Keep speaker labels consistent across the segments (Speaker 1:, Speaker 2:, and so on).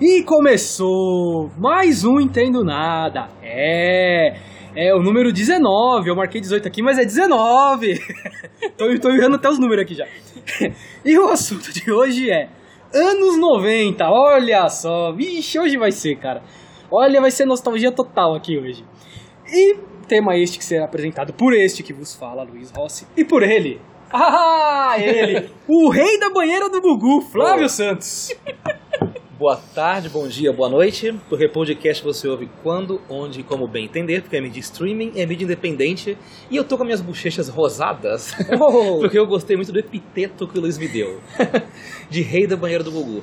Speaker 1: E começou mais um Entendo Nada. É, é o número 19. Eu marquei 18 aqui, mas é 19. tô, tô errando até os números aqui já. e o assunto de hoje é anos 90. Olha só. Vixe, hoje vai ser, cara. Olha, vai ser nostalgia total aqui hoje. E tema este que será apresentado por este que vos fala, Luiz Rossi, e por ele. Ah, ele, o rei da banheira do Gugu, Flávio
Speaker 2: Oh.
Speaker 1: Santos.
Speaker 2: Boa tarde, bom dia, boa noite. Porque podcast você ouve quando, onde e como bem entender, porque é mídia streaming, é mídia independente. E eu tô com minhas bochechas rosadas,
Speaker 1: Oh.
Speaker 2: porque eu gostei muito do epiteto que o Luiz me deu. De rei da banheira do Gugu.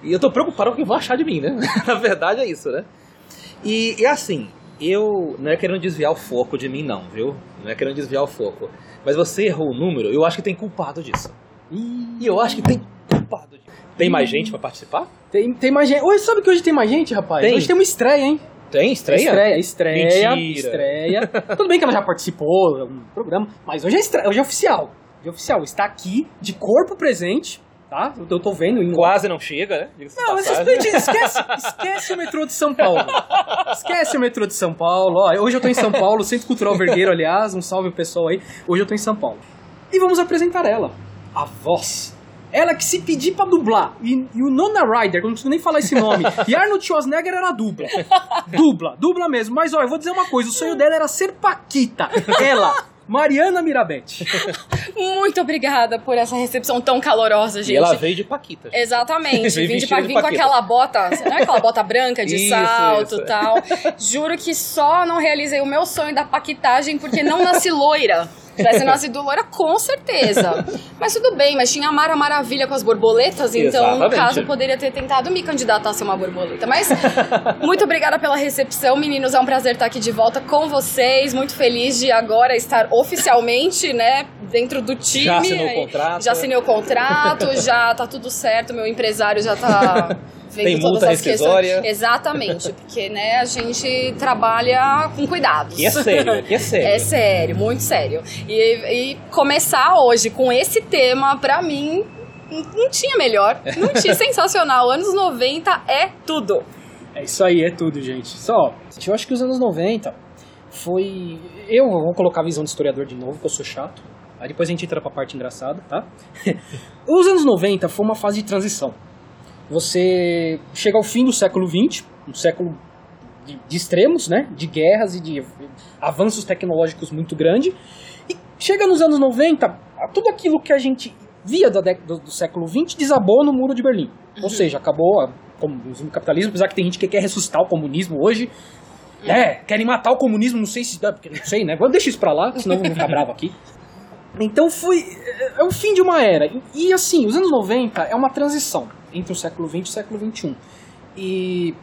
Speaker 2: E eu tô preocupado com o que vão achar de mim, né? Na verdade é isso, né? E, e assim, eu não é querendo desviar o foco de mim não, viu? Não é querendo desviar o foco. Mas você errou o número, eu acho que tem culpado disso. E eu acho que tem culpado disso. Tem mais gente pra participar?
Speaker 1: Tem, tem mais gente. Hoje sabe que hoje tem mais gente, rapaz?
Speaker 2: Tem.
Speaker 1: Hoje tem uma estreia, hein?
Speaker 2: Tem? Estreia?
Speaker 1: Estreia, estreia.
Speaker 2: Mentira.
Speaker 1: estreia. Tudo bem que ela já participou de um programa, mas hoje é estreia, hoje é oficial. Hoje é oficial, está aqui, de corpo presente, tá? Eu, eu tô vendo. em-
Speaker 2: Quase não chega, né? Diga-se de
Speaker 1: Não, mas
Speaker 2: passagem.
Speaker 1: esquece, esquece, esquece o metrô de São Paulo. Esquece o metrô de São Paulo. Ó, hoje eu tô em São Paulo, Centro Cultural Vergueiro, aliás. Um salve pro pessoal aí. Hoje eu tô em São Paulo. E vamos apresentar ela, a voz. Ela que se pedir pra dublar. E, e o Nona Ryder, que eu não preciso nem falar esse nome. E Arnold Schwarzenegger era dubla. Dubla, dubla mesmo. Mas ó, eu vou dizer uma coisa: o sonho dela era ser Paquita. Ela, Mariana Mirabete.
Speaker 3: Muito obrigada por essa recepção tão calorosa, gente. é
Speaker 2: E ela veio de Paquita.
Speaker 3: Exatamente,
Speaker 2: Veio
Speaker 3: vim, de
Speaker 2: vestida
Speaker 3: pa...
Speaker 2: de
Speaker 3: vim com
Speaker 2: Paquita.
Speaker 3: aquela bota, não é aquela bota branca de
Speaker 2: Isso,
Speaker 3: salto
Speaker 2: isso.
Speaker 3: e tal. Juro que só não realizei o meu sonho da paquitagem porque não nasci loira. Tivesse nascido loira, com certeza. Mas tudo bem, mas tinha a Mara Maravilha com as borboletas, então no
Speaker 2: Exatamente.
Speaker 3: caso eu poderia ter tentado me candidatar a ser uma borboleta. Mas muito obrigada pela recepção, meninos. É um prazer estar aqui de volta com vocês. Muito feliz de agora estar oficialmente, né, dentro do time.
Speaker 2: Já assinou o
Speaker 3: Aí,
Speaker 2: contrato.
Speaker 3: é, Já assinei o contrato, já tá tudo certo, meu empresário já tá vendo
Speaker 2: Tem
Speaker 3: todas
Speaker 2: multa
Speaker 3: as questões.
Speaker 2: rescisória.
Speaker 3: Exatamente, porque né, a gente trabalha com cuidados.
Speaker 2: Que é sério, que é sério.
Speaker 3: É sério, muito sério. E, e começar hoje com esse tema, pra mim, n- não tinha melhor. Não tinha sensacional. Anos 90 é tudo.
Speaker 1: É isso aí, é tudo, gente. Só, eu acho que os anos 90 foi. Eu vou colocar a visão de historiador de novo, que eu sou chato. Aí depois a gente entra pra parte engraçada, tá? os anos 90 foi uma fase de transição. Você chega ao fim do século XX, um século de, de extremos, né? De guerras e de avanços tecnológicos muito grande. E chega nos anos 90, tudo aquilo que a gente via da déc- do, do século XX desabou no Muro de Berlim. Ou seja, acabou a- o comunismo, o capitalismo, apesar que tem gente que quer ressuscitar o comunismo hoje. É, querem matar o comunismo, não sei se dá, porque não sei, né? Vamos deixar isso pra lá, senão eu vou ficar bravo aqui. Então foi. é- É o fim de uma era. E, e, assim, os anos 90 é uma transição entre o século XX e o século XXI. E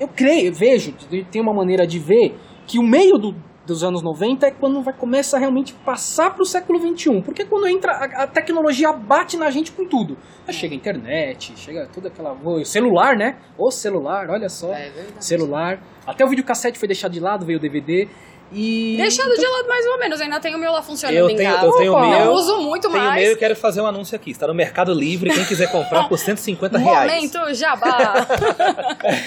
Speaker 1: eu creio, vejo, tem uma maneira de ver que o meio do- dos anos 90 é quando vai começa a realmente passar para o século XXI. Porque é quando entra, a, a tecnologia bate na gente com tudo. Aí chega a internet, chega toda aquela. O celular, né? O celular, olha só.
Speaker 3: É verdade.
Speaker 1: Celular. Até o videocassete foi deixado de lado, veio o DVD. E.
Speaker 3: Deixado de lado mais ou menos, ainda tenho o meu lá funcionando
Speaker 2: Eu
Speaker 3: em
Speaker 2: tenho-
Speaker 3: casa.
Speaker 2: eu tenho
Speaker 1: o
Speaker 3: Não
Speaker 1: meu,
Speaker 3: uso muito
Speaker 2: Tem
Speaker 3: mais.
Speaker 2: e-mail eu quero fazer um anúncio aqui. Está no Mercado Livre, quem quiser comprar por 150 reais.
Speaker 3: Momento jabá.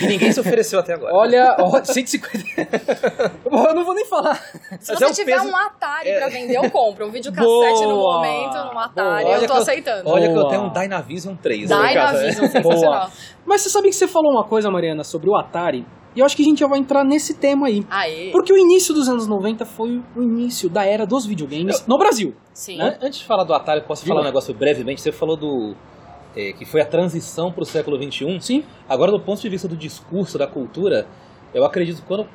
Speaker 2: E ninguém se ofereceu até agora.
Speaker 1: Então, Olha, ó, 150. Bom, eu não vou nem falar.
Speaker 3: Se
Speaker 2: Mas
Speaker 3: você
Speaker 2: é um
Speaker 3: tiver
Speaker 2: peso-
Speaker 3: um Atari
Speaker 2: é.
Speaker 3: pra vender, eu compro. Um videocassete no
Speaker 1: Boa!
Speaker 3: momento, num Atari,
Speaker 2: Boa, olha
Speaker 3: eu tô
Speaker 2: que eu-
Speaker 3: aceitando.
Speaker 2: Olha que
Speaker 1: Boa.
Speaker 2: eu tenho um Dynavision 3. né, cara?
Speaker 3: Dynavision, sensacional.
Speaker 1: Mas você sabia que você falou uma coisa, Mariana, sobre o Atari? E eu acho que a gente já vai entrar nesse tema aí.
Speaker 3: Aê,
Speaker 1: Porque o início dos anos 90 foi o início da era dos videogames no Brasil.
Speaker 3: sim.
Speaker 2: An- É, Antes de falar do Atari, posso
Speaker 1: Diga.
Speaker 2: falar um negócio brevemente? Você falou do... é, que foi a transição para o século XXI.
Speaker 1: Sim.
Speaker 2: Agora, do ponto de vista do discurso, da cultura, eu acredito que quando,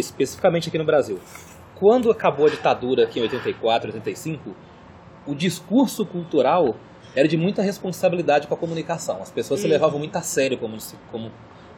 Speaker 2: especificamente aqui no Brasil, quando acabou a ditadura aqui em 84, 85, o discurso cultural era de muita responsabilidade com a comunicação. As pessoas se
Speaker 3: Hum.
Speaker 2: levavam muito a sério como, se- como-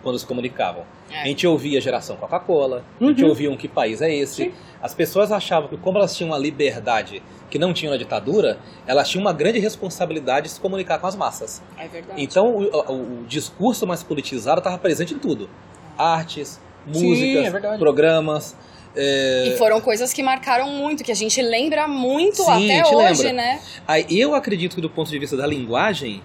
Speaker 2: quando se comunicavam.
Speaker 3: É.
Speaker 2: A gente ouvia a geração Coca-Cola, a gente
Speaker 1: Uhum.
Speaker 2: ouvia um que país é esse.
Speaker 1: Sim.
Speaker 2: As pessoas achavam que como elas tinham a liberdade que não tinham na ditadura, elas tinham uma grande responsabilidade de se comunicar com as massas.
Speaker 3: É verdade.
Speaker 2: Então o, o- o discurso mais politizado estava presente em tudo: artes,
Speaker 1: Ah. Sim,
Speaker 2: músicas,
Speaker 1: é verdade.
Speaker 2: programas. é,
Speaker 3: E foram coisas que marcaram muito, que a gente lembra muito
Speaker 2: Sim, a
Speaker 3: até
Speaker 2: gente
Speaker 3: hoje,
Speaker 2: lembra.
Speaker 3: né?
Speaker 2: Aí eu acredito que do ponto de vista da linguagem,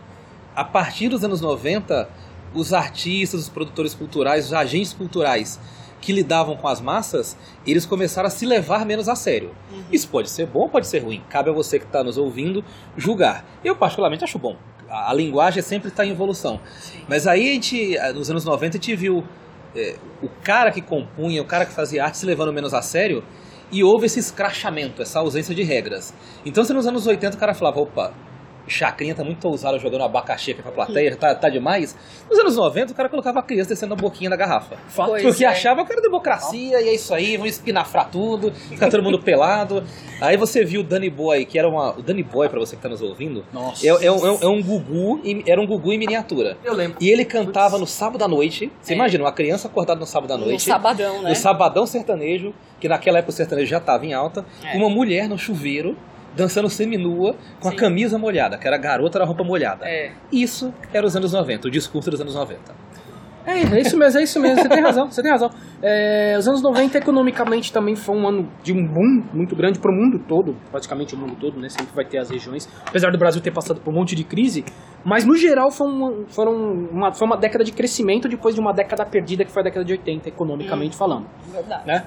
Speaker 2: a partir dos anos 90, os artistas, os produtores culturais, os agentes culturais que lidavam com as massas, eles começaram a se levar menos a sério. Isso pode ser bom, pode ser ruim. Cabe a você que está nos ouvindo julgar. Eu, particularmente, acho bom. A, a linguagem é sempre está em evolução. Mas aí, a gente, ah, nos anos 90, a gente viu é, o cara que compunha, o cara que fazia arte se levando menos a sério e houve esse escrachamento, essa ausência de regras. Então, se nos anos 80 o cara falava, opa, Chacrinha tá muito ousado jogando abacaxi aqui pra plateia, tá, tá demais. Nos anos 90 o cara colocava a criança descendo a boquinha da garrafa.
Speaker 1: Fato.
Speaker 3: Pois
Speaker 2: Porque
Speaker 3: é.
Speaker 2: achava que era democracia e é isso aí, vão espinafrar tudo, ficar todo mundo pelado. Aí você viu o Danny Boy, que era uma. O Danny Boy, pra você que tá nos ouvindo,
Speaker 1: Nossa.
Speaker 2: é, é um- é um- é um gugu, em- era um gugu em miniatura.
Speaker 4: Eu lembro.
Speaker 2: E ele cantava no sábado à noite. Você
Speaker 3: É.
Speaker 2: imagina, uma criança acordada no sábado à
Speaker 3: No
Speaker 2: noite.
Speaker 3: sabadão, né?
Speaker 2: No sabadão sertanejo, que naquela época o sertanejo já estava em alta,
Speaker 3: É.
Speaker 2: uma mulher no chuveiro, dançando seminua, com a
Speaker 3: Sim.
Speaker 2: camisa molhada, que era a garota da roupa molhada.
Speaker 3: É.
Speaker 2: Isso era os anos 90, o discurso dos anos 90.
Speaker 1: É, é isso mesmo, é isso mesmo, você tem razão, você tem razão. É, os anos 90 economicamente também foi um ano de um boom muito grande pro mundo todo, praticamente o mundo todo, né? Sempre vai ter as regiões, apesar do Brasil ter passado por um monte de crise, mas no geral foi uma, foram uma, foi uma década de crescimento depois de uma década perdida que foi a década de 80, economicamente falando,
Speaker 3: Verdade.
Speaker 1: né?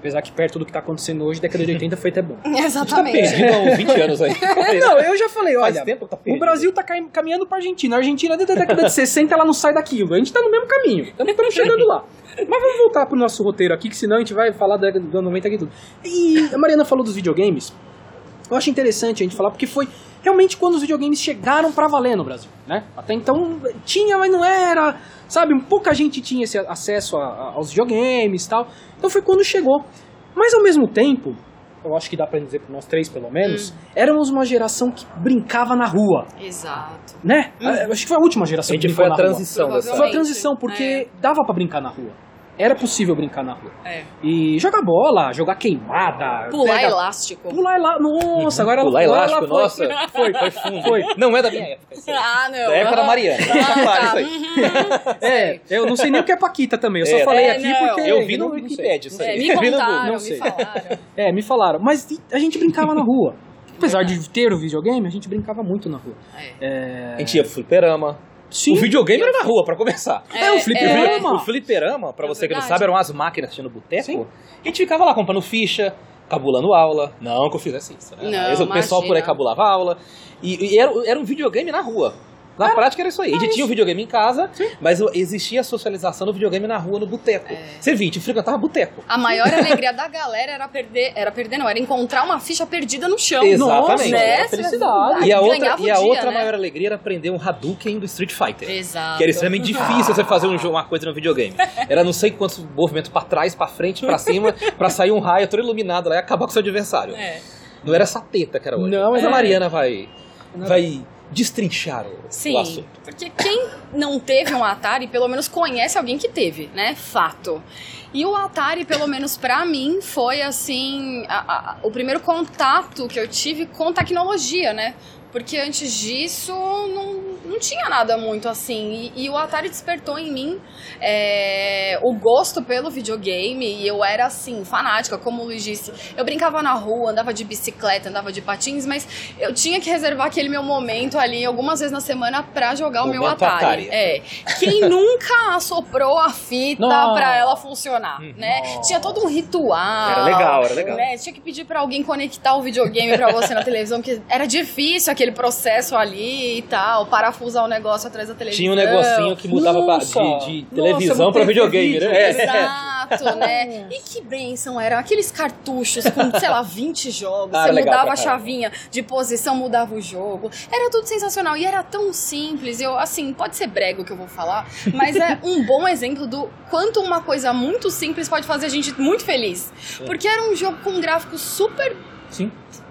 Speaker 1: Apesar que perto do que tá acontecendo hoje, década de 80 foi até bom.
Speaker 3: Exatamente.
Speaker 2: Perdido há uns 20 anos aí.
Speaker 1: É, Não, eu já falei,
Speaker 2: Faz
Speaker 1: olha,
Speaker 2: tempo que tá perdido.
Speaker 1: o Brasil tá cai- caminhando pra Argentina. A Argentina, desde a década de 60, ela não sai daquilo. A gente tá no mesmo caminho. Estamos chegando lá. Mas vamos voltar pro nosso roteiro aqui, que senão a gente vai falar da década do 90 aqui e tudo. E a Mariana falou dos videogames. Eu acho interessante a gente falar, porque foi realmente quando os videogames chegaram pra valer no Brasil, né? Até então tinha, mas não era, sabe? Pouca gente tinha esse acesso a- a- aos videogames e tal. Então foi quando chegou. Mas ao mesmo tempo, eu acho que dá pra dizer pra nós três pelo
Speaker 3: Hum.
Speaker 1: menos, éramos uma geração que brincava na rua,
Speaker 3: Exato.
Speaker 1: né? Eu Acho que foi a última geração
Speaker 2: A gente
Speaker 1: que
Speaker 2: foi
Speaker 1: brincou
Speaker 2: a
Speaker 1: na rua.
Speaker 2: transição dessa.
Speaker 1: Foi a transição,
Speaker 3: É.
Speaker 1: porque dava pra brincar na rua. Era possível brincar na rua.
Speaker 3: É.
Speaker 1: E jogar bola, jogar queimada.
Speaker 3: Pular é
Speaker 1: pega-
Speaker 3: elástico.
Speaker 1: Pular é lá, nossa, agora
Speaker 2: Pular é
Speaker 1: agora
Speaker 2: elástico,
Speaker 1: ela foi-
Speaker 2: nossa.
Speaker 1: Foi, foi
Speaker 2: fundo.
Speaker 1: Foi.
Speaker 2: Não é da minha época. isso aí.
Speaker 3: Ah, não.
Speaker 2: Da época da
Speaker 3: Ah,
Speaker 2: Mariana.
Speaker 3: tá.
Speaker 2: Claro, isso aí.
Speaker 3: Uhum.
Speaker 1: É, eu não sei nem o que é Paquita também, eu só
Speaker 2: É,
Speaker 1: falei
Speaker 3: é,
Speaker 1: aqui
Speaker 3: não.
Speaker 1: porque.
Speaker 2: Eu vi no
Speaker 1: não-
Speaker 2: Wikipedia isso
Speaker 3: É,
Speaker 2: aí.
Speaker 3: me
Speaker 2: Vi no
Speaker 3: contaram,
Speaker 1: Não
Speaker 3: me
Speaker 1: sei.
Speaker 3: falaram.
Speaker 1: É, me falaram. Mas a gente brincava na rua. Apesar de ter o videogame, a gente brincava muito na rua.
Speaker 3: É.
Speaker 2: A gente ia pro fliperama.
Speaker 1: Sim.
Speaker 2: O videogame era na rua, pra começar.
Speaker 1: É, o fliperama.
Speaker 2: O fliperama, pra
Speaker 3: É
Speaker 2: você que não
Speaker 3: verdade.
Speaker 2: sabe, eram as máquinas assistindo
Speaker 1: Sim.
Speaker 2: boteco. A gente ficava lá comprando ficha, cabulando aula. Não que eu fizesse isso. Né?
Speaker 3: Não,
Speaker 2: Mas o pessoal
Speaker 3: imagina.
Speaker 2: por aí cabulava aula. E, e era, era um videogame na rua. Na
Speaker 1: É.
Speaker 2: prática era isso aí. A gente tinha o videogame em casa, mas existia a socialização do videogame na rua, no boteco.
Speaker 3: É.
Speaker 2: Você via, a gente frequentava boteco.
Speaker 3: A maior alegria da galera era perder, era perder não, era encontrar uma ficha perdida no chão.
Speaker 2: Exatamente.
Speaker 3: Né?
Speaker 1: Era Então, felicidade.
Speaker 2: E a
Speaker 3: Ganhava
Speaker 2: outra,
Speaker 3: o
Speaker 2: e a
Speaker 3: dia,
Speaker 2: outra
Speaker 3: né?
Speaker 2: maior alegria era aprender um Hadouken do Street Fighter.
Speaker 3: Exato.
Speaker 2: Que era extremamente difícil você fazer um jogo, uma coisa no videogame. Era não sei quantos movimentos pra trás, pra frente, pra cima, pra sair um raio todo iluminado lá e acabar com o seu adversário.
Speaker 3: É.
Speaker 2: Não era essa teta que era hoje.
Speaker 1: Não,
Speaker 2: mas
Speaker 1: é.
Speaker 2: a Mariana vai, vai destrinchar o,
Speaker 3: Sim,
Speaker 2: o assunto.
Speaker 3: porque quem não teve um Atari, pelo menos conhece alguém que teve, né? Fato. E o Atari, pelo menos pra mim, foi assim, a- a- o primeiro contato que eu tive com tecnologia, né? Porque antes disso não, não tinha nada muito assim. E, e o Atari despertou em mim é, o gosto pelo videogame. E eu era assim, fanática, como o Luiz disse. Eu brincava na rua, andava de bicicleta, andava de patins, mas eu tinha que reservar aquele meu momento ali, algumas vezes na semana, pra jogar o, meu
Speaker 2: Momento
Speaker 3: Atari.
Speaker 2: Atari.
Speaker 3: É. Quem nunca assoprou a fita
Speaker 1: Nossa.
Speaker 3: pra ela funcionar, né? Tinha todo um ritual.
Speaker 2: Hum, Era legal, era legal.
Speaker 3: né? Tinha que pedir pra alguém conectar o videogame pra você na televisão, porque era difícil aquele processo ali e tal, parafusar o negócio atrás da televisão.
Speaker 2: Tinha um negocinho que mudava pra-
Speaker 1: Nossa.
Speaker 2: de, de
Speaker 1: Nossa,
Speaker 2: televisão
Speaker 1: não
Speaker 2: pra
Speaker 1: tem
Speaker 2: videogame,
Speaker 1: vídeo.
Speaker 2: né? É.
Speaker 3: Exato, né? E que bênção eram aqueles cartuchos com, sei lá, 20 jogos.
Speaker 2: Ah,
Speaker 3: Você
Speaker 2: era legal
Speaker 3: mudava
Speaker 2: pra
Speaker 3: a
Speaker 2: caramba.
Speaker 3: chavinha de posição, mudava o jogo. Era tudo sensacional e era tão simples. Eu, assim, pode ser brega o que eu vou falar, mas é um bom exemplo do quanto uma coisa muito simples pode fazer a gente muito feliz. Porque era um jogo com um gráfico super
Speaker 2: É. Sim.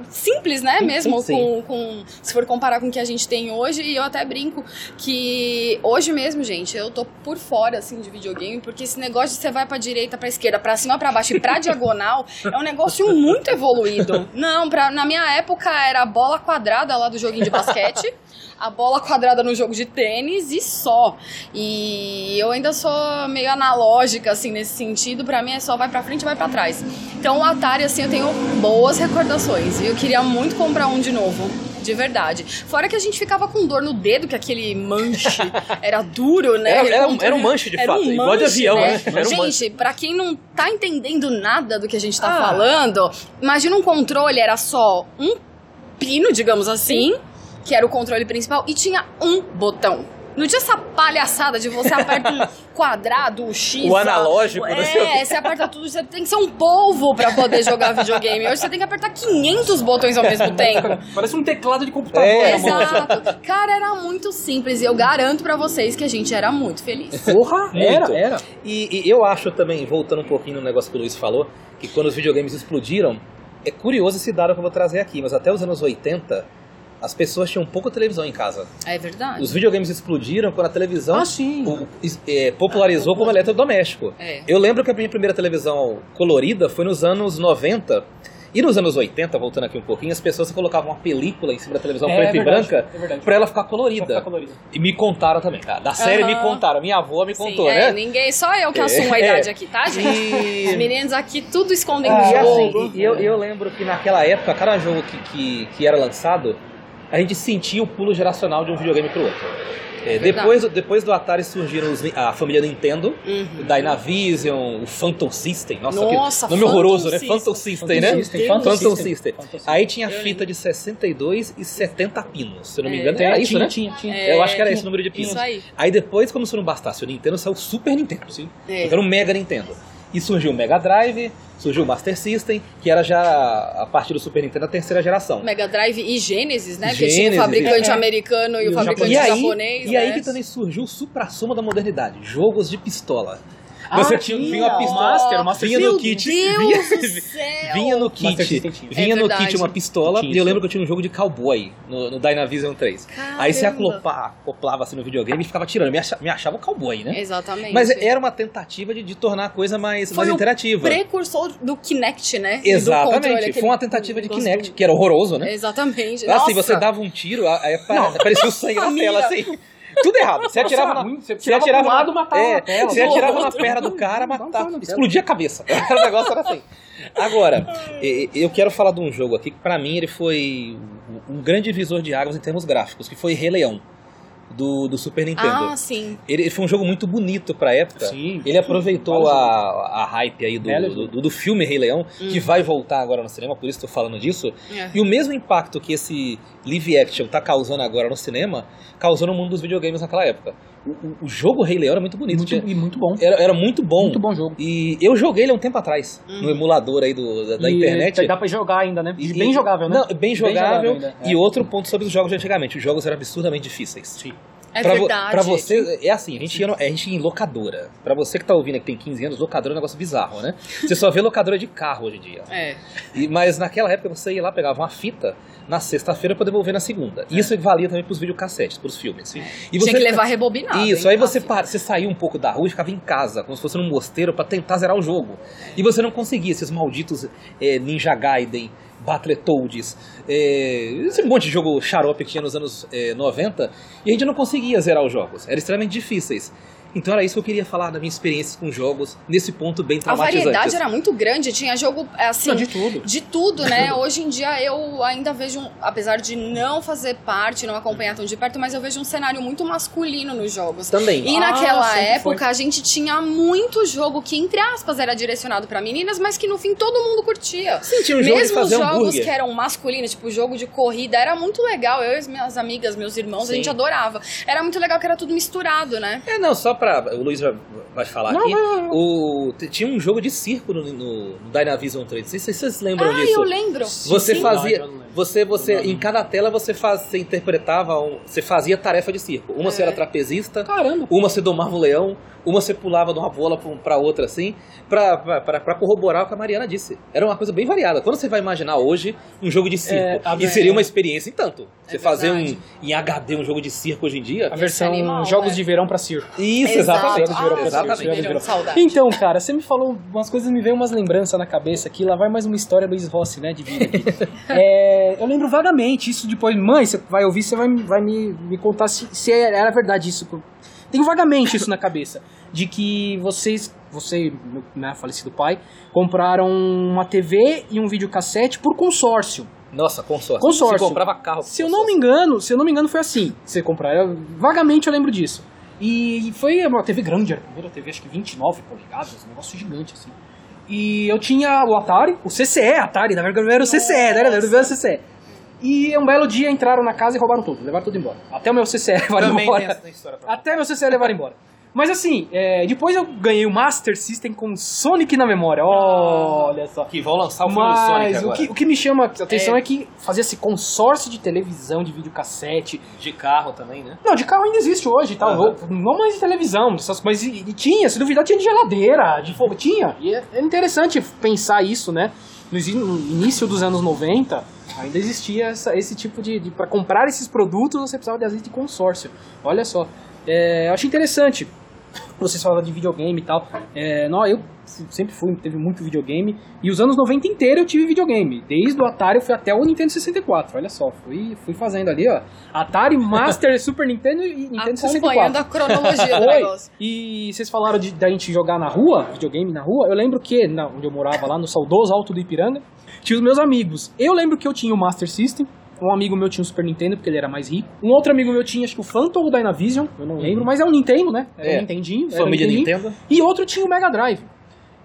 Speaker 3: simples, né?
Speaker 2: Sim,
Speaker 3: Mesmo
Speaker 2: sim,
Speaker 3: Com, com- Se for comparar com o que a gente tem hoje, e eu até brinco que hoje mesmo, gente, eu tô por fora, assim, de videogame, porque esse negócio de você vai pra direita, pra esquerda, pra cima, pra baixo e pra diagonal é um negócio muito evoluído. Não, pra, na minha época era a bola quadrada lá do joguinho de basquete. A bola quadrada no jogo de tênis e só. E eu ainda sou meio analógica, assim, nesse sentido. Pra mim é só vai pra frente e vai pra trás. Então o Atari, assim, eu tenho boas recordações. E eu queria muito comprar um de novo. de verdade. Fora que a gente ficava com dor no dedo, que aquele manche era duro, né?
Speaker 2: Era- era um- era um manche, de
Speaker 3: Era
Speaker 2: fato,
Speaker 3: um
Speaker 2: igual de avião, né? Era um manche.
Speaker 3: gente, pra quem não tá entendendo nada do que a gente tá
Speaker 2: Ah.
Speaker 3: falando, imagina um controle, era só um pino, digamos assim, que era o controle principal, e tinha um botão. Não tinha essa palhaçada de você aperta um quadrado, o X.
Speaker 2: O
Speaker 3: a-
Speaker 2: analógico, né? não sei o
Speaker 3: É, você aperta tudo, você tem que ser um polvo pra poder jogar videogame. Hoje você tem que apertar 500 botões ao mesmo tempo.
Speaker 1: Parece um teclado de computador.
Speaker 2: É,
Speaker 1: na mão.
Speaker 3: Exato. Cara, era muito simples e eu garanto pra vocês que a gente era muito feliz.
Speaker 1: Porra,
Speaker 2: Muito.
Speaker 1: era, era.
Speaker 2: E, e eu acho também, voltando um pouquinho no negócio que o Luiz falou, que quando os videogames explodiram, é curioso esse dado que eu vou trazer aqui, mas até os anos 80, as pessoas tinham pouca televisão em casa.
Speaker 3: É verdade.
Speaker 2: Os videogames explodiram quando a televisão
Speaker 1: Ah, sim.
Speaker 2: Então, o- is- é, popularizou como eletrodoméstico.
Speaker 3: É.
Speaker 2: Eu lembro que a minha primeira televisão colorida foi nos anos 90. E nos anos 80, voltando aqui um pouquinho, as pessoas colocavam uma película em cima da televisão
Speaker 1: É
Speaker 2: preta e
Speaker 1: verdade,
Speaker 2: branca
Speaker 1: é verdade.
Speaker 2: pra ela ficar colorida.
Speaker 1: Só ficar colorido.
Speaker 2: E me contaram também, cara. Da série me
Speaker 3: Aham.
Speaker 2: contaram. Minha avó me contou,
Speaker 3: Sim, é,
Speaker 2: né?
Speaker 3: ninguém, só eu que assumo a
Speaker 2: É.
Speaker 3: idade aqui, tá, gente? Os
Speaker 2: E...
Speaker 3: meninos aqui tudo escondem
Speaker 2: E,
Speaker 3: o
Speaker 2: assim,
Speaker 3: jogo.
Speaker 2: e eu, eu lembro que naquela época, cada jogo que, que, que era lançado, a gente sentia o pulo geracional de um videogame pro outro. É, depois, do- depois do Atari surgiram os, a família Nintendo,
Speaker 3: Uhum.
Speaker 2: o Dynavision, o Phantom System. Nossa,
Speaker 3: Nossa,
Speaker 2: que nome
Speaker 3: Phantom
Speaker 2: horroroso, né?
Speaker 3: System.
Speaker 2: Phantom System, né?
Speaker 1: System,
Speaker 2: Phantom
Speaker 1: Phantom
Speaker 2: System.
Speaker 1: System. Phantom System.
Speaker 2: Aí tinha
Speaker 3: Eu
Speaker 2: fita de 62 e 70 pinos, se eu não me
Speaker 3: É.
Speaker 2: engano. Era isso,
Speaker 1: tinha,
Speaker 2: né?
Speaker 1: Tinha, tinha.
Speaker 3: É,
Speaker 2: Eu acho que era esse o número de pinos.
Speaker 3: Isso aí.
Speaker 2: Aí depois, como se não bastasse, o Nintendo saiu o Super Nintendo, sim.
Speaker 3: É.
Speaker 2: Então era o Mega Nintendo. E surgiu o Mega Drive, surgiu o Master System, que era já a partir do Super Nintendo a terceira geração.
Speaker 3: É. Mega Drive e Genesis, né? Porque tinha o
Speaker 2: Genesis,
Speaker 3: fabricante
Speaker 1: é.
Speaker 3: americano e,
Speaker 1: E
Speaker 3: o
Speaker 1: o
Speaker 3: fabricante
Speaker 2: E aí,
Speaker 3: japonês.
Speaker 2: e aí
Speaker 3: né?
Speaker 2: que também surgiu o supra-suma da modernidade, jogos de pistola.
Speaker 1: Ah,
Speaker 2: Você tinha, vinha uma
Speaker 1: tinha.
Speaker 2: pistola,
Speaker 1: Master, Master
Speaker 2: vinha
Speaker 1: System.
Speaker 2: no
Speaker 3: Meu
Speaker 2: kit,
Speaker 3: Deus
Speaker 2: vinha,
Speaker 3: do céu!
Speaker 2: vinha no
Speaker 1: Master
Speaker 2: kit,
Speaker 1: System tinha.
Speaker 2: vinha
Speaker 3: É
Speaker 2: no
Speaker 3: verdade.
Speaker 2: kit uma pistola,
Speaker 1: Tinha
Speaker 2: e eu
Speaker 1: isso.
Speaker 2: lembro que eu tinha um jogo de cowboy no, no Dynavision 3. Aí você
Speaker 3: Caramba.
Speaker 2: aclopa- acoplava assim no videogame e ficava tirando, me, acha- me achava o cowboy, né?
Speaker 3: Exatamente.
Speaker 2: Mas era uma tentativa de, de tornar a coisa mais,
Speaker 3: É, Foi
Speaker 2: mais
Speaker 3: o
Speaker 2: interativa.
Speaker 3: precursor do Kinect, né? E do controle,
Speaker 2: Exatamente.
Speaker 3: aquele
Speaker 2: Foi uma tentativa de
Speaker 3: negócio
Speaker 2: Kinect, que era horroroso, né? Assim,
Speaker 3: Exatamente. Nossa,
Speaker 2: você dava um tiro, aí apa- aparecia o sangue na tela, assim. Tudo errado. Você atirava na.
Speaker 1: muito, você
Speaker 2: Você
Speaker 1: tirava
Speaker 2: atirava
Speaker 1: pro lado, matava
Speaker 2: é,
Speaker 1: na tela.
Speaker 2: Você
Speaker 3: do
Speaker 2: atirava na
Speaker 3: outro.
Speaker 2: perna do cara,
Speaker 1: Dá um pau
Speaker 2: matava,
Speaker 1: na tela.
Speaker 2: explodia a cabeça. o negócio era assim. Agora, e- e- eu quero falar de um jogo aqui que pra mim ele foi um um grande divisor de águas em termos gráficos, que foi Rei Leão, do, do Super Nintendo.
Speaker 3: Ah, sim.
Speaker 2: Ele ele foi um jogo muito bonito pra época.
Speaker 1: Sim.
Speaker 2: Ele aproveitou
Speaker 1: Vários
Speaker 2: a, a hype aí
Speaker 1: Belo
Speaker 2: do,
Speaker 1: jogo.
Speaker 2: do, do filme Rei Leão,
Speaker 1: Hum.
Speaker 2: que vai voltar agora no cinema, por isso tô falando disso.
Speaker 3: É.
Speaker 2: E o mesmo impacto que esse live action tá causando agora no cinema, causou no mundo dos videogames naquela época. O, o- o jogo Rei Leão era muito bonito.
Speaker 1: Muito,
Speaker 2: tinha-
Speaker 1: e muito bom.
Speaker 2: era, era muito bom.
Speaker 1: Muito bom jogo.
Speaker 2: E eu joguei ele há um tempo atrás, no emulador aí do, da, da
Speaker 1: E
Speaker 2: internet.
Speaker 1: Dá pra jogar ainda, né?
Speaker 2: E-
Speaker 1: bem jogável, né?
Speaker 2: Não, bem
Speaker 1: jogável
Speaker 2: jogável.
Speaker 1: ainda,
Speaker 2: e
Speaker 1: é.
Speaker 2: outro ponto sobre os jogos de antigamente. Os jogos eram absurdamente difíceis.
Speaker 1: Sim.
Speaker 3: É
Speaker 2: pra, vo-
Speaker 3: verdade.
Speaker 2: pra você, é assim, a gente, ia no- a gente ia em locadora. Pra você que tá ouvindo que tem 15 anos, locadora é um negócio bizarro, né? Você só vê locadora de carro hoje em dia.
Speaker 3: É.
Speaker 2: E- mas naquela época você ia lá, pegava uma fita na sexta-feira pra devolver na segunda. E isso valia também pros videocassetes, pros filmes. E
Speaker 3: Tinha que levar rebobinado. então.
Speaker 2: Isso,
Speaker 3: hein,
Speaker 2: aí você,
Speaker 3: Rafa?
Speaker 2: para, você saiu um pouco da rua e ficava em casa, como se fosse num mosteiro, pra tentar zerar o jogo. E você não conseguia, esses malditos é, Ninja Gaiden, Battletoads, é, esse monte de jogo xarope que tinha nos anos é, 90, e a gente não conseguia zerar os jogos, eram extremamente difíceis. Então era isso que eu queria falar da minha experiência com jogos, nesse ponto bem
Speaker 3: A
Speaker 2: traumatizante. assim.
Speaker 3: variedade era muito grande, tinha jogo assim.
Speaker 1: Não, de tudo.
Speaker 3: De tudo, né? Hoje em dia eu ainda vejo, um- apesar de não fazer parte, não acompanhar tão de perto, mas eu vejo um cenário muito masculino nos jogos.
Speaker 2: Também.
Speaker 3: E
Speaker 1: Ah,
Speaker 3: naquela
Speaker 1: sempre
Speaker 3: época a gente tinha muito jogo que, entre aspas, era direcionado pra meninas, mas que no fim todo mundo curtia.
Speaker 2: Sim, tinha um jogo de
Speaker 3: Mesmo os
Speaker 2: fazer
Speaker 3: jogos
Speaker 2: hambúrguer.
Speaker 3: que eram masculinos, tipo jogo de corrida, era muito legal. Eu e as minhas amigas, meus irmãos, a
Speaker 2: Sim.
Speaker 3: gente adorava. Era muito legal que era tudo misturado, né?
Speaker 2: É, não, só pra. O Luiz vai, vai falar aqui. O, t- tinha um jogo de circo no, no, no Dynavision 3. Não sei se vocês lembram
Speaker 3: ah,
Speaker 2: disso.
Speaker 3: eu lembro.
Speaker 2: Você
Speaker 3: Sim.
Speaker 2: fazia.
Speaker 1: Não, eu não
Speaker 3: né?
Speaker 1: lembro.
Speaker 2: Você, você,
Speaker 1: Não.
Speaker 2: em cada tela você, faz, você interpretava. um- você fazia tarefa de circo. Uma
Speaker 3: É.
Speaker 2: você era trapezista,
Speaker 1: Caramba.
Speaker 2: uma você domava um leão, uma você pulava de uma bola pra um- pra outra, assim, pra, pra, pra- pra corroborar o que a Mariana disse. Era uma coisa bem variada. Quando você vai imaginar hoje um jogo de
Speaker 3: É,
Speaker 2: circo,
Speaker 1: a
Speaker 2: e
Speaker 1: ver-
Speaker 2: seria uma experiência em tanto. Você fazer um,
Speaker 3: tá verdade.
Speaker 2: em HD um jogo de circo hoje em dia.
Speaker 1: A versão
Speaker 3: animal,
Speaker 1: Jogos
Speaker 3: é.
Speaker 1: de Verão pra Circo.
Speaker 2: Isso,
Speaker 3: Exato.
Speaker 2: exatamente.
Speaker 3: Ah,
Speaker 1: Jogos de Verão pra Circo.
Speaker 2: exatamente.
Speaker 1: Jogos de Verão.
Speaker 3: Saudade.
Speaker 1: Então, cara, você me falou umas coisas, me veio umas lembranças na cabeça aqui. Lá vai mais uma história Luiz Rossi, né, de vida aqui. É, eu lembro vagamente isso depois. Mãe, você vai ouvir, você vai, me- vai me, me contar se, se é, era verdade isso. que eu- Tenho vagamente isso na cabeça. De que vocês, você e meu né, falecido pai, compraram uma TV e um videocassete por consórcio.
Speaker 2: Nossa, consórcio.
Speaker 1: Consórcio.
Speaker 2: Você comprava carro. com
Speaker 1: Se eu não me engano, se eu não me engano, foi assim. que Você comprar. Eu- vagamente eu lembro disso. E foi uma TV grande, era a primeira TV, acho que 29 polegadas, um negócio gigante assim. E eu tinha o Atari, o CCE Atari, na verdade era o CCE, né? Era o CCE. E um belo dia entraram na casa e roubaram tudo, levaram tudo embora. Até o meu CCE levaram
Speaker 2: Também
Speaker 1: embora.
Speaker 2: tem essa história pra
Speaker 1: Até meu CCE levaram embora. Mas assim, é, depois eu ganhei o Master System com Sonic na memória. Olha só.
Speaker 2: Que vão lançar o filme do Sonic
Speaker 1: Mas o
Speaker 2: agora.
Speaker 1: que, o que me chama a atenção é, que fazia-se consórcio de televisão, de videocassete.
Speaker 2: De carro também, né?
Speaker 1: Não, de carro ainda existe hoje e tal.
Speaker 2: Aham.
Speaker 1: Não- Não mais de televisão, essas coisas. E, e tinha, se duvidar, tinha de geladeira, de fogo. Tinha. E é, é interessante pensar isso, né? No, isi- no início dos anos 90, ainda existia essa- esse tipo de. de para comprar esses produtos, você precisava de agente de consórcio. Olha só. É, eu achei interessante vocês falaram de videogame e tal. É, não, eu sempre fui, teve muito videogame. E os anos 90 inteiro eu tive videogame. Desde o Atari eu fui até o Nintendo 64. Olha só, fui, fui fazendo ali, ó. Atari, Master, Super Nintendo e Nintendo
Speaker 3: Acompanhando
Speaker 1: 64.
Speaker 3: a cronologia do
Speaker 1: Oi.
Speaker 3: negócio.
Speaker 1: E vocês falaram de, da gente jogar na rua, videogame na rua. Eu lembro que, na, onde eu morava lá, no saudoso Alto do Ipiranga, tinha os meus amigos. Eu lembro que eu tinha o Master System. Um amigo meu tinha o Super Nintendo, porque ele era mais rico. Um outro amigo meu tinha, acho que o Phantom ou o Dynavision, eu não lembro, mas é um Nintendo, né? Era
Speaker 2: É.
Speaker 1: um Nintendinho. era um
Speaker 2: Família
Speaker 1: Nintendinho.
Speaker 2: Nintendo.
Speaker 1: E outro tinha o Mega Drive.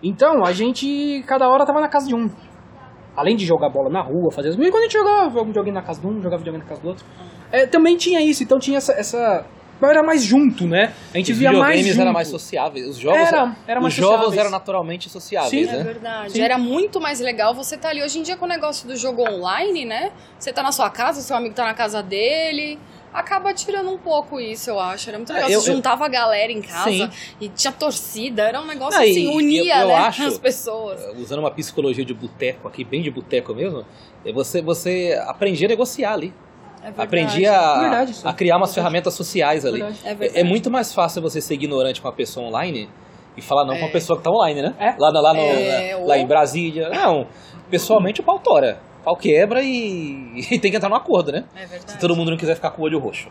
Speaker 1: Então, a gente, cada hora tava na casa de um. Além de jogar bola na rua, fazer as coisas. Quando a gente jogava videogame na casa de um, jogava videogame na casa do outro. É, também tinha isso, então tinha essa. essa... Mas era mais junto, né? A gente
Speaker 2: Os
Speaker 1: via mais.
Speaker 2: videogames
Speaker 1: Junto.
Speaker 2: eram mais sociáveis. Os jogos,
Speaker 1: Era- era mais
Speaker 2: os jogos
Speaker 1: sociáveis.
Speaker 2: eram naturalmente sociáveis,
Speaker 1: Sim.
Speaker 3: É
Speaker 2: né?
Speaker 3: verdade.
Speaker 1: Sim.
Speaker 3: Era muito mais legal você estar ali. Hoje em dia, com o negócio do jogo online, né? Você tá na sua casa, seu amigo tá na casa dele. Acaba tirando um pouco isso, eu acho. Era muito legal.
Speaker 2: Ah, eu-
Speaker 3: você
Speaker 2: eu-
Speaker 3: juntava a galera em casa
Speaker 2: Sim.
Speaker 3: e tinha torcida. Era um negócio
Speaker 2: Ah, e
Speaker 3: assim, unia
Speaker 2: eu- eu
Speaker 3: né,
Speaker 2: acho-
Speaker 3: as pessoas.
Speaker 2: usando uma psicologia de boteco aqui, bem de boteco mesmo, é você, você aprendia a negociar ali.
Speaker 3: É verdade.
Speaker 2: Aprendia a,
Speaker 1: Verdade, sim.
Speaker 2: a criar umas
Speaker 1: Verdade.
Speaker 2: ferramentas sociais ali.
Speaker 1: Verdade.
Speaker 3: É
Speaker 2: É,
Speaker 3: verdade.
Speaker 2: é muito mais fácil você ser ignorante com uma pessoa online e falar não com
Speaker 3: É.
Speaker 2: uma pessoa que tá online, né?
Speaker 1: É.
Speaker 2: Lá, na- lá, no,
Speaker 3: É,
Speaker 2: na-
Speaker 3: ou-
Speaker 2: lá em Brasília. Não, pessoalmente o pau tora. O pau quebra e, e tem que entrar num acordo, né?
Speaker 3: É
Speaker 2: Se
Speaker 3: verdade.
Speaker 2: todo mundo não quiser ficar com o olho roxo.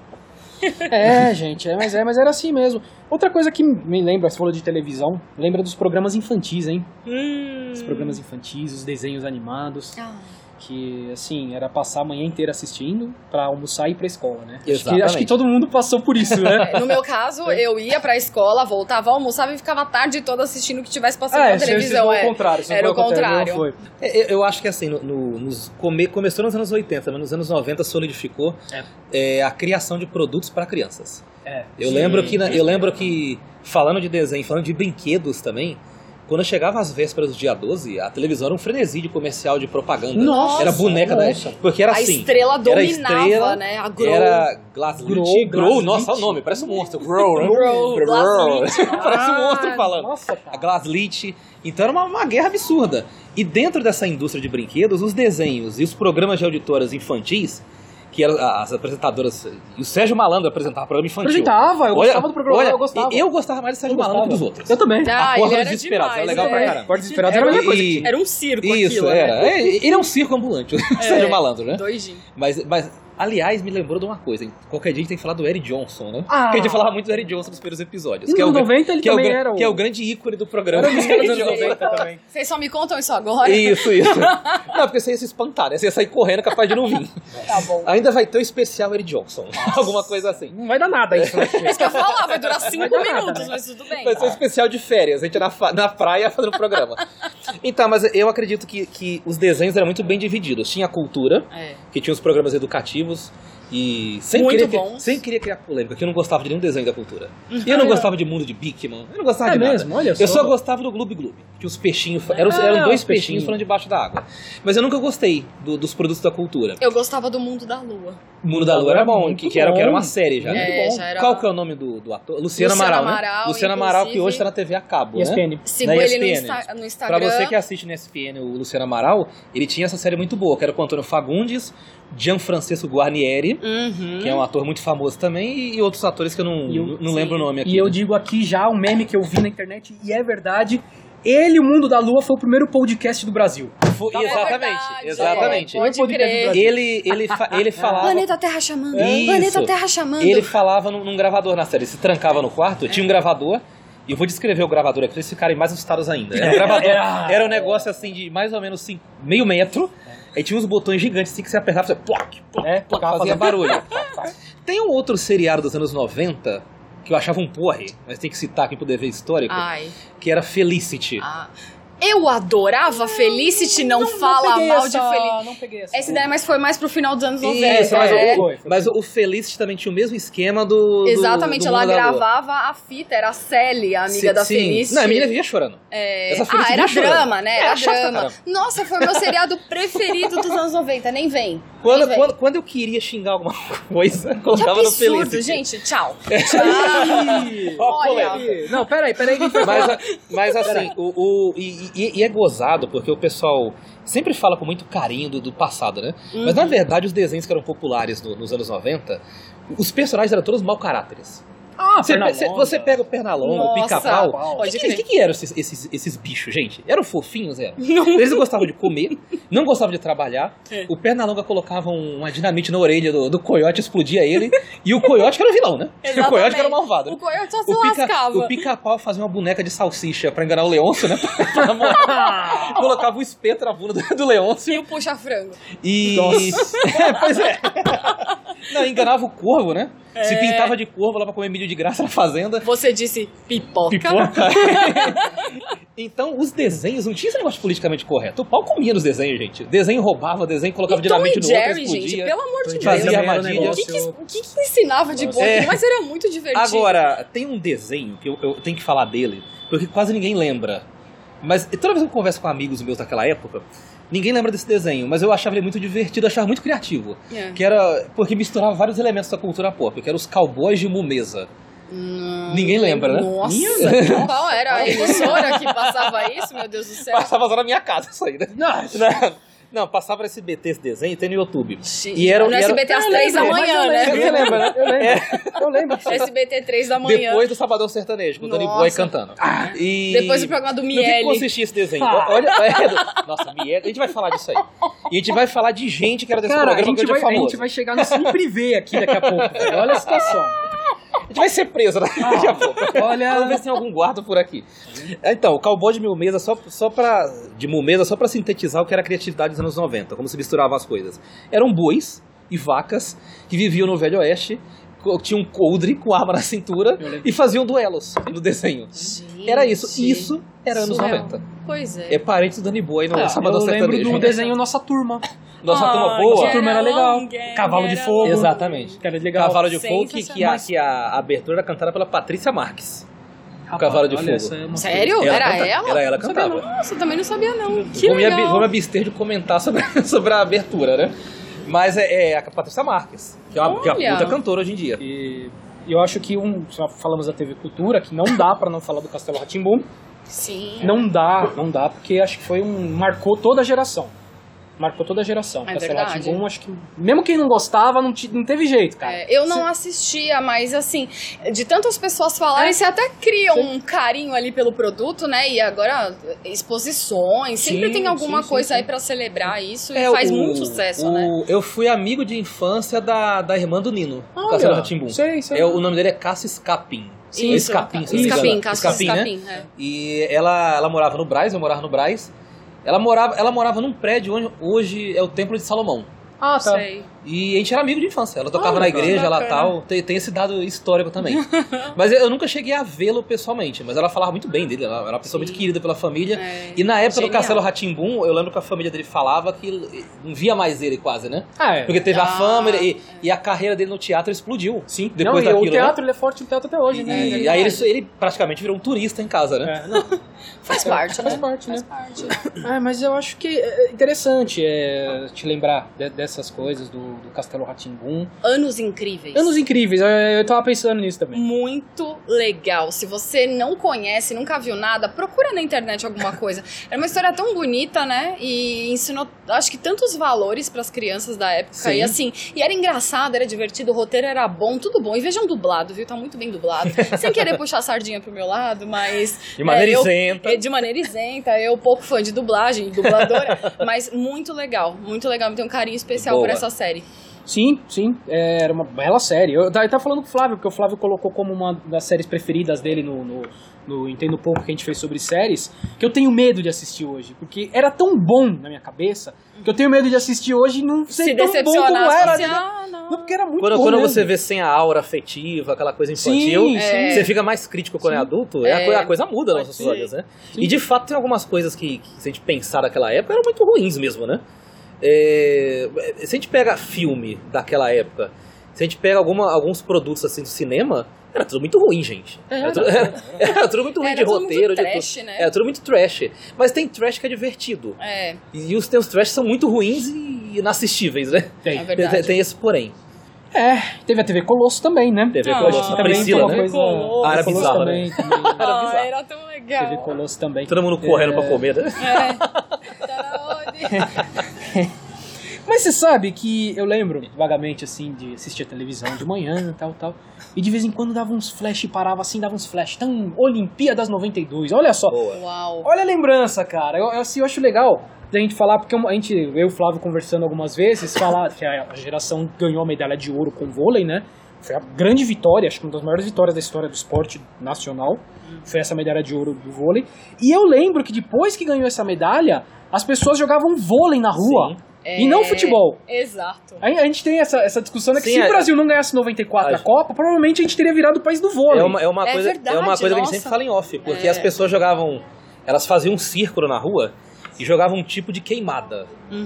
Speaker 1: É, gente, é, mas é, mas era assim mesmo. Outra coisa que me lembra, você falou de televisão, lembra dos programas infantis, hein?
Speaker 3: Hum.
Speaker 1: Os programas infantis, os desenhos animados.
Speaker 3: Ah,
Speaker 1: que assim era passar a manhã inteira assistindo pra almoçar e ir pra escola, né? Acho que- Acho que,
Speaker 2: Exatamente.
Speaker 1: todo mundo passou por isso, né?
Speaker 3: é, No meu caso, eu ia pra escola, voltava, almoçava e ficava a tarde toda assistindo o que tivesse passando
Speaker 2: Ah,
Speaker 3: na
Speaker 1: se- se
Speaker 3: televisão.
Speaker 1: for
Speaker 3: é.
Speaker 1: o contrário, se
Speaker 3: Era
Speaker 1: for
Speaker 3: o contrário.
Speaker 1: não foi.
Speaker 2: É, Eu, eu acho que assim, no, no- nos come- começou nos anos 80, mas nos anos 90 solidificou é, a criação de produtos para crianças.
Speaker 1: É.
Speaker 2: Eu
Speaker 3: Sim.
Speaker 2: lembro que na- eu lembro que falando de desenho, falando de brinquedos também, quando eu chegava às vésperas do dia 12, a televisão era um frenesi de comercial de propaganda.
Speaker 1: Nossa,
Speaker 2: era boneca da
Speaker 1: nossa.
Speaker 2: época, porque era
Speaker 3: a
Speaker 2: assim.
Speaker 3: estrela dominava,
Speaker 2: estrela,
Speaker 3: né? A Grow.
Speaker 2: Era Glaslit,
Speaker 1: Grow,
Speaker 2: Grow,
Speaker 1: Glaslit.
Speaker 2: nossa, olha o nome, parece um monstro. Grow, né?
Speaker 3: Grow, Glaslit.
Speaker 2: parece um monstro falando.
Speaker 1: Ah, Nossa,
Speaker 2: A
Speaker 1: cara.
Speaker 2: Glaslit. Então era uma, uma guerra absurda. E dentro dessa indústria de brinquedos, os desenhos e os programas de auditórias infantis, que eram as apresentadoras. E o Sérgio Malandro apresentava programa infantil.
Speaker 1: Apresentava, eu
Speaker 2: Olha-
Speaker 1: gostava do programa,
Speaker 2: olha,
Speaker 1: eu gostava.
Speaker 2: Eu gostava mais do Sérgio Malandro que dos outros.
Speaker 1: Eu também.
Speaker 3: Ah,
Speaker 2: a
Speaker 3: ele
Speaker 2: Porta
Speaker 3: era
Speaker 2: dos Desesperados, era
Speaker 3: demais,
Speaker 2: legal
Speaker 3: é.
Speaker 2: pra caramba.
Speaker 1: Porta dos Desesperados era a mesma coisa.
Speaker 2: E-
Speaker 3: Era um circo
Speaker 2: Isso,
Speaker 3: aquilo,
Speaker 2: era.
Speaker 3: né?
Speaker 2: É, Ele é um circo ambulante, o Sérgio Malandro, né?
Speaker 3: Doidinho.
Speaker 2: Mas, mas, aliás, me lembrou de uma coisa. hein? Qualquer dia a gente tem que falar do Eric Johnson, né?
Speaker 1: Ah.
Speaker 2: Porque a gente falava muito do Eric Johnson nos primeiros episódios.
Speaker 1: Nos
Speaker 2: que é o
Speaker 1: anos
Speaker 2: gran-
Speaker 1: 90 ele
Speaker 2: que é o
Speaker 1: também
Speaker 2: gran-
Speaker 1: era o-
Speaker 2: Que é o grande ícone do programa.
Speaker 1: Era o
Speaker 2: Eric
Speaker 1: anos
Speaker 2: Johnson.
Speaker 1: 90 também.
Speaker 3: Vocês só me contam isso agora?
Speaker 2: Isso, isso. Não, porque você ia se espantar, né? Você ia sair correndo capaz de não vir.
Speaker 3: Tá bom.
Speaker 2: Ainda vai ter o especial Eric Johnson. Alguma coisa assim.
Speaker 1: Não vai dar nada isso. né?
Speaker 3: É isso que eu falar, vai durar
Speaker 1: Vai
Speaker 3: cinco
Speaker 1: dar nada,
Speaker 3: minutos,
Speaker 1: né?
Speaker 3: mas tudo bem.
Speaker 2: Vai ser um especial de férias, a gente na, fa- na praia fazendo programa. Então, mas eu acredito que, que os desenhos eram muito bem divididos. Tinha a cultura,
Speaker 3: É.
Speaker 2: que tinha os programas educativos e sem
Speaker 3: Muito
Speaker 2: querer,
Speaker 3: bons. Uhum. Ah, é.
Speaker 2: sem querer criar polêmica, que eu não gostava de nenhum desenho da cultura. E eu não gostava de Mundo de Bikman, eu não gostava
Speaker 1: É
Speaker 2: de nada.
Speaker 1: mesmo, olha
Speaker 2: Eu
Speaker 1: só.
Speaker 2: só gostava do Gloob Gloob, que os peixinhos, eram,
Speaker 1: Ah,
Speaker 2: eram dois
Speaker 1: os
Speaker 2: peixinhos,
Speaker 1: peixinhos.
Speaker 2: falando debaixo da água. Mas eu nunca gostei do- dos produtos da cultura.
Speaker 3: Eu gostava do Mundo da Lua.
Speaker 2: Mundo da Lua era bom, que, que era, que era uma série já, né?
Speaker 3: É, já era-
Speaker 2: Qual que é o nome do, do ator? Luciano Amaral, né?
Speaker 3: Amaral,
Speaker 2: Luciano Amaral, que
Speaker 3: inclusive.
Speaker 2: hoje tá na TV a cabo, né?
Speaker 1: ESPN.
Speaker 3: Sigo
Speaker 2: Na
Speaker 3: ele no,
Speaker 2: ESPN.
Speaker 3: Insta- no Instagram.
Speaker 2: Pra você que assiste no SPN o Luciano Amaral, ele tinha essa série muito boa, que era com Antônio Fagundes, Gianfrancesco Guarnieri,
Speaker 3: Uhum.
Speaker 2: que é um ator muito famoso também, e, e outros atores que eu não,
Speaker 1: Hum? E eu-
Speaker 2: não lembro o nome aqui.
Speaker 1: E eu digo aqui já um meme que eu vi na internet e é verdade. Ele, o Mundo da Lua, foi o primeiro podcast do Brasil.
Speaker 2: Foi-
Speaker 1: Tá bom.
Speaker 2: exatamente,
Speaker 3: é verdade,
Speaker 2: exatamente.
Speaker 3: é. Pode
Speaker 1: Podcast do
Speaker 3: crer.
Speaker 1: Brasil.
Speaker 2: Ele, ele, fa- ele falava...
Speaker 3: Planeta Terra chamando.
Speaker 2: Isso.
Speaker 3: Planeta Terra chamando.
Speaker 2: Ele falava num, num gravador na série, se trancava no quarto, tinha um gravador, e eu vou descrever o gravador aqui pra
Speaker 1: É.
Speaker 2: vocês ficarem mais assustados ainda. Era um gravador,
Speaker 1: Era-
Speaker 2: era um negócio assim de mais ou menos cinco- meio metro, Aí tinha uns botões gigantes assim, que você apertava e fazia ploc, ploc,
Speaker 1: É,
Speaker 2: ploc,
Speaker 1: ficava fazendo-
Speaker 2: fazia barulho.
Speaker 1: Tá,
Speaker 2: Tem um outro seriado dos anos 90 que eu achava um porre, mas tem que citar aqui pro dever histórico,
Speaker 1: Ah.
Speaker 3: Ai.
Speaker 2: que era Felicity.
Speaker 3: ah. Eu adorava Felicity, não, fala
Speaker 1: peguei
Speaker 3: mal
Speaker 1: essa-
Speaker 3: de Felicity.
Speaker 1: Não peguei essa.
Speaker 3: Essa ideia mas foi mais pro final dos anos 90.
Speaker 2: Isso, mas,
Speaker 3: é.
Speaker 2: o, mas o Felicity também tinha o mesmo esquema do. do-
Speaker 3: Exatamente,
Speaker 2: do
Speaker 3: ela
Speaker 2: Mundo da Lua.
Speaker 3: gravava a fita, era a Sally, a amiga
Speaker 2: Sim,
Speaker 3: da
Speaker 2: sim.
Speaker 3: Felicity.
Speaker 2: Não, a menina vivia chorando.
Speaker 3: É,
Speaker 2: Essa Felicity
Speaker 3: Ah, era
Speaker 2: vivia chorando.
Speaker 3: drama, né?
Speaker 2: É,
Speaker 3: Era
Speaker 2: chata pra
Speaker 3: drama. Nossa, foi o meu seriado preferido dos anos 90, nem vem.
Speaker 2: Quando,
Speaker 3: nem vem.
Speaker 2: quando, quando eu queria xingar alguma coisa,
Speaker 3: que
Speaker 2: colocava no
Speaker 3: absurdo,
Speaker 2: Felicity. É.
Speaker 3: gente. Tchau.
Speaker 2: Ó,
Speaker 3: Olha.
Speaker 2: polêmica.
Speaker 1: Não, peraí, peraí.
Speaker 2: Mas, a- mas assim, o, o- e, e- e é gozado, porque o pessoal sempre fala com muito carinho do, do passado, né? Mas
Speaker 1: Uhum.
Speaker 2: na verdade, os desenhos que eram populares no- nos anos 90, os personagens eram todos mau caráteres.
Speaker 1: Ah,
Speaker 2: Você, pe- você- você pega o Pernalonga, o Pica-Pau.
Speaker 1: Pau.
Speaker 2: O
Speaker 3: Pode
Speaker 2: que,
Speaker 3: crer.
Speaker 2: que- que eram esses, esses- esses bichos, gente? Eram fofinhos, eram? Eles não gostavam de comer, não gostavam de trabalhar.
Speaker 3: É.
Speaker 2: O Pernalonga colocava um, uma dinamite na orelha do, do coiote, explodia ele. e o coiote que era o vilão, né? O coiote que era o malvado. né?
Speaker 3: O coiote só se
Speaker 2: O, pica,
Speaker 3: lascava.
Speaker 2: o pica-pau fazia uma boneca de salsicha pra enganar o Leôncio, né? Pra namorar. Colocava o espeto na bunda do, do Leôncio
Speaker 3: E o puxa-frango.
Speaker 2: e... É, pois é. Não, enganava o corvo, né?
Speaker 3: É.
Speaker 2: Se pintava de corvo lá pra comer milho de graça na fazenda.
Speaker 3: Você disse pipoca.
Speaker 2: Pipoca. então, os desenhos, não tinha esse negócio politicamente correto. O pau comia nos desenhos, gente. Desenho roubava, desenho colocava
Speaker 3: Então, E
Speaker 2: dinamite
Speaker 3: Tom e
Speaker 2: no outro,
Speaker 3: Jerry,
Speaker 2: explodia.
Speaker 3: gente, pelo amor de
Speaker 2: Fazia
Speaker 1: Fazia
Speaker 3: Deus.
Speaker 2: armadilha.
Speaker 3: O que, que, o que que ensinava de bom?
Speaker 2: É.
Speaker 3: aquilo? Mas era muito divertido.
Speaker 2: Agora, tem um desenho que eu, eu tenho que falar dele, porque quase ninguém lembra. Mas toda vez que eu converso com amigos meus daquela época, ninguém lembra desse desenho, mas eu achava ele muito divertido, achava muito criativo.
Speaker 3: É.
Speaker 2: Que era. Porque misturava vários elementos da cultura pop, que eram os cowboys de Mumeza. ninguém lembra, né?
Speaker 3: Nossa,
Speaker 2: Minha-
Speaker 3: qual era a emissora que passava isso, meu Deus do céu?
Speaker 2: Passava só na minha casa isso aí, né?
Speaker 1: Nossa.
Speaker 2: Não, Não, passava no SBT esse desenho e tem no YouTube.
Speaker 3: Gente,
Speaker 2: E era-
Speaker 3: no
Speaker 2: e era-
Speaker 3: SBT às
Speaker 2: Eu
Speaker 3: três
Speaker 1: é
Speaker 3: da
Speaker 2: lembro,
Speaker 3: manhã,
Speaker 1: mas eu
Speaker 3: né?
Speaker 2: Você lembra, né?
Speaker 1: Eu lembro. Eu lembro.
Speaker 3: SBT 3 da manhã.
Speaker 2: Depois do Sabadão Sertanejo, com o Danny
Speaker 3: Nossa. Ah,
Speaker 2: Boy cantando. E-
Speaker 3: Depois do programa do
Speaker 2: No que que
Speaker 3: Miele.
Speaker 2: consistia esse desenho?
Speaker 1: Ah.
Speaker 2: Olha, é, nossa, Miele, a gente vai falar disso aí. E a gente vai falar de gente que era desse
Speaker 1: Cara, a
Speaker 2: programa, que
Speaker 1: gente,
Speaker 2: hoje é
Speaker 1: vai, a
Speaker 2: famoso.
Speaker 1: gente vai chegar no Sim Privé aqui daqui a pouco. velho. Olha a situação.
Speaker 2: ser preso né?
Speaker 1: Ah.
Speaker 2: daqui a pouco. Vamos ver
Speaker 1: Olha.
Speaker 2: se tem algum guarda por aqui. Então, o cowboy de Mumeza, só, só pra. De Mumeza, só pra sintetizar o que era a criatividade dos anos 90, como se misturavam as coisas. Eram bois e vacas que viviam no Velho Oeste, co- tinham um coldre com arma na cintura
Speaker 1: Eu lembro.
Speaker 2: e faziam duelos no desenho.
Speaker 3: Gente.
Speaker 2: Era isso. Isso era anos
Speaker 3: Surreal.
Speaker 2: 90.
Speaker 3: Pois é.
Speaker 2: É parente do Danny Boy no
Speaker 1: Ah,
Speaker 2: Sabadão
Speaker 1: eu lembro
Speaker 2: Sertanejo.
Speaker 1: do desenho Nossa Turma.
Speaker 2: Nossa turma
Speaker 3: Ah,
Speaker 2: boa.
Speaker 1: Nossa Turma era legal.
Speaker 3: Gang,
Speaker 1: Cavalo de
Speaker 3: era
Speaker 1: Fogo.
Speaker 2: Exatamente.
Speaker 1: Que era é legal.
Speaker 2: Cavalo de Fogo, que, que a,
Speaker 3: Sensacional.
Speaker 2: que a abertura era cantada pela Patrícia Marques.
Speaker 1: Rapaz,
Speaker 2: Cavalo de
Speaker 1: olha,
Speaker 2: Fogo.
Speaker 1: essa é uma-
Speaker 3: Sério? Era
Speaker 2: canta-
Speaker 3: ela?
Speaker 2: Era ela
Speaker 1: Não sabia
Speaker 2: cantava.
Speaker 3: Nossa, eu também não sabia, não. Que
Speaker 2: Vou me, ab-
Speaker 3: legal.
Speaker 2: vou me abster de comentar sobre, sobre a abertura, né? Mas é, é a Patrícia Marques, que é uma, que é uma
Speaker 3: Olha.
Speaker 2: puta cantora hoje em dia.
Speaker 1: E eu acho que um, já falamos da TV Cultura, que não dá pra não falar do Castelo Ratimbum.
Speaker 3: Sim.
Speaker 1: Não dá, não dá, porque acho que foi um marcou toda a geração. Marcou toda a geração.
Speaker 3: É
Speaker 1: Castelo
Speaker 3: verdade.
Speaker 1: Rá-Tim-Bum, acho que mesmo quem não gostava não, ti- não teve jeito, cara.
Speaker 3: É, eu não assistia, mas assim, de tantas pessoas falarem, você até cria um carinho ali pelo produto, né? E agora, exposições, sempre
Speaker 1: Sim,
Speaker 3: tem alguma
Speaker 1: sim, sim,
Speaker 3: coisa
Speaker 1: sim.
Speaker 3: aí pra celebrar isso
Speaker 2: É,
Speaker 3: e faz
Speaker 2: o-
Speaker 3: muito sucesso,
Speaker 2: o-
Speaker 3: né?
Speaker 2: Eu fui amigo de infância da, da irmã do Nino,
Speaker 1: Olha,
Speaker 2: Castelo Ratimbum.
Speaker 1: Sei, sei.
Speaker 2: É, o nome dele é Cássio Scapim. É Scapim, se não me engano.
Speaker 3: Escapim, caso
Speaker 2: Scapim, né?
Speaker 3: escapim, é.
Speaker 2: E ela, ela morava no Braz, eu morava no Braz. Ela morava, ela morava num prédio onde hoje é o Templo de Salomão.
Speaker 1: Ah, tá.
Speaker 3: Sei.
Speaker 2: E a gente era amigo de infância. Ela tocava
Speaker 1: Olha,
Speaker 2: na
Speaker 1: cara,
Speaker 2: igreja, lá
Speaker 3: bacana.
Speaker 2: tal. Tem, tem esse dado histórico também. mas eu, eu nunca cheguei a vê-lo pessoalmente. Mas ela falava muito bem dele. Ela era uma pessoa
Speaker 3: Sim.
Speaker 2: muito querida pela família.
Speaker 3: É.
Speaker 2: E na época do
Speaker 3: Genial.
Speaker 2: Castelo Ratimbum, eu lembro que a família dele falava que ele- não via mais ele quase, né?
Speaker 1: Ah, é.
Speaker 2: Porque teve a
Speaker 3: Ah,
Speaker 2: fama e, e a carreira dele no teatro explodiu.
Speaker 1: Sim,
Speaker 2: depois
Speaker 1: não, e
Speaker 2: daquilo, né?
Speaker 1: o teatro, ele é forte no teatro até hoje,
Speaker 2: E,
Speaker 1: né?
Speaker 2: aí ele, ele praticamente virou um turista em casa, né?
Speaker 1: É, não,
Speaker 3: Faz parte,
Speaker 1: faz
Speaker 3: né?
Speaker 1: parte, né?
Speaker 3: Faz parte.
Speaker 1: Ah, mas eu acho que é interessante é, te lembrar de- dessas coisas do, do Castelo Ratimbum.
Speaker 3: Anos incríveis.
Speaker 1: Anos incríveis, é, eu tava pensando nisso também.
Speaker 3: Muito legal. Se você não conhece, nunca viu nada, procura na internet alguma coisa. Era uma história tão bonita, né? E ensinou, acho que tantos valores pras crianças da época.
Speaker 2: Sim.
Speaker 3: E assim, e era engraçado, era divertido, o roteiro era bom, tudo bom. E vejam dublado, viu? Tá muito bem dublado. Sem querer puxar a sardinha pro meu lado, mas
Speaker 2: De maneira
Speaker 3: É, eu-
Speaker 2: isenta.
Speaker 3: é, de maneira isenta. Eu pouco fã de dublagem, dubladora, mas muito legal, muito legal. Me tem um carinho especial
Speaker 2: Boa.
Speaker 3: por essa série.
Speaker 1: Sim, sim. é, era uma bela série. Eu, eu tava falando com o Flávio, porque o Flávio colocou como uma das séries preferidas dele no, no, no Entendo Pouco que a gente fez sobre séries, que eu tenho medo de assistir hoje. Porque era tão bom na minha cabeça, que eu tenho medo de assistir hoje e não ser
Speaker 3: Se
Speaker 1: tão bom como
Speaker 3: decepcionar,
Speaker 1: era.
Speaker 3: assim,
Speaker 1: né?
Speaker 3: ah,
Speaker 1: Não,
Speaker 3: não.
Speaker 1: porque era muito
Speaker 2: Quando,
Speaker 1: bom
Speaker 2: quando
Speaker 1: mesmo.
Speaker 2: você vê um- sem a aura afetiva, aquela coisa infantil,
Speaker 1: Sim,
Speaker 3: É.
Speaker 2: você fica mais crítico quando é adulto, é. A,
Speaker 3: É.
Speaker 2: coi- a coisa muda
Speaker 1: Pode
Speaker 2: nos nossos
Speaker 1: ser.
Speaker 2: olhos, né?
Speaker 1: Sim.
Speaker 2: E de fato tem algumas coisas que, que se a gente pensar naquela época, eram muito ruins mesmo, né? É, se a gente pega filme daquela época, se a gente pega alguma- alguns produtos assim do cinema, era tudo muito ruim, gente.
Speaker 3: É,
Speaker 2: Era, tudo, era- era tudo muito ruim
Speaker 3: Ah, Era
Speaker 2: de
Speaker 3: tudo muito
Speaker 2: roteiro, de tudo.
Speaker 3: trash, né?
Speaker 2: Era tudo muito trash. Mas tem trash que é divertido.
Speaker 3: É,
Speaker 2: E os teus trash são muito ruins e inassistíveis, né?
Speaker 1: Tem.
Speaker 3: é
Speaker 2: Tem,
Speaker 3: verdade.
Speaker 2: tem esse porém.
Speaker 1: É, teve a TV Colosso também, né?
Speaker 2: TV
Speaker 3: Ah,
Speaker 2: Colosso,
Speaker 3: a
Speaker 2: da
Speaker 1: também tem
Speaker 2: Priscila,
Speaker 1: uma
Speaker 2: né?
Speaker 1: coisa...
Speaker 3: Colosso.
Speaker 2: Ah, era
Speaker 1: Colosso
Speaker 2: bizarro,
Speaker 1: também, também.
Speaker 2: Era
Speaker 3: Ah,
Speaker 2: bizarro.
Speaker 3: era tão
Speaker 1: TV
Speaker 3: legal.
Speaker 1: Colosso também.
Speaker 2: Todo mundo correndo pra comer, né?
Speaker 3: É. Tá na hora.
Speaker 1: Mas você sabe que eu lembro vagamente assim de assistir a televisão de manhã, tal, tal. E de vez em quando dava uns flash, parava assim, dava uns flash. Então, Olimpíadas 92, olha só.
Speaker 2: Boa.
Speaker 3: Uau.
Speaker 1: Olha a lembrança, cara. Eu, eu, assim, eu acho legal da gente falar, porque a gente, eu e o Flávio conversando algumas vezes, falar que a geração ganhou a medalha de ouro com vôlei, né? Foi a grande vitória, acho que uma das maiores vitórias da história do esporte nacional. Foi essa medalha de ouro do vôlei. E eu lembro que depois que ganhou essa medalha, as pessoas jogavam vôlei na rua.
Speaker 2: Sim.
Speaker 1: E não futebol.
Speaker 2: É
Speaker 3: Exato.
Speaker 2: um
Speaker 1: A, a gente tem essa, essa discussão, né? Que
Speaker 2: Sim,
Speaker 1: se
Speaker 2: é-
Speaker 1: o Brasil não ganhasse 94 a
Speaker 2: Acho.
Speaker 1: Copa, provavelmente a gente teria virado o país do vôlei.
Speaker 2: É uma, é uma
Speaker 3: É
Speaker 2: coisa,
Speaker 3: verdade,
Speaker 2: é uma coisa que a gente
Speaker 3: nossa.
Speaker 2: sempre fala em off, porque
Speaker 3: É.
Speaker 2: as pessoas jogavam. Elas faziam um círculo na rua e jogavam um tipo de queimada.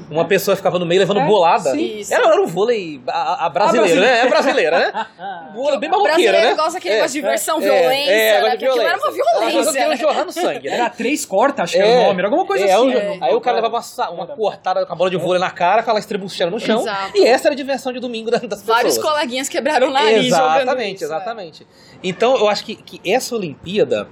Speaker 2: Uma pessoa ficava no meio levando
Speaker 1: É,
Speaker 2: bolada.
Speaker 3: Uhum. sim.
Speaker 2: Era, era um vôlei a, a brasileiro, né? É brasileira, né?
Speaker 1: Ah,
Speaker 2: Um vôlei bem
Speaker 3: O
Speaker 2: barroqueiro,
Speaker 3: brasileiro
Speaker 2: né?
Speaker 3: gosta daquele
Speaker 2: É,
Speaker 3: negócio de diversão,
Speaker 2: é,
Speaker 3: violência,
Speaker 2: é,
Speaker 3: né?
Speaker 2: agora
Speaker 3: Porque aquilo era uma
Speaker 2: Ela jogava
Speaker 3: violência.
Speaker 2: aquilo
Speaker 3: né?
Speaker 2: jorrando sangue, né?
Speaker 1: Era três corta, acho que era o nome, era alguma coisa
Speaker 2: é,
Speaker 1: assim.
Speaker 2: o- Aí o cara levava uma, sa- uma cortada com a bola de vôlei na cara, com ela estrebuchando no chão.
Speaker 3: Exato.
Speaker 2: E essa era a diversão de domingo da- das pessoas.
Speaker 3: Vários coleguinhas quebraram o um nariz jogando
Speaker 2: Exatamente,
Speaker 3: isso, né?
Speaker 2: exatamente. Então, eu acho que, que essa Olimpíada,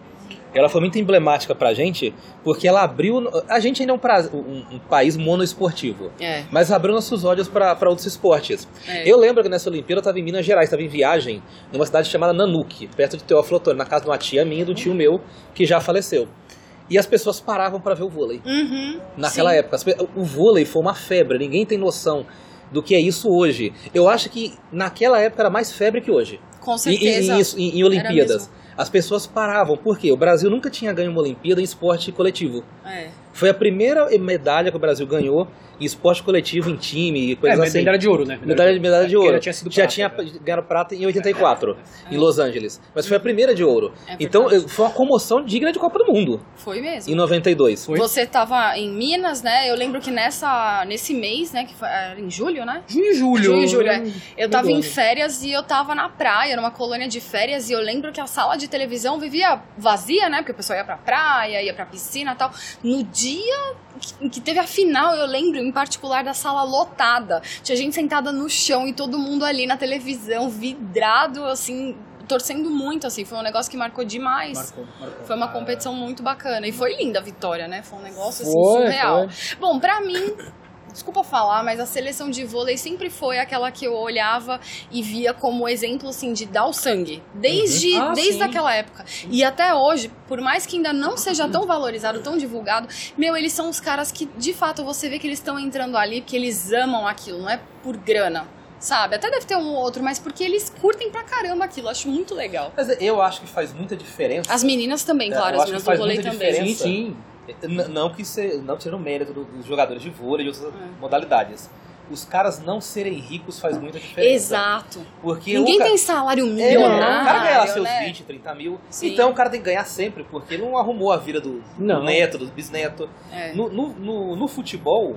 Speaker 2: ela foi muito emblemática pra gente, porque ela abriu... A gente ainda é um, pra- um- um país monoesportivo.
Speaker 3: É.
Speaker 2: Mas abriu nossos olhos pra pra outros esportes.
Speaker 3: É.
Speaker 2: Eu lembro que nessa Olimpíada eu estava em Minas Gerais, estava em viagem, numa cidade chamada Nanuque, perto de Teófilo Otoni, na casa de uma tia minha e do tio meu, que já faleceu. E as pessoas paravam pra ver o vôlei.
Speaker 3: Uhum.
Speaker 2: Naquela
Speaker 3: Sim.
Speaker 2: época, as pe- o vôlei foi uma febre, ninguém tem noção do que é isso hoje. Eu acho que naquela época era mais febre que hoje.
Speaker 3: Com
Speaker 2: E- e-
Speaker 3: certeza.
Speaker 2: e isso- Em, em Olimpíadas. As pessoas paravam, por quê? O Brasil nunca tinha ganho uma Olimpíada em esporte coletivo.
Speaker 3: É.
Speaker 2: Foi a primeira medalha que o Brasil ganhou em esporte coletivo, em time e coisas
Speaker 1: É,
Speaker 2: assim.
Speaker 1: medalha de ouro, né?
Speaker 2: Medalha, medalha de
Speaker 1: Porque
Speaker 2: ouro.
Speaker 1: já tinha sido
Speaker 2: já
Speaker 1: prata,
Speaker 2: tinha
Speaker 1: né?
Speaker 2: ganhado prata em 84, em Los Angeles. Mas foi a primeira de ouro.
Speaker 3: Ah. É
Speaker 2: então
Speaker 3: verdade.
Speaker 2: eh, foi uma comoção digna de Copa do Mundo,
Speaker 3: Foi mesmo.
Speaker 2: em 92.
Speaker 1: Foi.
Speaker 3: Você tava em Minas, né? Eu lembro que nessa, nesse mês, né? Que foi, era em julho, né?
Speaker 1: Junho e julho.
Speaker 3: Junho e julho, é. Eu tava em
Speaker 1: Mudou, né?
Speaker 3: férias e eu tava na praia, numa colônia de férias, e eu lembro que a sala de televisão vivia vazia, né? Porque o pessoal ia pra praia, ia pra piscina e tal. No dia que- em que teve a final, eu lembro em particular da sala lotada. Tinha gente sentada no chão e todo mundo ali na televisão, vidrado, assim, torcendo muito, assim. Foi um negócio que marcou demais.
Speaker 1: Marcou, marcou.
Speaker 3: Foi uma competição muito bacana. E foi linda a vitória, né? Foi um negócio assim,
Speaker 1: Foi,
Speaker 3: surreal. Bom, pra mim, desculpa falar, mas a seleção de vôlei sempre foi aquela que eu olhava e via como exemplo, assim, de dar o sangue. Desde,
Speaker 1: Uhum. Ah,
Speaker 3: desde
Speaker 1: sim.
Speaker 3: aquela época. E até hoje, por mais que ainda não seja tão valorizado, tão divulgado, meu, eles são os caras que, de fato, você vê que eles estão entrando ali porque eles amam aquilo, não é por grana. Sabe? Até deve ter um ou outro, mas porque eles curtem pra caramba aquilo. Acho muito legal.
Speaker 2: Mas eu acho que faz muita diferença.
Speaker 3: As meninas também,
Speaker 2: É,
Speaker 3: claro.
Speaker 2: eu
Speaker 3: As
Speaker 2: acho que
Speaker 3: meninas do
Speaker 2: faz
Speaker 3: vôlei
Speaker 2: muita
Speaker 3: também.
Speaker 2: diferença.
Speaker 1: Sim, sim.
Speaker 2: N- não que se, não tirando mérito do- dos jogadores de vôlei e outras
Speaker 3: É.
Speaker 2: modalidades. Os caras não serem ricos faz muita diferença.
Speaker 3: Exato.
Speaker 2: Porque
Speaker 3: Ninguém
Speaker 2: o ca-
Speaker 3: tem salário
Speaker 2: É,
Speaker 3: milionário,
Speaker 2: o cara ganha lá
Speaker 3: né?
Speaker 2: seus 20, 30 mil.
Speaker 3: Sim.
Speaker 2: Então o cara tem que ganhar sempre, porque ele não arrumou a vida do, do
Speaker 1: Não.
Speaker 2: neto, do bisneto.
Speaker 3: É.
Speaker 2: No, no, no- no futebol,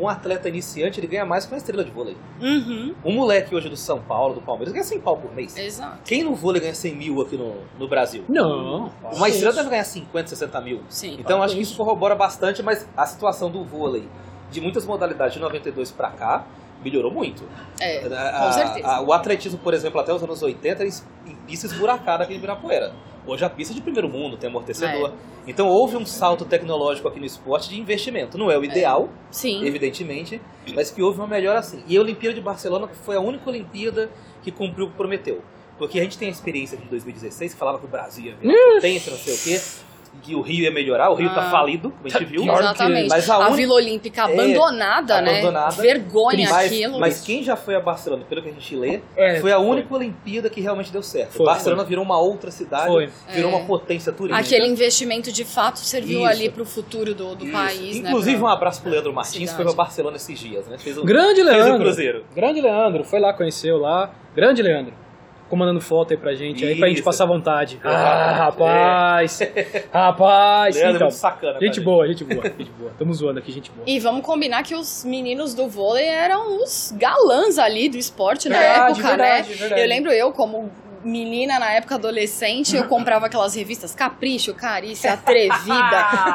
Speaker 2: um atleta iniciante ele ganha mais que uma estrela de vôlei.
Speaker 3: Uhum.
Speaker 2: Um moleque hoje do São Paulo, do Palmeiras, ganha 100 pau por mês.
Speaker 3: Exato.
Speaker 2: Quem no vôlei ganha 100 mil aqui no, no Brasil?
Speaker 1: Não.
Speaker 2: Uma estrela deve ganhar 50, 60 mil.
Speaker 3: Sim.
Speaker 2: Então acho que isso corrobora bastante, mas a situação do vôlei, de muitas modalidades de 92 pra cá, melhorou muito.
Speaker 3: É.
Speaker 2: A-
Speaker 3: com
Speaker 2: a-
Speaker 3: certeza.
Speaker 2: a- o atletismo, por exemplo, até os anos 80 era em em pista esburacada aqui em Ibirapuera. Hoje a pista é de primeiro mundo, tem
Speaker 3: É.
Speaker 2: amortecedor. Então houve um salto tecnológico aqui no esporte de investimento. Não é o ideal,
Speaker 3: Sim.
Speaker 2: evidentemente, mas que houve uma melhora assim. E a Olimpíada de Barcelona foi a única Olimpíada que cumpriu o que prometeu. Porque a gente tem a experiência de 2016, que falava que o Brasil ia virar potência, não sei o quê. que o Rio ia melhorar, o Rio tá
Speaker 3: Ah.
Speaker 2: falido, como a gente viu.
Speaker 1: pior.
Speaker 3: Exatamente.
Speaker 2: Mas a
Speaker 3: a,
Speaker 2: uni-
Speaker 3: Vila Olímpica
Speaker 2: É,
Speaker 3: abandonada, né?
Speaker 2: abandonada.
Speaker 3: Vergonha
Speaker 2: mas,
Speaker 3: é aquilo.
Speaker 2: mas quem já foi a Barcelona, pelo que a gente lê,
Speaker 1: É,
Speaker 2: foi a única Olimpíada que realmente deu certo.
Speaker 1: Foi,
Speaker 2: Barcelona virou uma outra cidade,
Speaker 1: Foi.
Speaker 2: virou
Speaker 3: É.
Speaker 2: uma potência turística.
Speaker 3: Aquele investimento de fato serviu
Speaker 2: Isso.
Speaker 3: ali pro futuro do, do
Speaker 2: Isso.
Speaker 3: país,
Speaker 2: Inclusive,
Speaker 3: né?
Speaker 2: um abraço pro Leandro Martins,
Speaker 3: Cidade.
Speaker 2: que foi pra Barcelona esses dias, né? Fez um,
Speaker 1: Grande
Speaker 2: fez um
Speaker 1: Leandro.
Speaker 2: cruzeiro.
Speaker 1: Grande Leandro, foi lá, conheceu lá. Grande Leandro. Comandando foto aí pra gente, aí pra gente
Speaker 2: Isso.
Speaker 1: passar vontade.
Speaker 2: Ah,
Speaker 1: Ah, rapaz! Rapaz!
Speaker 2: Leandro, é
Speaker 1: então,
Speaker 2: muito sacana. com a
Speaker 1: gente boa, gente boa, gente boa. Tamo zoando aqui, gente boa.
Speaker 3: E vamos combinar que os meninos do vôlei eram os galãs ali do esporte na
Speaker 1: Verdade,
Speaker 3: época,
Speaker 1: É, verdade,
Speaker 3: né?
Speaker 1: verdade.
Speaker 3: Eu lembro eu, como menina na época adolescente, eu comprava aquelas revistas Capricho, Carícia, Atrevida,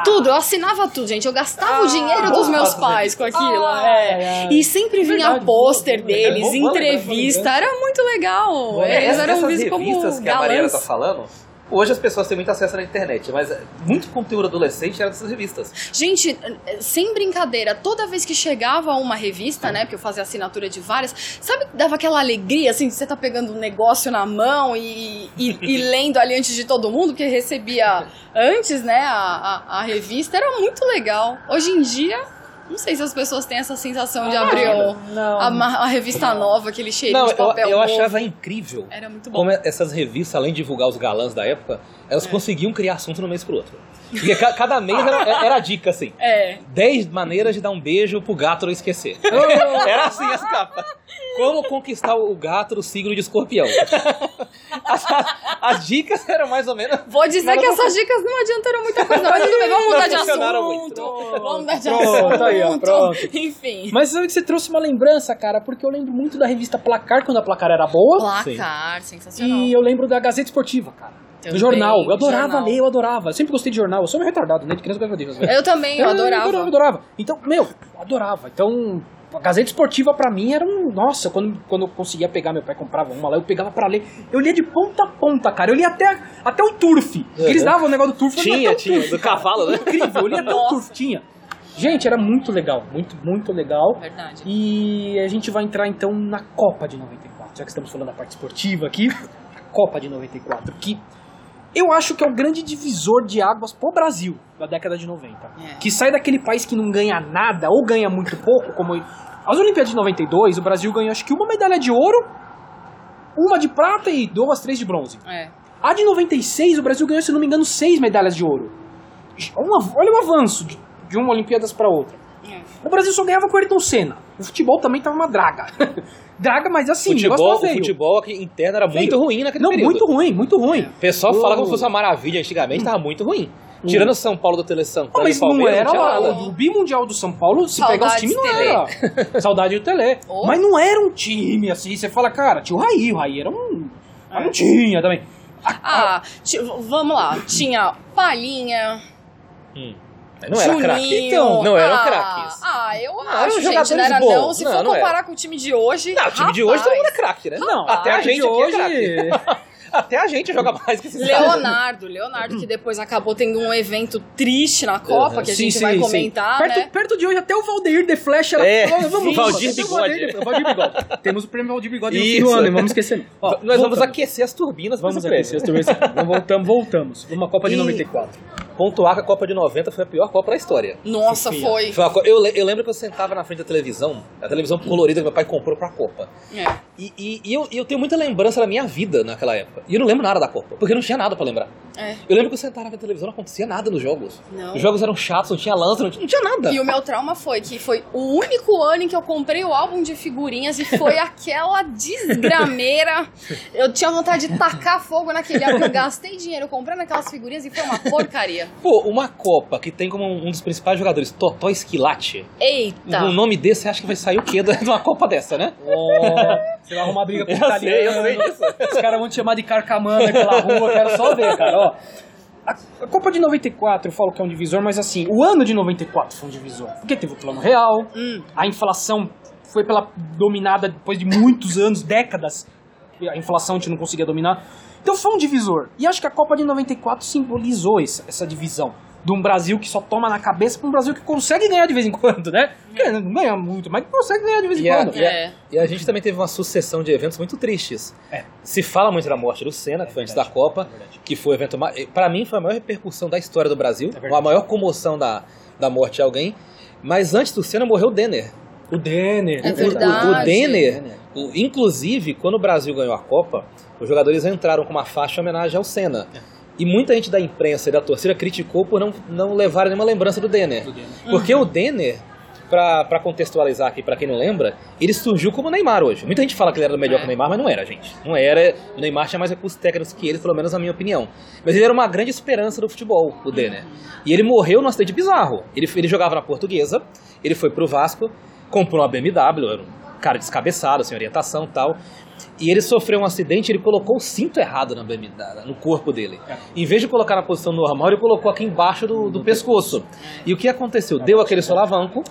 Speaker 3: tudo. Eu assinava tudo, gente. Eu
Speaker 2: Ah,
Speaker 3: gastava o dinheiro
Speaker 2: boa
Speaker 3: dos meus
Speaker 2: foto,
Speaker 3: pais com aquilo.
Speaker 2: Ah,
Speaker 3: é.
Speaker 1: ai, ai.
Speaker 3: E sempre vinha
Speaker 1: Verdade,
Speaker 3: pôster
Speaker 1: boa, boa,
Speaker 3: deles,
Speaker 2: boa, boa
Speaker 3: entrevista.
Speaker 1: lembrança.
Speaker 3: Era muito legal. Eles
Speaker 2: é? Essas-
Speaker 3: eram
Speaker 2: essas
Speaker 3: vistos como
Speaker 2: revistas que a Mariana tá
Speaker 3: galãs.
Speaker 2: falando, hoje as pessoas têm muito acesso na internet, mas muito conteúdo adolescente era dessas revistas.
Speaker 3: Gente, sem brincadeira, toda vez que chegava uma
Speaker 2: É.
Speaker 3: revista, né, porque eu fazia assinatura de várias, sabe que dava aquela alegria, assim, de você tá pegando um negócio na mão e, e- e lendo ali antes de todo mundo, que recebia antes, né, a, a- a revista, era muito legal. Hoje em dia, não sei se as pessoas têm essa sensação de abrir o-
Speaker 1: Não.
Speaker 3: a, ma- a revista nova, aquele cheirinho
Speaker 2: Ah, Não,
Speaker 3: de papel
Speaker 2: eu, eu
Speaker 3: novo.
Speaker 2: achava incrível
Speaker 3: Era muito bom.
Speaker 2: como é essas revistas, além de divulgar os galãs da época,
Speaker 3: É.
Speaker 2: elas conseguiam criar assunto no mês pro outro. Porque ca- cada mês era, era a dica, assim.
Speaker 3: É.
Speaker 2: 10 maneiras de dar um beijo pro gato não esquecer. Era assim as capas. Como conquistar o gato do signo de escorpião. As, as dicas eram mais ou menos.
Speaker 3: Vou dizer
Speaker 2: Mas
Speaker 3: que
Speaker 2: não-
Speaker 3: essas dicas não adiantaram muita coisa, mas tudo bem, vamos mudar de
Speaker 2: funcionaram
Speaker 3: assunto.
Speaker 2: muito.
Speaker 3: Vamos mudar de
Speaker 1: Pronto,
Speaker 2: tá
Speaker 3: assunto.
Speaker 1: aí, ó, pronto.
Speaker 3: Enfim.
Speaker 1: Mas sabe que você trouxe uma lembrança, cara, porque eu lembro muito da revista Placar, quando a Placar era boa.
Speaker 3: Placar, sensacional.
Speaker 1: E eu lembro da Gazeta Esportiva, cara. do
Speaker 3: Também,
Speaker 1: jornal. Eu
Speaker 3: do
Speaker 1: adorava
Speaker 3: jornal.
Speaker 1: ler, eu adorava. Eu sempre gostei de jornal. Eu sou meio retardado, né? De criança eu gostava de jornal.
Speaker 3: Eu também,
Speaker 2: É,
Speaker 3: eu adorava.
Speaker 1: adorava, adorava. Então, meu, eu adorava. Então, a Gazeta Esportiva pra mim era um. Nossa, quando, quando eu conseguia pegar, meu pai comprava uma lá, eu pegava pra ler. Eu lia de ponta a ponta, cara. Eu lia até, até o turf.
Speaker 2: É.
Speaker 1: Eles davam o negócio do turf. eu lia
Speaker 2: Tinha,
Speaker 1: até o
Speaker 2: tinha,
Speaker 1: Turf,
Speaker 2: do
Speaker 1: cara.
Speaker 2: cavalo, né?
Speaker 1: Incrível, eu lia até o
Speaker 3: Nossa.
Speaker 1: turf, tinha. Gente, era muito legal, muito, muito legal.
Speaker 3: Verdade.
Speaker 1: E a gente vai entrar então na Copa de 94, já que estamos falando da parte esportiva aqui. A Copa de 94, que eu acho que é o grande divisor de águas pro Brasil da década de 90.
Speaker 3: É.
Speaker 1: Que sai daquele país que não ganha nada ou ganha muito pouco, como as Olimpíadas de 92, o Brasil ganhou acho que uma medalha de ouro, uma de prata e duas, três de bronze.
Speaker 3: É.
Speaker 1: A de 96, o Brasil ganhou, se não me engano, seis medalhas de ouro. Um av- olha o avanço de, de uma Olimpíadas para outra. O Brasil só ganhava com o Ayrton Senna. O futebol também tava uma draga. draga, mas assim, negócio
Speaker 2: futebol,
Speaker 1: tava
Speaker 2: o
Speaker 1: feio.
Speaker 2: futebol é aqui interno era muito
Speaker 1: Feio.
Speaker 2: ruim naquele
Speaker 1: Não,
Speaker 2: período.
Speaker 1: muito Hum. ruim, muito ruim.
Speaker 2: O pessoal fala
Speaker 1: O-
Speaker 2: como se fosse uma maravilha antigamente, tava muito ruim. Tirando o São Paulo do Tele
Speaker 1: Hum. Ah,
Speaker 2: Santana e
Speaker 1: mas não
Speaker 2: Palmeiras,
Speaker 1: era
Speaker 2: tinha
Speaker 1: lá.
Speaker 2: nada.
Speaker 1: O bimundial do São Paulo, se
Speaker 3: Saudades
Speaker 1: pegar os times, não era. Saudade do Tele.
Speaker 3: Oh.
Speaker 1: Mas não era um time assim. Você fala, cara, tinha o Raí. O Raí era um.
Speaker 3: É.
Speaker 1: Mas não tinha também.
Speaker 3: Ah, ti- v- vamos lá. Tinha Palhinha,
Speaker 2: Hum. Mas Não era craque.
Speaker 3: Juninho.
Speaker 2: Então, não eram
Speaker 3: ah,
Speaker 2: craques. um
Speaker 3: Ah, eu
Speaker 2: eram
Speaker 3: acho, gente. Não
Speaker 2: jogadores
Speaker 3: era
Speaker 2: bons.
Speaker 3: não. Se
Speaker 2: Não,
Speaker 3: for
Speaker 2: não era.
Speaker 3: comparar com o time de hoje...
Speaker 2: Não, o time de hoje todo
Speaker 3: rapaz.
Speaker 2: mundo é craque, né?
Speaker 1: Não,
Speaker 2: até a
Speaker 1: rapaz,
Speaker 2: gente
Speaker 1: de
Speaker 2: hoje...
Speaker 1: hoje-
Speaker 2: é craque. Até a gente joga mais que esses caras.
Speaker 3: Leonardo, Leonardo, que depois acabou tendo um evento triste na Copa, que a
Speaker 1: Sim,
Speaker 3: gente
Speaker 1: sim,
Speaker 3: vai
Speaker 1: sim.
Speaker 3: comentar,
Speaker 1: perto,
Speaker 3: né?
Speaker 1: perto de hoje, até o Valdeir The Flash era.
Speaker 2: É,
Speaker 1: Vamos-
Speaker 2: sim,
Speaker 1: até
Speaker 2: Valdir
Speaker 1: o
Speaker 2: Bigode.
Speaker 1: Valdeir The- Valdir Bigode. Temos o prêmio Valdir Bigode no fim do
Speaker 2: Isso.
Speaker 1: ano, não vamos esquecer. não. Ó,
Speaker 2: Nós vamos
Speaker 1: voltando.
Speaker 2: aquecer as turbinas pra
Speaker 1: Vamos
Speaker 2: esse
Speaker 1: aqui,
Speaker 2: prêmio.
Speaker 1: vocês torcem. Então, voltamos, voltamos. Uma Copa de
Speaker 2: E-
Speaker 1: 94.
Speaker 2: Pontuar que a Copa de 90 foi a pior Copa da história.
Speaker 3: Nossa,
Speaker 1: Sim.
Speaker 3: foi.
Speaker 2: Foi uma co- Eu, le- eu lembro que eu sentava na frente da televisão, a televisão colorida que meu pai comprou pra Copa.
Speaker 3: É.
Speaker 2: E, e- e eu, e eu tenho muita lembrança da minha vida naquela época. E eu não lembro nada da Copa, porque não tinha nada pra lembrar.
Speaker 3: É.
Speaker 2: Eu lembro que eu sentava na televisão, não acontecia nada nos jogos.
Speaker 3: Não.
Speaker 2: Os jogos eram chatos, não tinha lança, não tinha, não tinha nada.
Speaker 3: E o meu trauma foi que foi o único ano em que eu comprei o álbum de figurinhas e foi aquela desgrameira. Eu tinha vontade de tacar fogo naquele álbum. Eu gastei dinheiro comprando aquelas figurinhas e foi uma porcaria.
Speaker 2: Pô, uma Copa que tem como um dos principais jogadores, Totó Esquilate.
Speaker 3: Eita!
Speaker 1: Uhum.
Speaker 2: Um nome desse, você acha que vai sair o quê de uma Copa dessa, né?
Speaker 1: você vai arrumar briga com o
Speaker 2: Eu sei, eu
Speaker 1: italiano.
Speaker 2: sei disso.
Speaker 1: Os caras vão te chamar de carcamana pela rua, eu quero só ver, cara. Ó, a, a Copa de 94, eu falo que é um divisor, mas assim, o ano de 94 foi um divisor. Porque teve o plano real, a inflação foi pela dominada depois de muitos anos, décadas. A inflação a gente não conseguia dominar. Então foi um divisor. E acho que a Copa de 94 simbolizou essa, essa divisão. de um Brasil que só toma na cabeça pra um Brasil que consegue ganhar de vez em quando, né? Porque não ganha muito, mas consegue ganhar de vez em
Speaker 2: E a,
Speaker 1: quando.
Speaker 2: e, a,
Speaker 3: É.
Speaker 2: e a gente também teve uma sucessão de eventos muito tristes.
Speaker 1: É.
Speaker 2: Se fala muito da morte do Senna, que foi antes da
Speaker 1: verdade.
Speaker 2: Copa,
Speaker 1: É verdade. É
Speaker 2: que foi o evento. ma- Pra mim, foi a maior repercussão da história do Brasil,
Speaker 1: verdade.
Speaker 2: a maior comoção da, da morte de alguém. Mas antes do Senna morreu o Denner.
Speaker 1: O Denner.
Speaker 3: É
Speaker 1: o-
Speaker 3: verdade.
Speaker 2: O, o Denner, o- inclusive, quando o Brasil ganhou a Copa, os jogadores entraram com uma faixa em homenagem ao Senna. E muita gente da imprensa e da torcida criticou por não, não levar nenhuma lembrança do Denner.
Speaker 1: o- o Denner.
Speaker 2: Porque o Denner, pra, pra contextualizar aqui, pra quem não lembra, ele surgiu como o Neymar hoje. Muita gente fala que ele era melhor
Speaker 3: É.
Speaker 2: que o Neymar, mas não era, gente. Não era. O Neymar tinha mais recursos técnicos que ele, pelo menos na minha opinião. Mas ele era uma grande esperança do futebol, o Denner. E ele morreu num acidente bizarro. Ele, ele jogava na portuguesa, ele foi pro Vasco, comprou uma BMW, era um cara descabeçado, sem orientação e tal. E ele sofreu um acidente, ele colocou o cinto errado na BMW, na- no corpo dele.
Speaker 1: É.
Speaker 2: Em vez de colocar na posição normal, ele colocou aqui embaixo do, do pescoço. E o que aconteceu? Deu aquele solavanco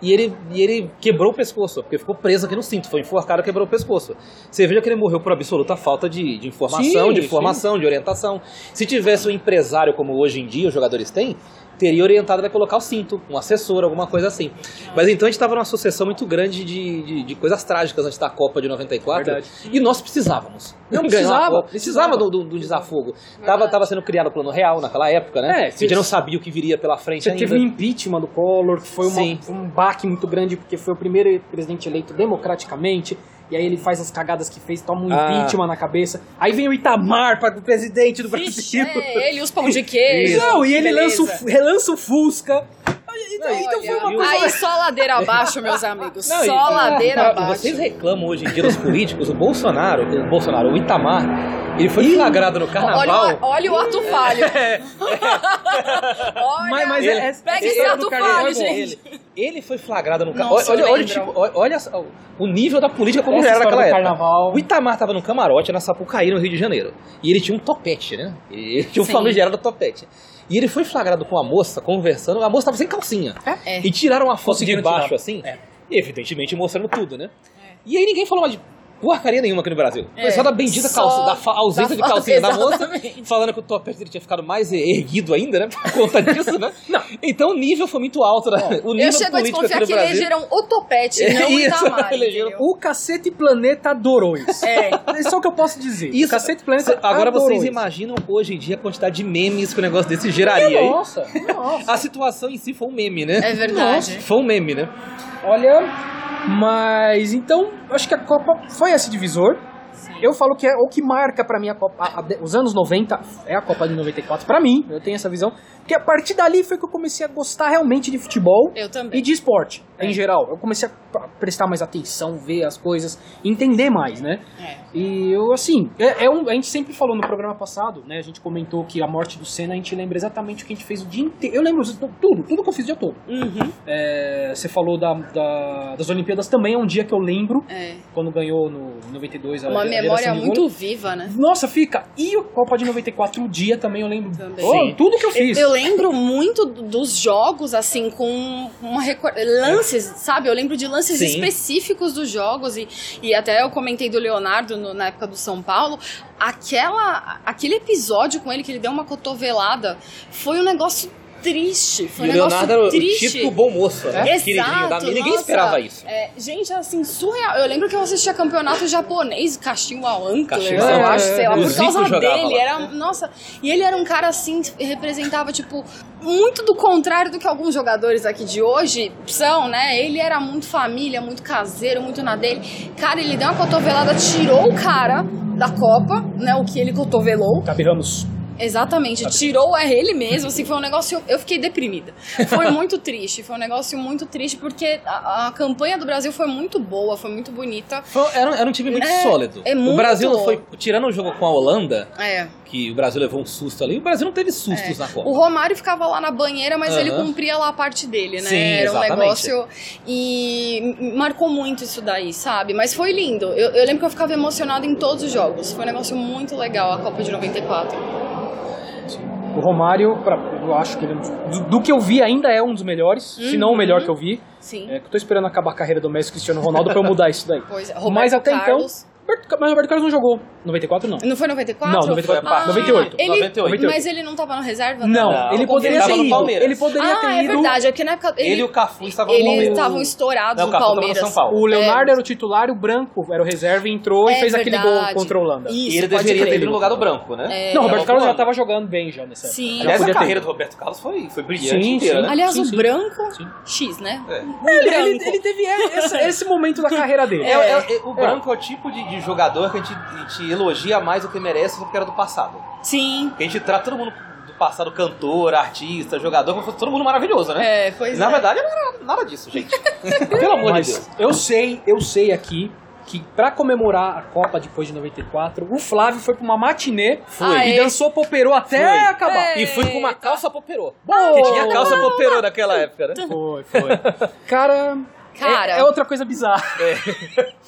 Speaker 2: e ele, e ele quebrou o pescoço, porque ficou preso aqui no cinto, foi enforcado e quebrou o pescoço. Você veja que ele morreu por absoluta falta de, de informação,
Speaker 1: Sim,
Speaker 2: de formação, de orientação. Se tivesse um empresário como hoje em dia os jogadores têm, teria orientado a colocar o cinto, um assessor, alguma coisa assim. Mas então a gente estava numa sucessão muito grande de, de, de coisas trágicas antes da Copa de 94.
Speaker 1: Verdade.
Speaker 2: E nós precisávamos.
Speaker 1: Não,
Speaker 2: Ganhar a
Speaker 1: precisava,
Speaker 2: Copa. Precisava
Speaker 1: precisava.
Speaker 2: do, do, do desafogo. Tava, tava sendo criado o plano real naquela época, né?
Speaker 1: É,
Speaker 2: a gente não sabia o que viria pela frente
Speaker 1: Você
Speaker 2: ainda.
Speaker 1: teve um o impeachment do Collor, que foi, uma-
Speaker 2: Sim.
Speaker 1: foi um baque muito grande, porque foi o primeiro presidente eleito democraticamente, e aí ele faz as cagadas que fez, toma um
Speaker 2: Ah.
Speaker 1: impeachment na cabeça. Aí vem o Itamar para o presidente do Brasil.
Speaker 3: É, ele e os pão de queijo.
Speaker 1: Não, e ele
Speaker 3: é,
Speaker 1: lança
Speaker 3: Beleza.
Speaker 1: o, fu- relança o Fusca. Então, então foi uma
Speaker 3: Olha,
Speaker 1: coisa.
Speaker 3: Aí só ladeira abaixo, meus amigos.
Speaker 2: Não, e-
Speaker 3: só
Speaker 2: e-
Speaker 3: ladeira
Speaker 2: cara,
Speaker 3: abaixo.
Speaker 2: Vocês reclamam hoje em dia dos políticos, o Bolsonaro, o Bolsonaro, o Itamar, ele foi flagrado no
Speaker 3: Olha
Speaker 2: carnaval.
Speaker 3: o, olha o ato falho.
Speaker 1: É,
Speaker 3: olha,
Speaker 1: Mas- mas é- é-
Speaker 3: pega
Speaker 1: esse
Speaker 3: esse
Speaker 1: é do
Speaker 3: ato
Speaker 1: carnaval,
Speaker 3: falho,
Speaker 1: bom.
Speaker 3: gente.
Speaker 2: Ele, ele foi flagrado no carnaval.
Speaker 3: Nossa,
Speaker 2: Olha,
Speaker 3: eu
Speaker 2: olha, o
Speaker 3: lembro.
Speaker 2: tipo, olha- olha só o nível da política como
Speaker 1: Essa
Speaker 2: era
Speaker 1: história
Speaker 2: naquela
Speaker 1: do
Speaker 2: época.
Speaker 1: carnaval.
Speaker 2: O Itamar tava num camarote na Sapucaí, no Rio de Janeiro. E ele tinha um topete, né? Ele tinha um
Speaker 3: Sim.
Speaker 2: famigerado topete. E ele foi flagrado com a moça conversando. A moça tava sem calcinha.
Speaker 3: É.
Speaker 2: E tiraram uma foto de
Speaker 1: Conseguiram
Speaker 2: baixo,
Speaker 1: tirar.
Speaker 2: assim.
Speaker 1: É.
Speaker 2: E evidentemente mostrando tudo, né? E aí ninguém falou mais de porcaria nenhuma aqui no Brasil.
Speaker 3: É.
Speaker 2: Foi só da bendita
Speaker 3: Só
Speaker 2: calça, da fa- ausência
Speaker 3: da
Speaker 2: de calcinha da
Speaker 3: falta-
Speaker 2: moça.
Speaker 3: Exatamente.
Speaker 2: Falando que o topete dele tinha ficado mais erguido ainda, né? Por conta disso, né? Então o nível foi muito alto, né? O nível
Speaker 3: Eu chego a
Speaker 2: político aqui
Speaker 3: desconfiar
Speaker 2: no
Speaker 3: que
Speaker 2: Brasil.
Speaker 3: é
Speaker 2: É
Speaker 3: elegeram o Topete, não o
Speaker 2: Isso,
Speaker 3: Itamar.
Speaker 2: elegeram
Speaker 3: entendeu?
Speaker 1: O Cacete Planeta adorou isso.
Speaker 3: É.
Speaker 1: É só o que eu posso dizer.
Speaker 2: Isso.
Speaker 1: O Cacete Planeta
Speaker 2: Cê- Agora
Speaker 1: adorou
Speaker 2: vocês
Speaker 1: isso.
Speaker 2: imaginam hoje em dia a quantidade de memes que o negócio desse geraria, hein?
Speaker 1: Nossa, nossa.
Speaker 2: A situação em si foi um meme, né?
Speaker 3: É verdade.
Speaker 2: Foi um meme, né?
Speaker 1: Olha, mas então, eu acho que a Copa foi esse divisor. Eu falo que é o que marca pra mim a Copa, a- a de- os anos 90 é a Copa de 94 pra mim, eu tenho essa visão, porque a partir dali foi que eu comecei a gostar realmente de futebol
Speaker 3: Eu também.
Speaker 1: e de esporte em geral. Eu comecei a p- prestar mais atenção, ver as coisas, entender mais, né?
Speaker 3: É.
Speaker 1: E eu, assim, é, é um- a gente sempre falou no programa passado, né? A gente comentou que a morte do Senna, a gente lembra exatamente o que a gente fez o dia inteiro. Eu lembro tudo, tudo que eu fiz o dia todo.
Speaker 3: Uhum.
Speaker 1: É, você falou da- da- das Olimpíadas também, é um dia que eu lembro,
Speaker 3: É.
Speaker 1: quando ganhou no em 92 a
Speaker 3: Uma
Speaker 1: a
Speaker 3: memória
Speaker 1: geração de vôlei.
Speaker 3: muito viva, né?
Speaker 1: Nossa, fica! E a Copa de 94, o dia também eu lembro.
Speaker 3: Também.
Speaker 1: Oh,
Speaker 2: Sim.
Speaker 1: tudo que eu fiz.
Speaker 3: Eu lembro muito do- dos jogos, assim, com uma recor- lances, sabe? Eu lembro de lances
Speaker 2: Sim.
Speaker 3: específicos dos jogos e, e até eu comentei do Leonardo no- na época do São Paulo. Aquela, aquele episódio com ele que ele deu uma cotovelada foi um negócio triste. Foi
Speaker 2: e
Speaker 3: um
Speaker 2: o Leonardo era
Speaker 3: negócio
Speaker 2: o
Speaker 3: triste.
Speaker 2: típico bom moço, né?
Speaker 3: Exato,
Speaker 2: Queridinho da mídia. Ninguém
Speaker 3: É nossa.
Speaker 2: esperava isso.
Speaker 3: É, gente, assim, surreal. Eu lembro que eu assistia campeonato japonês, Kashiwa Antlers,
Speaker 2: Kashiwa,
Speaker 3: eu
Speaker 1: é,
Speaker 3: acho, sei lá,
Speaker 1: é, o
Speaker 3: por
Speaker 2: Zico
Speaker 3: causa
Speaker 2: jogava
Speaker 3: dele.
Speaker 2: lá.
Speaker 3: Era, um, nossa, e ele era um cara, assim, que representava, tipo, muito do contrário do que alguns jogadores aqui de hoje são, né? Ele era muito família, muito caseiro, muito na dele. Cara, ele deu uma cotovelada, tirou o cara da Copa, né? O que ele cotovelou.
Speaker 1: Gabi Ramos.
Speaker 3: Exatamente, tirou é ele mesmo, assim, foi um negócio, eu fiquei deprimida. Foi muito triste, foi um negócio muito triste, porque a, a campanha do Brasil foi muito boa, foi muito bonita.
Speaker 2: Foi- era, um- era um time muito
Speaker 3: É,
Speaker 2: sólido.
Speaker 3: é
Speaker 2: O
Speaker 3: muito.
Speaker 2: Brasil não foi. Tirando o jogo com a Holanda,
Speaker 3: É.
Speaker 2: que o Brasil levou um susto ali, o Brasil não teve sustos na Copa.
Speaker 3: O Romário ficava lá na banheira, mas ele
Speaker 2: Aham.
Speaker 3: cumpria lá a parte dele, né?
Speaker 2: Sim,
Speaker 3: Era um
Speaker 2: exatamente.
Speaker 3: negócio. E m- marcou muito isso daí, sabe? Mas foi lindo. Eu, eu lembro que eu ficava emocionada em todos os jogos. Foi um negócio muito legal a Copa de 94.
Speaker 1: O Romário, pra- eu acho que ele. é um dos- Do, do que eu vi, ainda é um dos melhores, se não o
Speaker 3: Uhum.
Speaker 1: melhor que eu vi.
Speaker 3: Sim.
Speaker 1: É, que eu tô esperando acabar a carreira do Messi e Cristiano Ronaldo pra eu mudar isso daí.
Speaker 3: Pois é, Roberto
Speaker 1: Mas até
Speaker 3: Carlos.
Speaker 1: então. Roberto, mas Roberto Carlos não jogou. 94 não.
Speaker 3: Não foi 94?
Speaker 1: Não, 94.
Speaker 3: Ah,
Speaker 1: 98.
Speaker 3: Ele,
Speaker 4: 98.
Speaker 3: Mas ele não tava no reserva?
Speaker 1: Não,
Speaker 4: Não,
Speaker 1: ele
Speaker 4: ele
Speaker 1: poderia
Speaker 4: tava
Speaker 1: ter
Speaker 4: no
Speaker 1: ido.
Speaker 4: Palmeiras.
Speaker 1: Ele poderia
Speaker 3: Ah,
Speaker 1: ter
Speaker 3: é
Speaker 1: ido.
Speaker 3: verdade. É porque na época.
Speaker 4: Ele
Speaker 3: Ele,
Speaker 4: e o Cafu estavam no
Speaker 3: eles
Speaker 4: Palmeiras.
Speaker 3: estavam estourados
Speaker 4: Não, o
Speaker 3: no
Speaker 4: Cafu tava no
Speaker 3: Palmeiras.
Speaker 4: São Paulo.
Speaker 1: O Leonardo era o titular e o branco era o reserva e entrou e
Speaker 3: É
Speaker 1: fez aquele gol
Speaker 3: verdade.
Speaker 1: contra a Holanda.
Speaker 3: Isso,
Speaker 4: E ele
Speaker 3: pode
Speaker 4: deveria ter
Speaker 3: crer.
Speaker 4: ido no lugar do branco,
Speaker 2: É,
Speaker 4: né?
Speaker 1: Não, o Roberto Carlos já
Speaker 4: voando.
Speaker 1: tava jogando bem já nessa época.
Speaker 3: Sim.
Speaker 1: Já
Speaker 4: Aliás, a
Speaker 1: podia ter
Speaker 4: carreira
Speaker 1: ido.
Speaker 4: do Roberto Carlos foi, foi brilhante
Speaker 1: Sim,
Speaker 4: inteira,
Speaker 1: sim.
Speaker 4: né?
Speaker 3: Aliás,
Speaker 1: Sim,
Speaker 3: o
Speaker 1: sim.
Speaker 3: branco.
Speaker 1: Sim.
Speaker 3: X, né?
Speaker 4: É.
Speaker 1: Ele,
Speaker 3: branco.
Speaker 1: ele- ele teve esse, esse momento da carreira dele.
Speaker 4: É, é, é, o branco é o tipo de, de jogador que a gente, a gente elogia mais do que merece porque era do passado.
Speaker 3: Sim.
Speaker 4: Porque a gente trata todo mundo do passado, cantor, artista, jogador, como se fosse todo mundo maravilhoso, né?
Speaker 3: É,
Speaker 4: E,
Speaker 3: pois
Speaker 4: na
Speaker 3: é.
Speaker 4: verdade, não era nada disso, gente.
Speaker 1: Pelo amor
Speaker 4: Mas-
Speaker 1: de Deus. Eu sei, eu sei aqui que pra comemorar a Copa depois de 94, o Flávio foi pra uma matinê
Speaker 3: Foi. Ah, é?
Speaker 1: e dançou poperou até
Speaker 2: Foi.
Speaker 1: acabar.
Speaker 2: E fui com uma calça poperô.
Speaker 1: Boa!
Speaker 2: Que tinha calça poperô naquela época, né?
Speaker 1: Foi, foi. Cara,
Speaker 3: Cara.
Speaker 1: É, é outra coisa bizarra.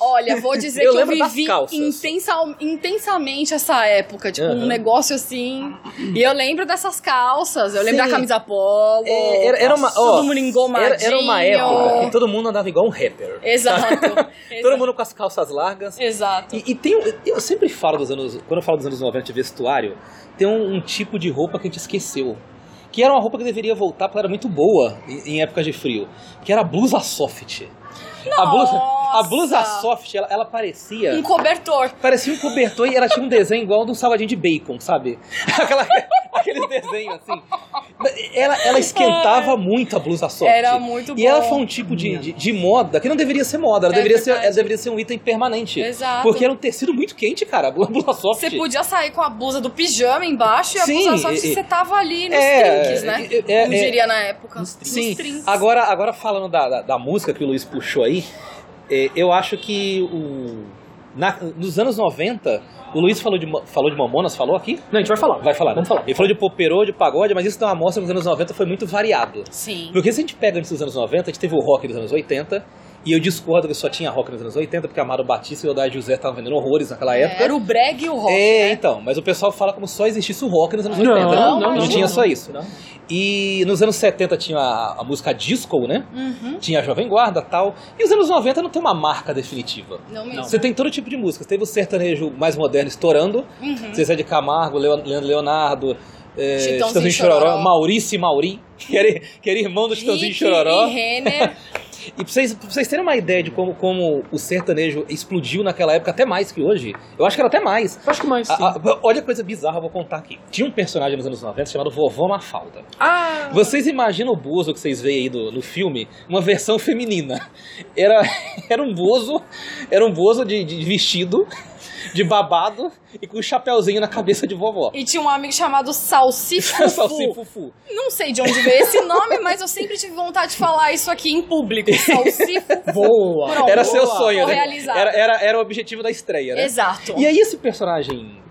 Speaker 3: Olha, vou dizer
Speaker 2: Eu
Speaker 3: que eu
Speaker 2: lembro das
Speaker 3: vivi
Speaker 2: calças.
Speaker 3: intensa, intensamente essa época. Tipo,
Speaker 2: Aham.
Speaker 3: um negócio assim. E eu lembro dessas calças. Eu lembro
Speaker 2: Sim.
Speaker 3: da camisa polo.
Speaker 2: É, era, era uma, ó,
Speaker 3: todo mundo engomadinho.
Speaker 2: era, era uma época que todo mundo andava igual um rapper.
Speaker 3: Exato.
Speaker 2: Todo
Speaker 3: Exato.
Speaker 2: mundo com as calças largas.
Speaker 3: Exato.
Speaker 2: E, e tem um- eu sempre falo dos anos, quando eu falo dos anos 90 de vestuário, tem um, um tipo de roupa que a gente esqueceu. Que era uma roupa que deveria voltar, porque ela era muito boa em, em épocas de frio. Que era a blusa soft. A blusa, a blusa
Speaker 3: Nossa!
Speaker 2: soft, ela, ela parecia...
Speaker 3: Um cobertor.
Speaker 2: Parecia um cobertor e ela tinha um desenho igual de um salgadinho de bacon, sabe? Aquela, aquele desenho assim. Ela, ela esquentava muito a blusa soft.
Speaker 3: Era muito
Speaker 2: E ela
Speaker 3: bom.
Speaker 2: foi um tipo de, de, de moda que não deveria ser moda, ela,
Speaker 3: É
Speaker 2: deveria, ser,
Speaker 3: verdade.
Speaker 2: ela deveria ser um item permanente.
Speaker 3: Exato.
Speaker 2: Porque era um tecido muito quente, cara, a blu- blusa soft.
Speaker 3: Você podia sair com a blusa do pijama embaixo e a
Speaker 2: Sim,
Speaker 3: blusa só
Speaker 2: e-
Speaker 3: se você tava ali nos
Speaker 2: É,
Speaker 3: trinques, né?
Speaker 2: e- é,
Speaker 3: Não
Speaker 2: é.
Speaker 3: diria na época. Nos
Speaker 2: Sim,
Speaker 3: trinques.
Speaker 2: agora, agora falando da, da, da música que o Luiz puxou aí, é, eu acho que o, na- nos anos 90, o Luiz falou de, Ma- falou de Mamonas, falou aqui?
Speaker 1: Não, a gente vai falar.
Speaker 2: Vai falar, né?
Speaker 1: Vamos falar.
Speaker 2: Ele falou de poperô, de pagode, mas isso dá uma amostra que os anos 90 foi muito variado.
Speaker 3: Sim.
Speaker 2: Porque se a gente pega antes dos anos 90, a gente teve o rock dos anos 80, e eu discordo que só tinha rock nos anos 80, porque Amaro Batista e Odair José estavam vendendo horrores naquela época.
Speaker 3: Era o breg e o rock. né?
Speaker 2: é, então, mas o pessoal fala como só existisse o rock nos anos 80.
Speaker 1: Não,
Speaker 3: não,
Speaker 2: não,
Speaker 3: não,
Speaker 2: tinha
Speaker 1: não.
Speaker 2: só isso. E nos anos 70 tinha a, a música disco, né?
Speaker 3: Uhum.
Speaker 2: Tinha a Jovem Guarda tal. E os anos 90 não tem uma marca definitiva.
Speaker 3: Não mesmo.
Speaker 2: Você tem todo tipo de música. Você teve o sertanejo mais moderno estourando,
Speaker 3: Uhum.
Speaker 2: Zezé de Camargo, Leo- Leandro Leonardo, é,
Speaker 3: Chitãozinho
Speaker 2: Chitãozinho
Speaker 3: e
Speaker 2: Chororó,
Speaker 3: Chororó.
Speaker 2: Maurício e Mauri, que era, que era irmão do Chitãozinho e
Speaker 3: Rick
Speaker 2: Chororó.
Speaker 3: e Renner.
Speaker 2: E pra vocês, pra vocês terem uma ideia de como, como o sertanejo explodiu naquela época, até mais que hoje, eu acho que era até mais.
Speaker 1: Acho que mais. sim.
Speaker 2: A- a- Ah, olha a coisa bizarra, eu vou contar aqui. Tinha um personagem nos anos 90 chamado Vovó Mafalda.
Speaker 1: Ah!
Speaker 2: Vocês imaginam o Bozo que vocês veem aí do- no filme, uma versão feminina. Era, era um Bozo, era um Bozo de, de vestido, de babado e com um chapéuzinho na cabeça de vovó. assim,
Speaker 3: E tinha um amigo chamado Salsifufu.
Speaker 2: Salsifufu.
Speaker 3: Não sei de onde veio esse nome, mas eu sempre tive vontade de falar isso aqui em público. Salsifufu.
Speaker 1: Boa!
Speaker 3: Pronto.
Speaker 2: Era seu
Speaker 3: Boa.
Speaker 2: sonho,
Speaker 3: Vou
Speaker 2: né?
Speaker 3: realizar.
Speaker 2: Era, era, era o objetivo da estreia, né?
Speaker 3: Exato.
Speaker 2: E aí esse personagem.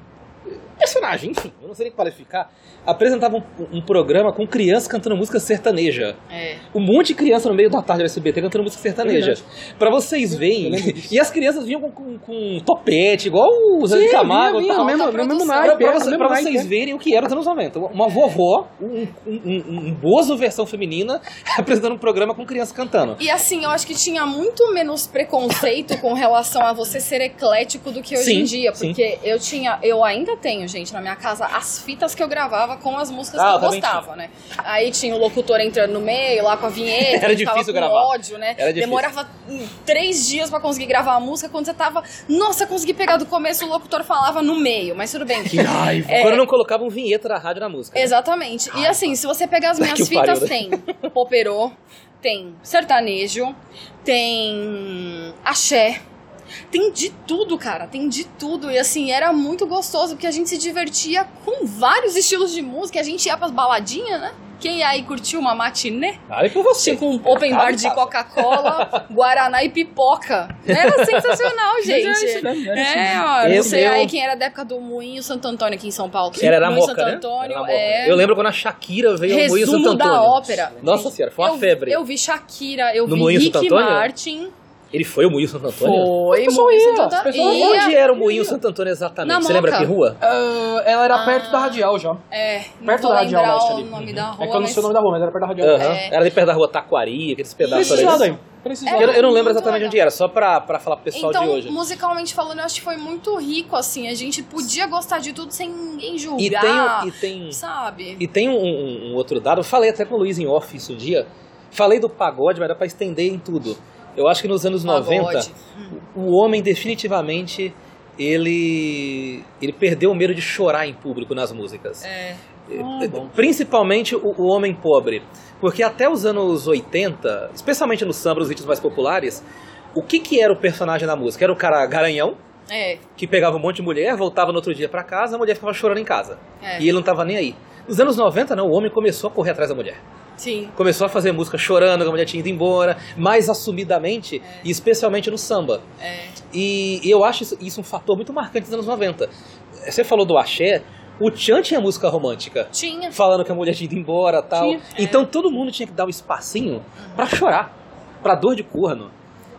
Speaker 2: Personagem, enfim, eu não sei nem qualificar. Apresentava um, um programa com crianças cantando música sertaneja.
Speaker 3: É.
Speaker 2: Um monte de criança no meio da tarde do SBT cantando música sertaneja. pra vocês verem. E as crianças vinham com, com, com um topete, igual o Zé de
Speaker 1: Sim,
Speaker 2: Camargo e
Speaker 1: vinha,
Speaker 2: tal.
Speaker 1: vinha, mesmo-
Speaker 3: Alta
Speaker 1: mesmo
Speaker 3: produção.
Speaker 2: Pra,
Speaker 1: naipe, é,
Speaker 2: pra você-
Speaker 1: mesmo
Speaker 2: pra
Speaker 1: naipe,
Speaker 2: vocês
Speaker 1: é.
Speaker 2: verem o que era os anos 90. Uma vovó, um, um, um, um bozo versão feminina, apresentando um programa com criança cantando.
Speaker 3: E assim, eu acho que tinha muito menos preconceito com relação a você ser eclético do que hoje
Speaker 2: Sim,
Speaker 3: em dia.
Speaker 2: sim.
Speaker 3: Porque eu tinha, eu ainda tenho, gente, na minha casa, as fitas que eu gravava com as músicas
Speaker 2: Ah,
Speaker 3: que
Speaker 2: eu
Speaker 3: eu
Speaker 2: também
Speaker 3: gostava, né? Aí tinha o locutor entrando no meio, lá com a vinheta,
Speaker 2: Era
Speaker 3: eu ficava
Speaker 2: difícil
Speaker 3: com
Speaker 2: gravar.
Speaker 3: ódio, né?
Speaker 2: Era difícil.
Speaker 3: Demorava hum, três dias pra conseguir gravar a música, quando você tava, nossa, consegui pegar do começo, o locutor falava no meio, mas tudo bem.
Speaker 2: Que raiva.
Speaker 3: É.
Speaker 2: Quando não colocavam vinheta da rádio na música.
Speaker 3: Exatamente. E assim, se você pegar as minhas
Speaker 2: Tá. que pariu, né?
Speaker 3: fitas, tem poperô, tem sertanejo, tem axé. Tem de tudo, cara. Tem de tudo. E assim, era muito gostoso, porque a gente se divertia com vários estilos de música. A gente ia pras baladinhas, né? Quem aí curtiu uma matiné?
Speaker 2: Olha com você.
Speaker 3: Tipo um open bar de
Speaker 2: Cara,
Speaker 3: Coca-Cola, Guaraná e pipoca. Era sensacional, gente.
Speaker 1: Mas era isso mesmo, era isso
Speaker 3: É,
Speaker 1: mesmo.
Speaker 3: ó,
Speaker 2: Eu-
Speaker 3: não sei
Speaker 2: né, eu-
Speaker 3: aí quem era da época do Moinho Santo Antônio aqui em São Paulo.
Speaker 2: Era na
Speaker 3: Moinho
Speaker 2: Moca,
Speaker 3: Santo
Speaker 2: né?
Speaker 3: Antônio,
Speaker 2: Era na Moca.
Speaker 3: é.
Speaker 2: Eu lembro quando a Shakira veio ao Moinho Santo
Speaker 3: Resumo
Speaker 2: Antônio.
Speaker 3: da ópera.
Speaker 2: Nossa senhora, foi uma
Speaker 3: eu,
Speaker 2: febre.
Speaker 3: Eu vi Shakira, eu
Speaker 2: No né?
Speaker 3: vi
Speaker 2: Moinho Santo
Speaker 3: Ricky
Speaker 2: Antônio?
Speaker 3: Martin.
Speaker 2: Ele foi ao Moinho Santo Antônio?
Speaker 3: Foi,
Speaker 1: pessoas
Speaker 3: Moinho
Speaker 1: iam,
Speaker 3: Santo
Speaker 1: as
Speaker 3: Antônio.
Speaker 1: pessoas
Speaker 3: Ia-
Speaker 2: Onde era o Moinho Santo Antônio exatamente?
Speaker 3: Na
Speaker 2: Você lembra
Speaker 3: Moca.
Speaker 2: que rua?
Speaker 1: Ah, ela era perto da Radial já.
Speaker 3: É, não
Speaker 1: Perto
Speaker 3: vou
Speaker 1: da Radial
Speaker 3: lembrar
Speaker 1: Leste
Speaker 3: o
Speaker 1: ali.
Speaker 3: nome da
Speaker 1: É
Speaker 3: rua,
Speaker 1: que eu não
Speaker 3: mas...
Speaker 1: sei o nome da rua, mas era perto da Radial
Speaker 2: Aham.
Speaker 1: Leste.
Speaker 3: É.
Speaker 1: É,
Speaker 2: Era ali perto da rua Taquari, aqueles pedaços
Speaker 1: Desses
Speaker 2: ali.
Speaker 1: lados aí. Preciso
Speaker 3: É,
Speaker 2: Eu, eu não lembro
Speaker 3: muito
Speaker 2: exatamente
Speaker 3: legal.
Speaker 2: onde era, só pra, pra falar pro pessoal
Speaker 3: Então,
Speaker 2: de hoje.
Speaker 3: musicalmente falando, eu acho que foi muito rico, assim. A gente podia gostar de tudo sem ninguém
Speaker 2: E
Speaker 3: julgar,
Speaker 2: tem, um, e tem,
Speaker 3: sabe?
Speaker 2: e tem um, um- um outro dado, eu falei até com o Luiz em off isso um dia. Falei do pagode, mas dá pra estender em tudo. Eu acho que nos anos 90,
Speaker 3: Pagode.
Speaker 2: o homem definitivamente ele ele perdeu o medo de chorar em público nas músicas.
Speaker 3: É.
Speaker 1: Ah, bom.
Speaker 2: Principalmente o, o homem pobre, porque até os anos 80, especialmente no samba, os ritmos mais populares, o que que era o personagem da música? Era o cara garanhão
Speaker 3: É,
Speaker 2: que pegava um monte de mulher, voltava no outro dia pra casa, a mulher ficava chorando em casa.
Speaker 3: é.
Speaker 2: E ele não tava nem aí. Nos anos 90, não, o homem começou a correr atrás da mulher.
Speaker 3: Sim.
Speaker 2: Começou a fazer música chorando, que a mulher tinha ido embora, mais assumidamente, e especialmente no samba.
Speaker 3: É.
Speaker 2: E eu acho isso, isso um fator muito marcante dos anos 90. Você falou do axé, o Tchan tinha música romântica.
Speaker 3: Tinha.
Speaker 2: Falando que a mulher tinha ido embora tal.
Speaker 1: Tinha.
Speaker 3: é.
Speaker 2: Então todo mundo tinha que dar um espacinho pra chorar, pra dor de corno.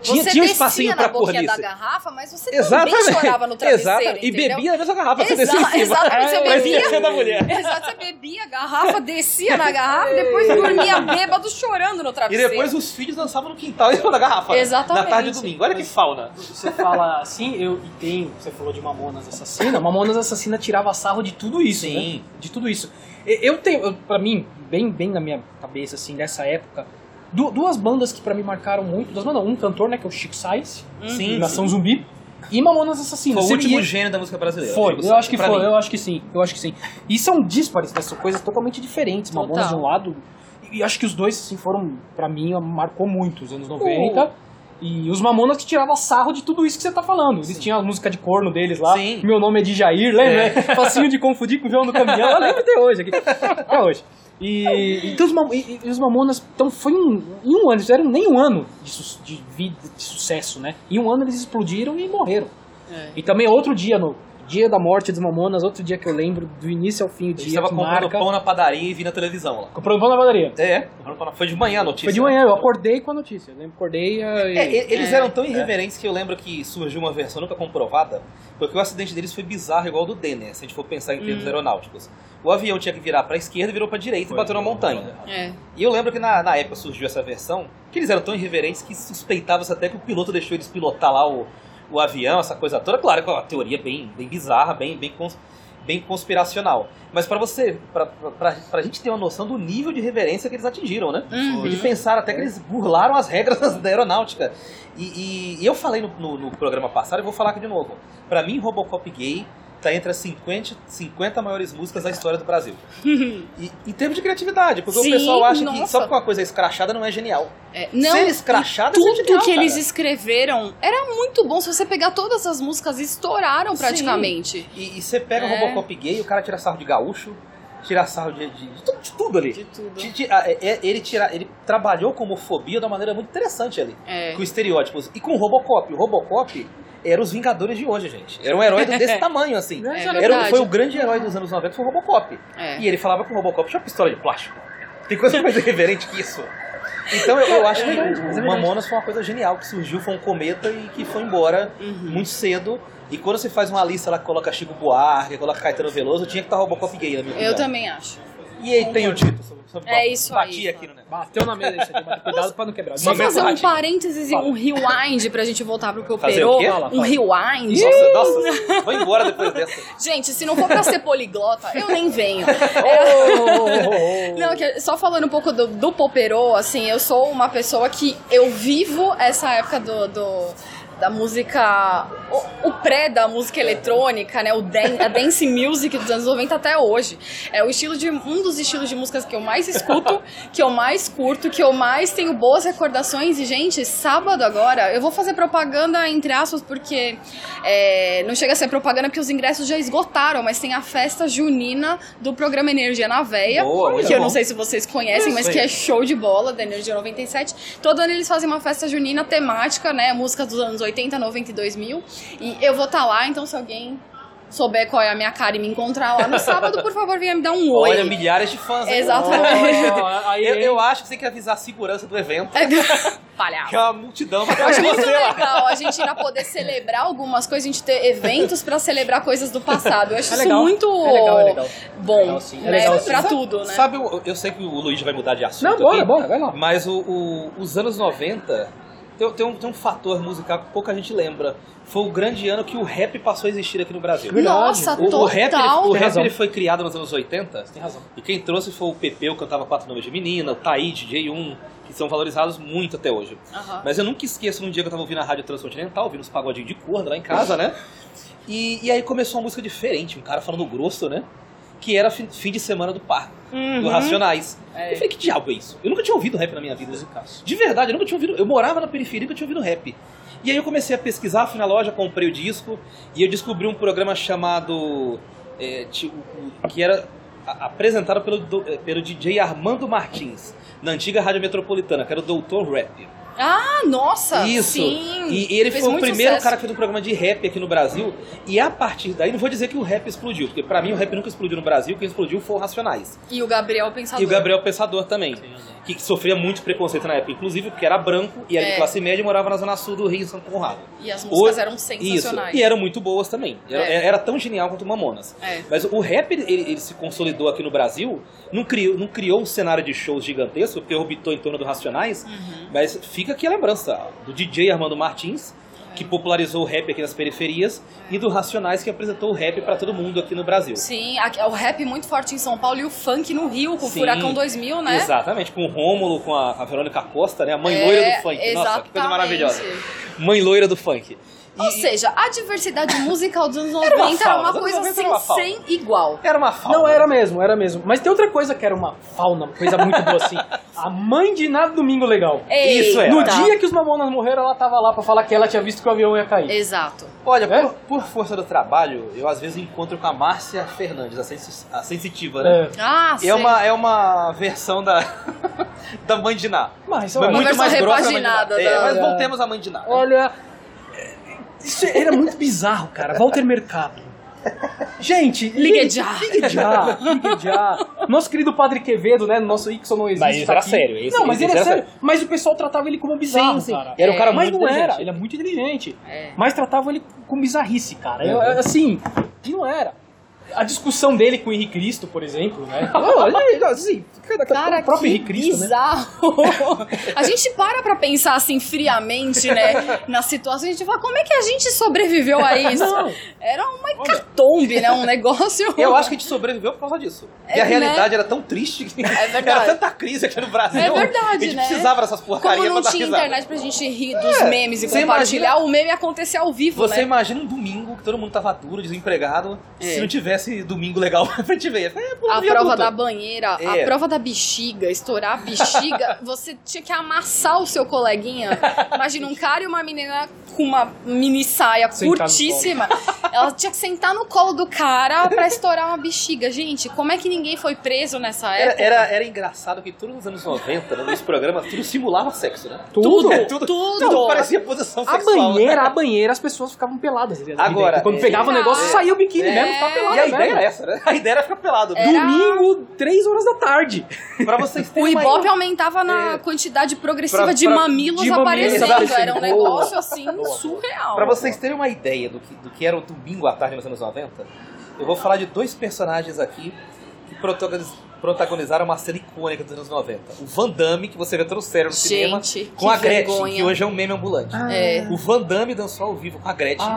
Speaker 2: Tinha,
Speaker 3: Uhum. você
Speaker 2: tinha um
Speaker 3: descia
Speaker 2: espacinho
Speaker 3: na
Speaker 2: pra
Speaker 3: boquinha
Speaker 2: cornice.
Speaker 3: da garrafa, mas você também
Speaker 2: Exatamente.
Speaker 3: chorava no travesseiro,
Speaker 2: Exatamente. E
Speaker 3: entendeu?
Speaker 2: bebia na mesma garrafa que você
Speaker 3: Exa-
Speaker 2: descia em cima. É,
Speaker 3: exatamente, você
Speaker 2: Mas
Speaker 3: bebia.
Speaker 2: ia ser da mulher.
Speaker 3: Exato, você bebia a garrafa, descia na garrafa, depois dormia bêbado chorando no
Speaker 4: E
Speaker 3: travesseiro.
Speaker 4: depois os filhos dançavam no quintal em cima da garrafa.
Speaker 3: Tá
Speaker 2: né?
Speaker 3: Exatamente.
Speaker 4: Na tarde do domingo. Olha que fauna.
Speaker 1: Você fala assim, eu e tem, você falou de Mamonas Assassina, Mamonas Assassina tirava sarro de tudo isso,
Speaker 2: Sim.
Speaker 1: né? De tudo isso. E- Eu tenho, eu- pra mim, bem, bem na minha cabeça, assim, dessa época, du- duas bandas que pra mim marcaram muito, duas bandas, um cantor, né, que é o Chico Sainz,
Speaker 2: Sim,
Speaker 1: Nação Zumbi, e Mamonas Assassina.
Speaker 2: Foi o
Speaker 1: Você
Speaker 2: último
Speaker 1: ia-
Speaker 2: gênio da música brasileira.
Speaker 1: Foi,
Speaker 2: Tipo,
Speaker 1: eu acho que
Speaker 2: pra
Speaker 1: foi,
Speaker 2: mim.
Speaker 1: eu acho que sim, eu acho que sim. E são díspares, né, são coisas totalmente diferentes, Mamonas de
Speaker 3: Total.
Speaker 1: um lado, e acho que os dois, assim, foram, pra mim, marcou muito os anos 90. E os Mamonas que tiravam sarro de tudo isso que você tá falando. Eles tinham a música de corno deles lá.
Speaker 2: Sim.
Speaker 1: Meu nome é de Jair, lembra? Facinho de confundir com o João do Caminhão. Eu lembro até hoje aqui. Até hoje. E, então os, Mam- e- e os Mamonas, então foi um, em um ano, eles fizeram nem um ano de, su- de vida, de sucesso, né? Em um ano eles explodiram e morreram.
Speaker 3: É.
Speaker 1: E também outro dia, no dia da morte dos Mamonas, outro dia que eu lembro, do início ao fim, o
Speaker 2: Eu
Speaker 1: dia
Speaker 2: estava
Speaker 1: que
Speaker 2: comprando
Speaker 1: marca...
Speaker 2: pão na padaria e vi na televisão lá.
Speaker 1: Comprando pão na padaria.
Speaker 2: É, comprando pão na... foi de manhã a notícia.
Speaker 1: Foi de manhã, eu acordei com a notícia. Eu lembro, acordei eh, e...
Speaker 2: É, e- eles
Speaker 3: É.
Speaker 2: eram tão irreverentes que eu lembro que surgiu uma versão nunca comprovada, porque o acidente deles foi bizarro, igual ao do Denner, se a gente for pensar em
Speaker 3: Hum.
Speaker 2: termos aeronáuticos. O avião tinha que virar pra esquerda, virou pra direita e bateu na montanha.
Speaker 3: É.
Speaker 2: E eu lembro que na, na época surgiu essa versão, que eles eram tão irreverentes que suspeitava-se até que o piloto deixou eles pilotar lá o, o avião, essa coisa toda. Claro, com uma teoria bem, bem bizarra, bem, bem, cons- bem conspiracional. Mas pra você, pra, pra, pra- pra gente ter uma noção do nível de reverência que eles atingiram, né?
Speaker 3: Uhum.
Speaker 2: E pensaram até que eles burlaram as regras da aeronáutica. E, e- e eu falei no, no- no programa passado, eu vou falar aqui de novo. Pra mim, Robocop Gay tá entre as 50, 50 maiores músicas da história do Brasil. E, em termos de criatividade, porque
Speaker 3: Sim,
Speaker 2: o pessoal acha que
Speaker 3: nossa.
Speaker 2: só porque uma coisa é escrachada não é genial.
Speaker 3: É. Não,
Speaker 2: Ser escrachada é
Speaker 3: tudo
Speaker 2: genial,
Speaker 3: que eles
Speaker 2: cara.
Speaker 3: escreveram era muito bom. Se você pegar todas as músicas, estouraram praticamente.
Speaker 2: E, e você pega
Speaker 3: É.
Speaker 2: o Robocop gay, o cara tira sarro de gaúcho, tira sarro de, de, de tudo, de tudo ali.
Speaker 3: De tudo.
Speaker 2: Ti- ti- ah, é- é- ele, tira, ele trabalhou com homofobia de uma maneira muito interessante ali.
Speaker 3: É.
Speaker 2: Com estereótipos. E com o Robocop. O Robocop era os Vingadores de hoje, gente. Era um herói desse tamanho, assim.
Speaker 3: É
Speaker 2: Era,
Speaker 3: verdade.
Speaker 2: foi o grande herói dos anos 90, foi o Robocop.
Speaker 3: É.
Speaker 2: E ele falava com o Robocop, tinha uma pistola de plástico. Tem coisa mais irreverente que isso. Então eu, eu
Speaker 3: É
Speaker 2: acho que o Mamonas foi uma coisa genial, que surgiu, foi um cometa e que foi embora
Speaker 3: Uhum.
Speaker 2: muito cedo. E quando você faz uma lista, ela coloca Chico Buarque, coloca Caetano Veloso, tinha que estar Robocop gay na minha
Speaker 3: Eu também acho.
Speaker 2: E aí tem o título. sobre- sobre-
Speaker 3: É isso aí,
Speaker 2: Bati aqui
Speaker 3: cara.
Speaker 2: no negócio.
Speaker 1: Bateu na mesa isso aqui, mas cuidado pra não quebrar.
Speaker 3: Só
Speaker 1: Mas-
Speaker 3: fazer um
Speaker 2: verdade.
Speaker 3: parênteses e
Speaker 1: Fala.
Speaker 3: um rewind pra gente voltar pro que
Speaker 2: Fazer
Speaker 3: operou.
Speaker 2: o quê?
Speaker 1: Fala,
Speaker 3: Um
Speaker 1: fala.
Speaker 3: rewind.
Speaker 2: Nossa, nossa, vou embora depois dessa.
Speaker 3: Gente, se não for pra ser poliglota, eu nem venho.
Speaker 1: oh,
Speaker 3: Não, que- só falando um pouco do, do Popero, assim, eu sou uma pessoa que eu vivo essa época do. do- da música, o, o pré da música eletrônica, né, o dan- a dance music dos anos 90 até hoje. É o estilo de um dos estilos de músicas que eu mais escuto, que eu mais curto, que eu mais tenho boas recordações e gente, sábado agora eu vou fazer propaganda entre aspas porque é, não chega a ser propaganda porque os ingressos já esgotaram, mas tem a festa junina do programa Energia na
Speaker 1: é
Speaker 3: Veia
Speaker 2: Boa, muito
Speaker 3: que eu
Speaker 2: bom.
Speaker 3: não sei se vocês conhecem, mas que é show de bola da Energia 97. Todo ano eles fazem uma festa junina temática, né? Músicas dos anos 80, 92 mil. E eu vou estar lá, então se alguém souber qual é a minha cara e me encontrar lá no sábado, por favor, venha me dar um oi.
Speaker 2: Olha, milhares de fãs. hein?
Speaker 3: Exatamente.
Speaker 1: Ó, aí, é
Speaker 2: Eu, eu acho que você tem que avisar a segurança do evento, que
Speaker 3: Palhaço.
Speaker 2: é uma multidão.
Speaker 3: Eu acho É muito legal a gente ainda poder celebrar algumas coisas, a gente ter eventos pra celebrar coisas do passado. Eu acho
Speaker 1: É
Speaker 3: isso
Speaker 1: legal,
Speaker 3: muito
Speaker 1: é legal, é legal.
Speaker 3: bom,
Speaker 1: É legal, sim, é
Speaker 3: né?
Speaker 1: legal, sim.
Speaker 3: pra
Speaker 2: Sabe-
Speaker 3: tudo, né?
Speaker 2: Sabe, eu, eu sei que o Luigi vai mudar de assunto.
Speaker 1: Não, bora,
Speaker 2: aqui,
Speaker 1: bora, vai lá.
Speaker 2: Mas o- o- os anos 90 tem, tem um, tem um fator musical que pouca gente lembra. Foi o grande ano que o rap passou a existir aqui no Brasil.
Speaker 1: é Verdade.
Speaker 3: Nossa,
Speaker 2: O, o rap, ele,
Speaker 3: total.
Speaker 2: o rap
Speaker 1: razão.
Speaker 2: ele foi criado nos anos 80. Você tem
Speaker 1: razão.
Speaker 2: E quem trouxe foi o Pepeu, cantava quatro nomes de menina, o Taí, DJ1, que são valorizados muito até hoje.
Speaker 3: Aham.
Speaker 2: Mas eu nunca esqueço um dia que eu tava ouvindo a Rádio Transcontinental, ouvindo uns pagodinhos de corno lá em casa, né? E, e aí começou uma música diferente, um cara falando grosso, né? Que era fim, fim de semana do parque, do Racionais.
Speaker 3: É.
Speaker 2: Eu falei, que diabo é isso? Eu nunca tinha ouvido rap na minha vida. De verdade, eu nunca tinha ouvido. Eu morava na periferia e nunca tinha ouvido rap. E aí eu comecei a pesquisar, fui na loja, comprei o disco e eu descobri um programa chamado. é, ti- o- o- que era a- apresentado pelo, do- eh, pelo DJ Armando Martins, na antiga Rádio Metropolitana, que era o Doutor Rap.
Speaker 3: Ah, nossa!
Speaker 2: Isso.
Speaker 3: Sim.
Speaker 2: E ele
Speaker 3: Hum, Fez
Speaker 2: foi o
Speaker 3: muito
Speaker 2: primeiro
Speaker 3: sucesso.
Speaker 2: cara que fez um programa de rap aqui no Brasil. E a partir daí, não vou dizer que o rap explodiu, porque pra mim o rap nunca explodiu no Brasil, quem explodiu foi o Racionais.
Speaker 3: E o Gabriel Pensador.
Speaker 2: E o Gabriel Pensador também, que sofria muito preconceito na época, inclusive porque era branco e era
Speaker 3: É.
Speaker 2: de classe média e morava na zona sul do Rio em São Conrado.
Speaker 3: E as músicas
Speaker 2: O-
Speaker 3: eram sensacionais.
Speaker 2: Isso. E eram muito boas também. Era,
Speaker 3: É.
Speaker 2: era tão genial quanto o Mamonas.
Speaker 3: É.
Speaker 2: Mas o rap, ele, ele- ele se consolidou aqui no Brasil, não criou, não criou um cenário de shows gigantesco, porque orbitou em torno do Racionais, mas fica aqui a lembrança do DJ Armando Martins, que popularizou o rap aqui nas periferias, e do Racionais, que apresentou o rap pra todo mundo aqui no Brasil.
Speaker 3: Sim, a- o rap muito forte em São Paulo e o funk no Rio, com o
Speaker 2: Sim.
Speaker 3: Furacão 2000, né?
Speaker 2: Exatamente, com o Rômulo, com a, a Verônica Costa, né? A mãe
Speaker 3: É,
Speaker 2: loira do funk. Nossa, que coisa
Speaker 3: exatamente.
Speaker 2: maravilhosa. Mãe loira do funk.
Speaker 3: Ou seja, a diversidade musical dos anos 90 era uma,
Speaker 2: fauna, dos anos
Speaker 3: coisa
Speaker 2: 90
Speaker 3: assim,
Speaker 2: era uma fauna.
Speaker 3: sem igual.
Speaker 2: Era uma fauna.
Speaker 1: Não, era mesmo, era mesmo. Mas tem outra coisa que era uma fauna, uma coisa muito boa assim. A mãe de nada domingo legal.
Speaker 2: Isso é.
Speaker 3: Eita.
Speaker 1: No dia que os mamonas morreram, ela tava lá pra falar que ela tinha visto que o avião ia cair.
Speaker 3: Exato.
Speaker 2: Olha,
Speaker 1: É?
Speaker 2: por, por força do trabalho, eu às vezes encontro com a Márcia Fernandes, a, sensi- a sensitiva, né?
Speaker 1: É.
Speaker 3: Ah,
Speaker 2: É, uma, é uma versão da, da Mãe de Ná.
Speaker 1: Mas,
Speaker 2: Mas
Speaker 1: olha,
Speaker 3: versão
Speaker 2: grossa que a Mãe de Ná.
Speaker 3: repaginada
Speaker 2: É,
Speaker 3: da-
Speaker 2: mas
Speaker 1: da-
Speaker 2: voltemos à Mãe de Ná.
Speaker 1: olha, é, isso era muito bizarro, cara. Walter Mercado. Gente,
Speaker 3: Ligue
Speaker 1: ligue-
Speaker 3: já.
Speaker 1: Ligue já, ligue já. Nosso querido Padre Quevedo, né? Nosso Ixon não existe.
Speaker 5: Mas isso
Speaker 1: tá
Speaker 5: era
Speaker 1: aqui.
Speaker 5: sério, esse-
Speaker 1: não, mas
Speaker 5: esse
Speaker 1: ele é
Speaker 5: era
Speaker 1: sério. Mas o pessoal tratava ele como bizarro,
Speaker 5: sim.
Speaker 1: cara.
Speaker 5: Era um cara
Speaker 1: mas
Speaker 5: muito
Speaker 1: não
Speaker 5: inteligente.
Speaker 1: era. Ele é muito inteligente.
Speaker 3: É.
Speaker 1: Mas tratavam ele com bizarrice, cara. Eu-
Speaker 5: É.
Speaker 1: eu- assim, que não era. A discussão dele com o Henrique Cristo, por exemplo, né?
Speaker 2: assim,
Speaker 3: Cara,
Speaker 1: o próprio
Speaker 3: que
Speaker 1: Henrique Cristo, né?
Speaker 3: bizarro. a gente para pra pensar assim friamente, né, na situação. A gente fala, como é que a gente sobreviveu a isso?
Speaker 1: Não.
Speaker 3: Era uma hecatombe, né, um negócio...
Speaker 2: Eu acho que a gente sobreviveu por causa disso. e a
Speaker 3: né?
Speaker 2: realidade era tão triste que
Speaker 3: É verdade.
Speaker 2: era tanta crise aqui no Brasil.
Speaker 3: É verdade,
Speaker 2: A gente
Speaker 3: né?
Speaker 2: precisava dessas
Speaker 3: Como
Speaker 2: porcarias
Speaker 3: não
Speaker 2: pra dar
Speaker 3: tinha
Speaker 2: risada.
Speaker 3: internet né? pra gente rir dos
Speaker 2: É,
Speaker 3: memes e
Speaker 2: você
Speaker 3: compartilhar, o meme acontecia ao vivo,
Speaker 2: Você
Speaker 3: né?
Speaker 2: imagina um domingo que todo mundo tava duro, desempregado,
Speaker 3: É.
Speaker 2: se não tivesse domingo legal pra gente ver. É, pula
Speaker 3: A
Speaker 2: um viaduto.
Speaker 3: prova da banheira, a
Speaker 2: É.
Speaker 3: prova da bexiga, estourar a bexiga, você tinha que amassar o seu coleguinha. Imagina um cara e uma menina com uma mini saia
Speaker 1: Sentar no
Speaker 3: curtíssima. Ela tinha que sentar no colo do cara pra estourar uma bexiga. Gente, como é que ninguém foi preso nessa
Speaker 2: Era,
Speaker 3: época?
Speaker 2: era, era engraçado que tudo nos anos 90, né, nesse programa, tudo simulava sexo, né?
Speaker 1: Tudo.
Speaker 2: É, tudo,
Speaker 3: Tudo.
Speaker 2: parecia posição
Speaker 1: A
Speaker 2: sexual.
Speaker 1: banheira,
Speaker 2: né?
Speaker 1: a banheira, as pessoas ficavam peladas. ali dentro.
Speaker 2: Agora,
Speaker 1: quando
Speaker 2: é-
Speaker 1: pegava o negócio,
Speaker 3: É.
Speaker 1: saía o biquíni mesmo, ficava pelada.
Speaker 2: E a
Speaker 1: mesmo.
Speaker 2: ideia era essa, né? A ideia era ficar pelado.
Speaker 3: É. Era-
Speaker 1: Domingo, três horas da tarde.
Speaker 2: Pra vocês terem
Speaker 3: O
Speaker 2: uma
Speaker 3: Ibope aumentava na
Speaker 2: É.
Speaker 3: quantidade progressiva
Speaker 2: Pra-
Speaker 3: de
Speaker 2: pra-
Speaker 3: mamilos
Speaker 1: de mamilos
Speaker 3: aparecendo. Era um
Speaker 1: aparecendo. Boa.
Speaker 3: negócio assim surreal.
Speaker 2: Pra vocês terem uma ideia do que, do que era o domingo à tarde nos anos 90, eu vou falar de dois personagens aqui que protagoniz- protagonizaram uma cena icônica dos anos 90. O Van Damme, que você vê todo sério no cinema,
Speaker 3: Gente,
Speaker 2: com
Speaker 3: que
Speaker 2: a Gretchen,
Speaker 3: vergonha.
Speaker 2: que hoje é um meme ambulante.
Speaker 1: Ah,
Speaker 3: É.
Speaker 2: O Van Damme dançou ao vivo com a Gretchen.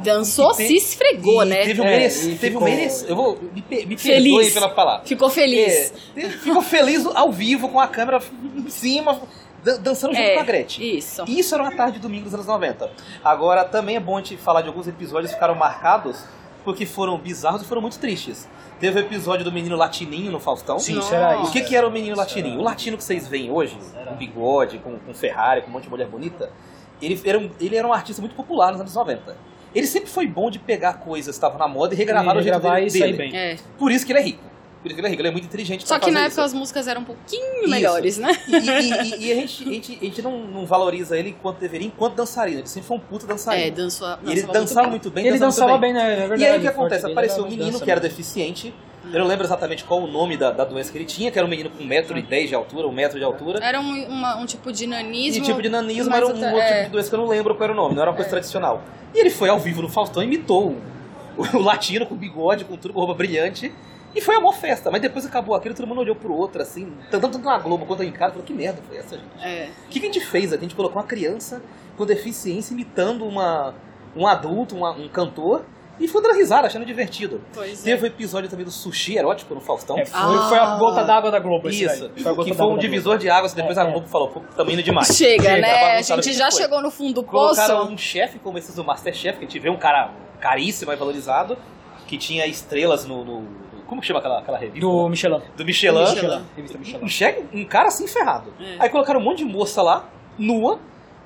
Speaker 3: Dançou,
Speaker 2: E te-
Speaker 3: se esfregou,
Speaker 2: e
Speaker 3: né?
Speaker 2: Teve um
Speaker 1: É,
Speaker 2: merece-
Speaker 1: e
Speaker 2: teve um
Speaker 1: ficou-
Speaker 2: merece- Eu vou. Me, pe- me
Speaker 3: Feliz.
Speaker 2: perdoe pela palavra.
Speaker 3: Ficou feliz.
Speaker 2: É, teve- ficou feliz ao vivo com a câmera em cima, dan- dançando junto
Speaker 3: É,
Speaker 2: com a Gretchen.
Speaker 3: Isso.
Speaker 2: Isso era uma tarde de domingo dos anos 90. Agora, também é bom a gente falar de alguns episódios que ficaram marcados porque foram bizarros e foram muito tristes. Teve o episódio do menino latininho no Faustão.
Speaker 1: Sim,
Speaker 3: Nossa.
Speaker 1: será
Speaker 2: O
Speaker 1: isso.
Speaker 2: que, que era o menino latininho? O latino que vocês veem hoje, com bigode, com, com Ferrari, com um monte de mulher bonita, ele era, um, ele era um artista muito popular nos anos 90. Ele sempre foi bom de pegar coisas que estavam na moda e regravar o jeito
Speaker 1: Regravar
Speaker 2: dele.
Speaker 1: e sair
Speaker 2: dele.
Speaker 1: bem.
Speaker 3: É.
Speaker 2: Por isso que ele é rico. Por isso que ele é rico, ele é muito inteligente.
Speaker 3: Só
Speaker 2: pra
Speaker 3: que na
Speaker 2: fazer
Speaker 3: época
Speaker 2: isso.
Speaker 3: as músicas eram um pouquinho
Speaker 2: Isso.
Speaker 3: melhores, né?
Speaker 2: E, e- e- e a gente, a gente, a gente não, não valoriza ele enquanto deveria, enquanto dançarino. Ele sempre foi um puta dançarino.
Speaker 3: É, dançou.
Speaker 2: E ele dançava muito bem.
Speaker 1: Ele dançava
Speaker 2: muito
Speaker 1: bem, né? É verdade.
Speaker 2: e aí o que
Speaker 1: forte
Speaker 2: acontece?
Speaker 1: dele
Speaker 2: Apareceu
Speaker 1: era
Speaker 2: um menino
Speaker 1: dança
Speaker 2: que era
Speaker 1: mesmo.
Speaker 2: deficiente. Eu não lembro exatamente qual o nome da, da doença que ele tinha, que era um menino com
Speaker 3: Ah.
Speaker 2: 1,10m de altura, 1 metro de altura.
Speaker 3: Era um, uma- um tipo de
Speaker 2: E
Speaker 3: nanismo.
Speaker 2: tipo de nanismo
Speaker 3: mas
Speaker 2: era um
Speaker 3: outra-
Speaker 2: outro
Speaker 3: é.
Speaker 2: tipo de doença que eu não lembro qual era o nome, não era uma coisa tradicional. E ele foi ao vivo no Faustão e imitou o, o latino com bigode, com tudo, com roupa brilhante. E foi uma festa, mas depois acabou aquilo, todo mundo olhou pro outro, assim, tanto, tanto na Globo quanto em casa, falou, que merda foi essa, gente?
Speaker 3: É.
Speaker 2: O que, que a gente fez aqui? A gente colocou uma criança com deficiência imitando uma, um adulto, uma- um cantor, e foi dando risada, achando divertido.
Speaker 3: Pois é.
Speaker 2: Teve o episódio também do sushi erótico no Faustão.
Speaker 1: É, foi, foi a gota d'água da Globo esse
Speaker 2: Isso,
Speaker 1: daí. Foi a gota
Speaker 2: que foi
Speaker 1: d'água
Speaker 2: um
Speaker 1: da Globo.
Speaker 2: divisor de águas, e depois
Speaker 1: É,
Speaker 2: a
Speaker 1: é.
Speaker 2: Globo falou, pô, tamo indo demais.
Speaker 3: Chega,
Speaker 2: Chega,
Speaker 3: né? A
Speaker 2: bagunçaram
Speaker 3: gente
Speaker 2: o que
Speaker 3: já
Speaker 2: foi.
Speaker 3: chegou no fundo do poço.
Speaker 2: Colocaram um chefe como esses do Masterchef, que a gente vê um cara caríssimo e valorizado, que tinha estrelas no... no- como que chama aquela, aquela revista?
Speaker 1: Do Michelin.
Speaker 2: Do Michelin.
Speaker 3: Michelin.
Speaker 1: Revista Michelin.
Speaker 2: Um, chefe- um cara assim ferrado.
Speaker 3: É.
Speaker 2: Aí colocaram um monte de moça lá, nua,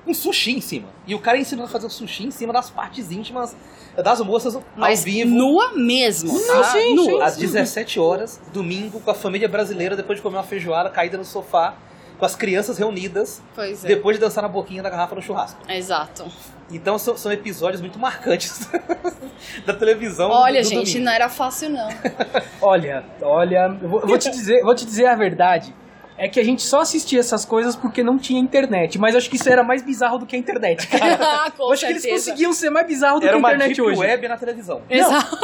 Speaker 2: um sushi em cima. E o cara ensinando a fazer o sushi em cima das partes íntimas das moças
Speaker 3: Mas
Speaker 2: ao vivo.
Speaker 3: nua mesmo. tá?
Speaker 2: sim,
Speaker 3: nua.
Speaker 2: Às 17 horas, domingo, com a família brasileira, depois de comer uma feijoada caída no sofá, com as crianças reunidas,
Speaker 3: Pois é.
Speaker 2: depois de dançar na boquinha da garrafa no churrasco.
Speaker 3: Exato.
Speaker 2: Então são, são episódios muito marcantes da televisão.
Speaker 3: Olha,
Speaker 2: do- do
Speaker 3: gente,
Speaker 2: domingo.
Speaker 3: não era fácil, não.
Speaker 1: Olha, olha, eu vou, vou te dizer, vou te dizer a verdade. É que a gente só assistia essas coisas porque não tinha internet, mas acho que isso era mais bizarro do que a internet, cara.
Speaker 3: Com
Speaker 1: acho que eles
Speaker 3: certeza.
Speaker 1: conseguiam ser mais bizarro do
Speaker 2: Era
Speaker 1: que a
Speaker 2: uma
Speaker 1: internet
Speaker 2: deep
Speaker 1: hoje.
Speaker 2: web na televisão.
Speaker 3: Exato.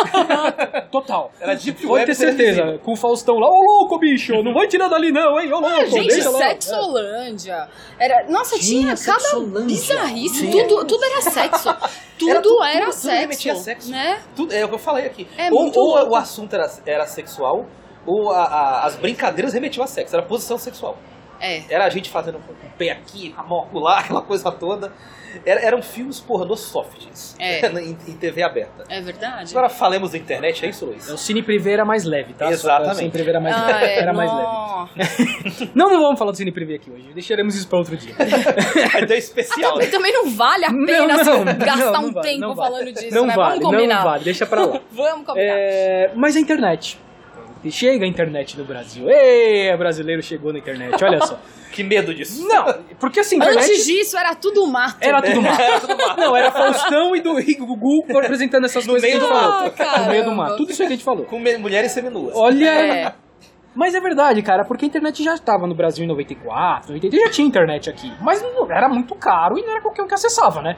Speaker 1: Total.
Speaker 2: Era deep
Speaker 1: Pode
Speaker 2: web
Speaker 1: ter certeza.
Speaker 2: televisiva.
Speaker 1: Com o Faustão lá, ô louco, bicho, não vai tirar dali não, hein? Ô louco,
Speaker 3: Gente,
Speaker 1: deixa lá.
Speaker 2: é.
Speaker 3: sexolândia. Era, nossa, tinha,
Speaker 1: Tinha
Speaker 3: cada
Speaker 1: sexolândia.
Speaker 3: bizarrice.
Speaker 1: Tinha.
Speaker 3: Tudo, tudo era sexo.
Speaker 2: Era
Speaker 3: Tudo era,
Speaker 2: tudo- tudo- tudo
Speaker 3: sexo.
Speaker 2: remetia a sexo.
Speaker 3: Né?
Speaker 2: Tudo, é o que eu falei aqui.
Speaker 3: É
Speaker 2: ou
Speaker 3: muito
Speaker 2: ou
Speaker 3: louco.
Speaker 2: o assunto era, era sexual, ou a- a- as brincadeiras remetiam a sexo, era posição sexual.
Speaker 3: É.
Speaker 2: Era a gente fazendo com o pé aqui, com a mão acolá, aquela coisa toda. Era- eram filmes pornô softs
Speaker 3: É.
Speaker 2: em, em TV aberta.
Speaker 3: É verdade?
Speaker 2: Agora falemos da internet, é isso, Luiz?
Speaker 1: É, O Cine Privé era mais leve, tá? Só pra-
Speaker 2: Exatamente.
Speaker 1: O Cine Privé era mais,
Speaker 3: Ah, é,
Speaker 1: era mais leve.
Speaker 3: nó.
Speaker 1: Não, não vamos falar do Cine Privé aqui hoje. Deixaremos isso pra outro dia.
Speaker 2: Mas deu
Speaker 3: Ah,
Speaker 2: especial,
Speaker 3: também,
Speaker 2: né?
Speaker 3: também não vale a
Speaker 1: Não,
Speaker 3: pena
Speaker 1: não,
Speaker 3: assim,
Speaker 1: não,
Speaker 3: gastar
Speaker 1: não
Speaker 3: um
Speaker 1: vale,
Speaker 3: tempo
Speaker 1: não vale.
Speaker 3: falando disso,
Speaker 1: não
Speaker 3: né?
Speaker 1: vale,
Speaker 3: Vamos combinar.
Speaker 1: não vale. Deixa pra lá.
Speaker 3: Vamos combinar.
Speaker 1: É, mas a internet. Chega a internet no Brasil. Ê, brasileiro chegou na internet, olha só.
Speaker 2: Que medo disso.
Speaker 1: Não, porque assim, internet
Speaker 3: Antes disso, era tudo mato.
Speaker 1: era tudo mato. Não, era Faustão e do e Gugu apresentando essas coisas
Speaker 2: meio
Speaker 1: que a
Speaker 2: do
Speaker 1: gente
Speaker 3: mato.
Speaker 1: falou.
Speaker 3: Ah,
Speaker 1: no meio do mato.
Speaker 3: caramba.
Speaker 1: Tudo isso aí que a gente falou.
Speaker 2: Com me- mulheres seminuas.
Speaker 1: Olha.
Speaker 3: É.
Speaker 1: Mas é verdade, cara, porque a internet já estava no Brasil em 94, 80, já tinha internet aqui. Mas não- era muito caro e não era qualquer um que acessava, né?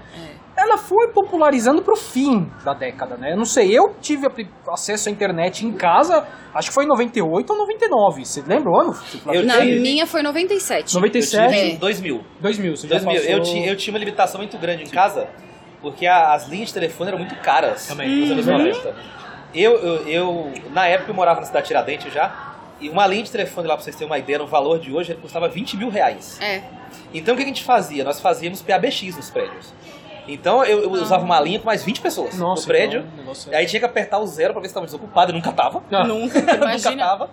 Speaker 1: Ela foi popularizando pro fim da década, né? Eu não sei, eu tive a pri- acesso à internet em casa, acho que foi em 98 ou 99. Você lembra o ano?
Speaker 2: Eu
Speaker 3: Na
Speaker 2: tive.
Speaker 3: minha foi 97.
Speaker 2: Eu
Speaker 1: 97,
Speaker 2: tive em 2000.
Speaker 1: 2000, você já
Speaker 2: 2000. Eu,
Speaker 1: passou-
Speaker 2: ti- eu tinha uma limitação muito grande em casa, porque a- as linhas de telefone eram muito caras
Speaker 1: Também.
Speaker 2: nos anos
Speaker 1: Uhum.
Speaker 2: 90. Eu, eu, eu- na época, eu morava na cidade de Tiradentes já, e uma linha de telefone lá, pra vocês terem uma ideia, no valor de hoje, ele custava 20 mil reais.
Speaker 3: É.
Speaker 2: Então, o que a gente fazia? Nós fazíamos PABX nos prédios. Então, eu, eu usava uma linha com mais 20 pessoas
Speaker 1: Nossa,
Speaker 2: no prédio,
Speaker 1: então, o negócio era-
Speaker 2: aí tinha que apertar o zero pra ver se tava desocupado, e nunca tava.
Speaker 1: Ah,
Speaker 3: Nunca,
Speaker 2: nunca
Speaker 3: imagina.
Speaker 2: tava.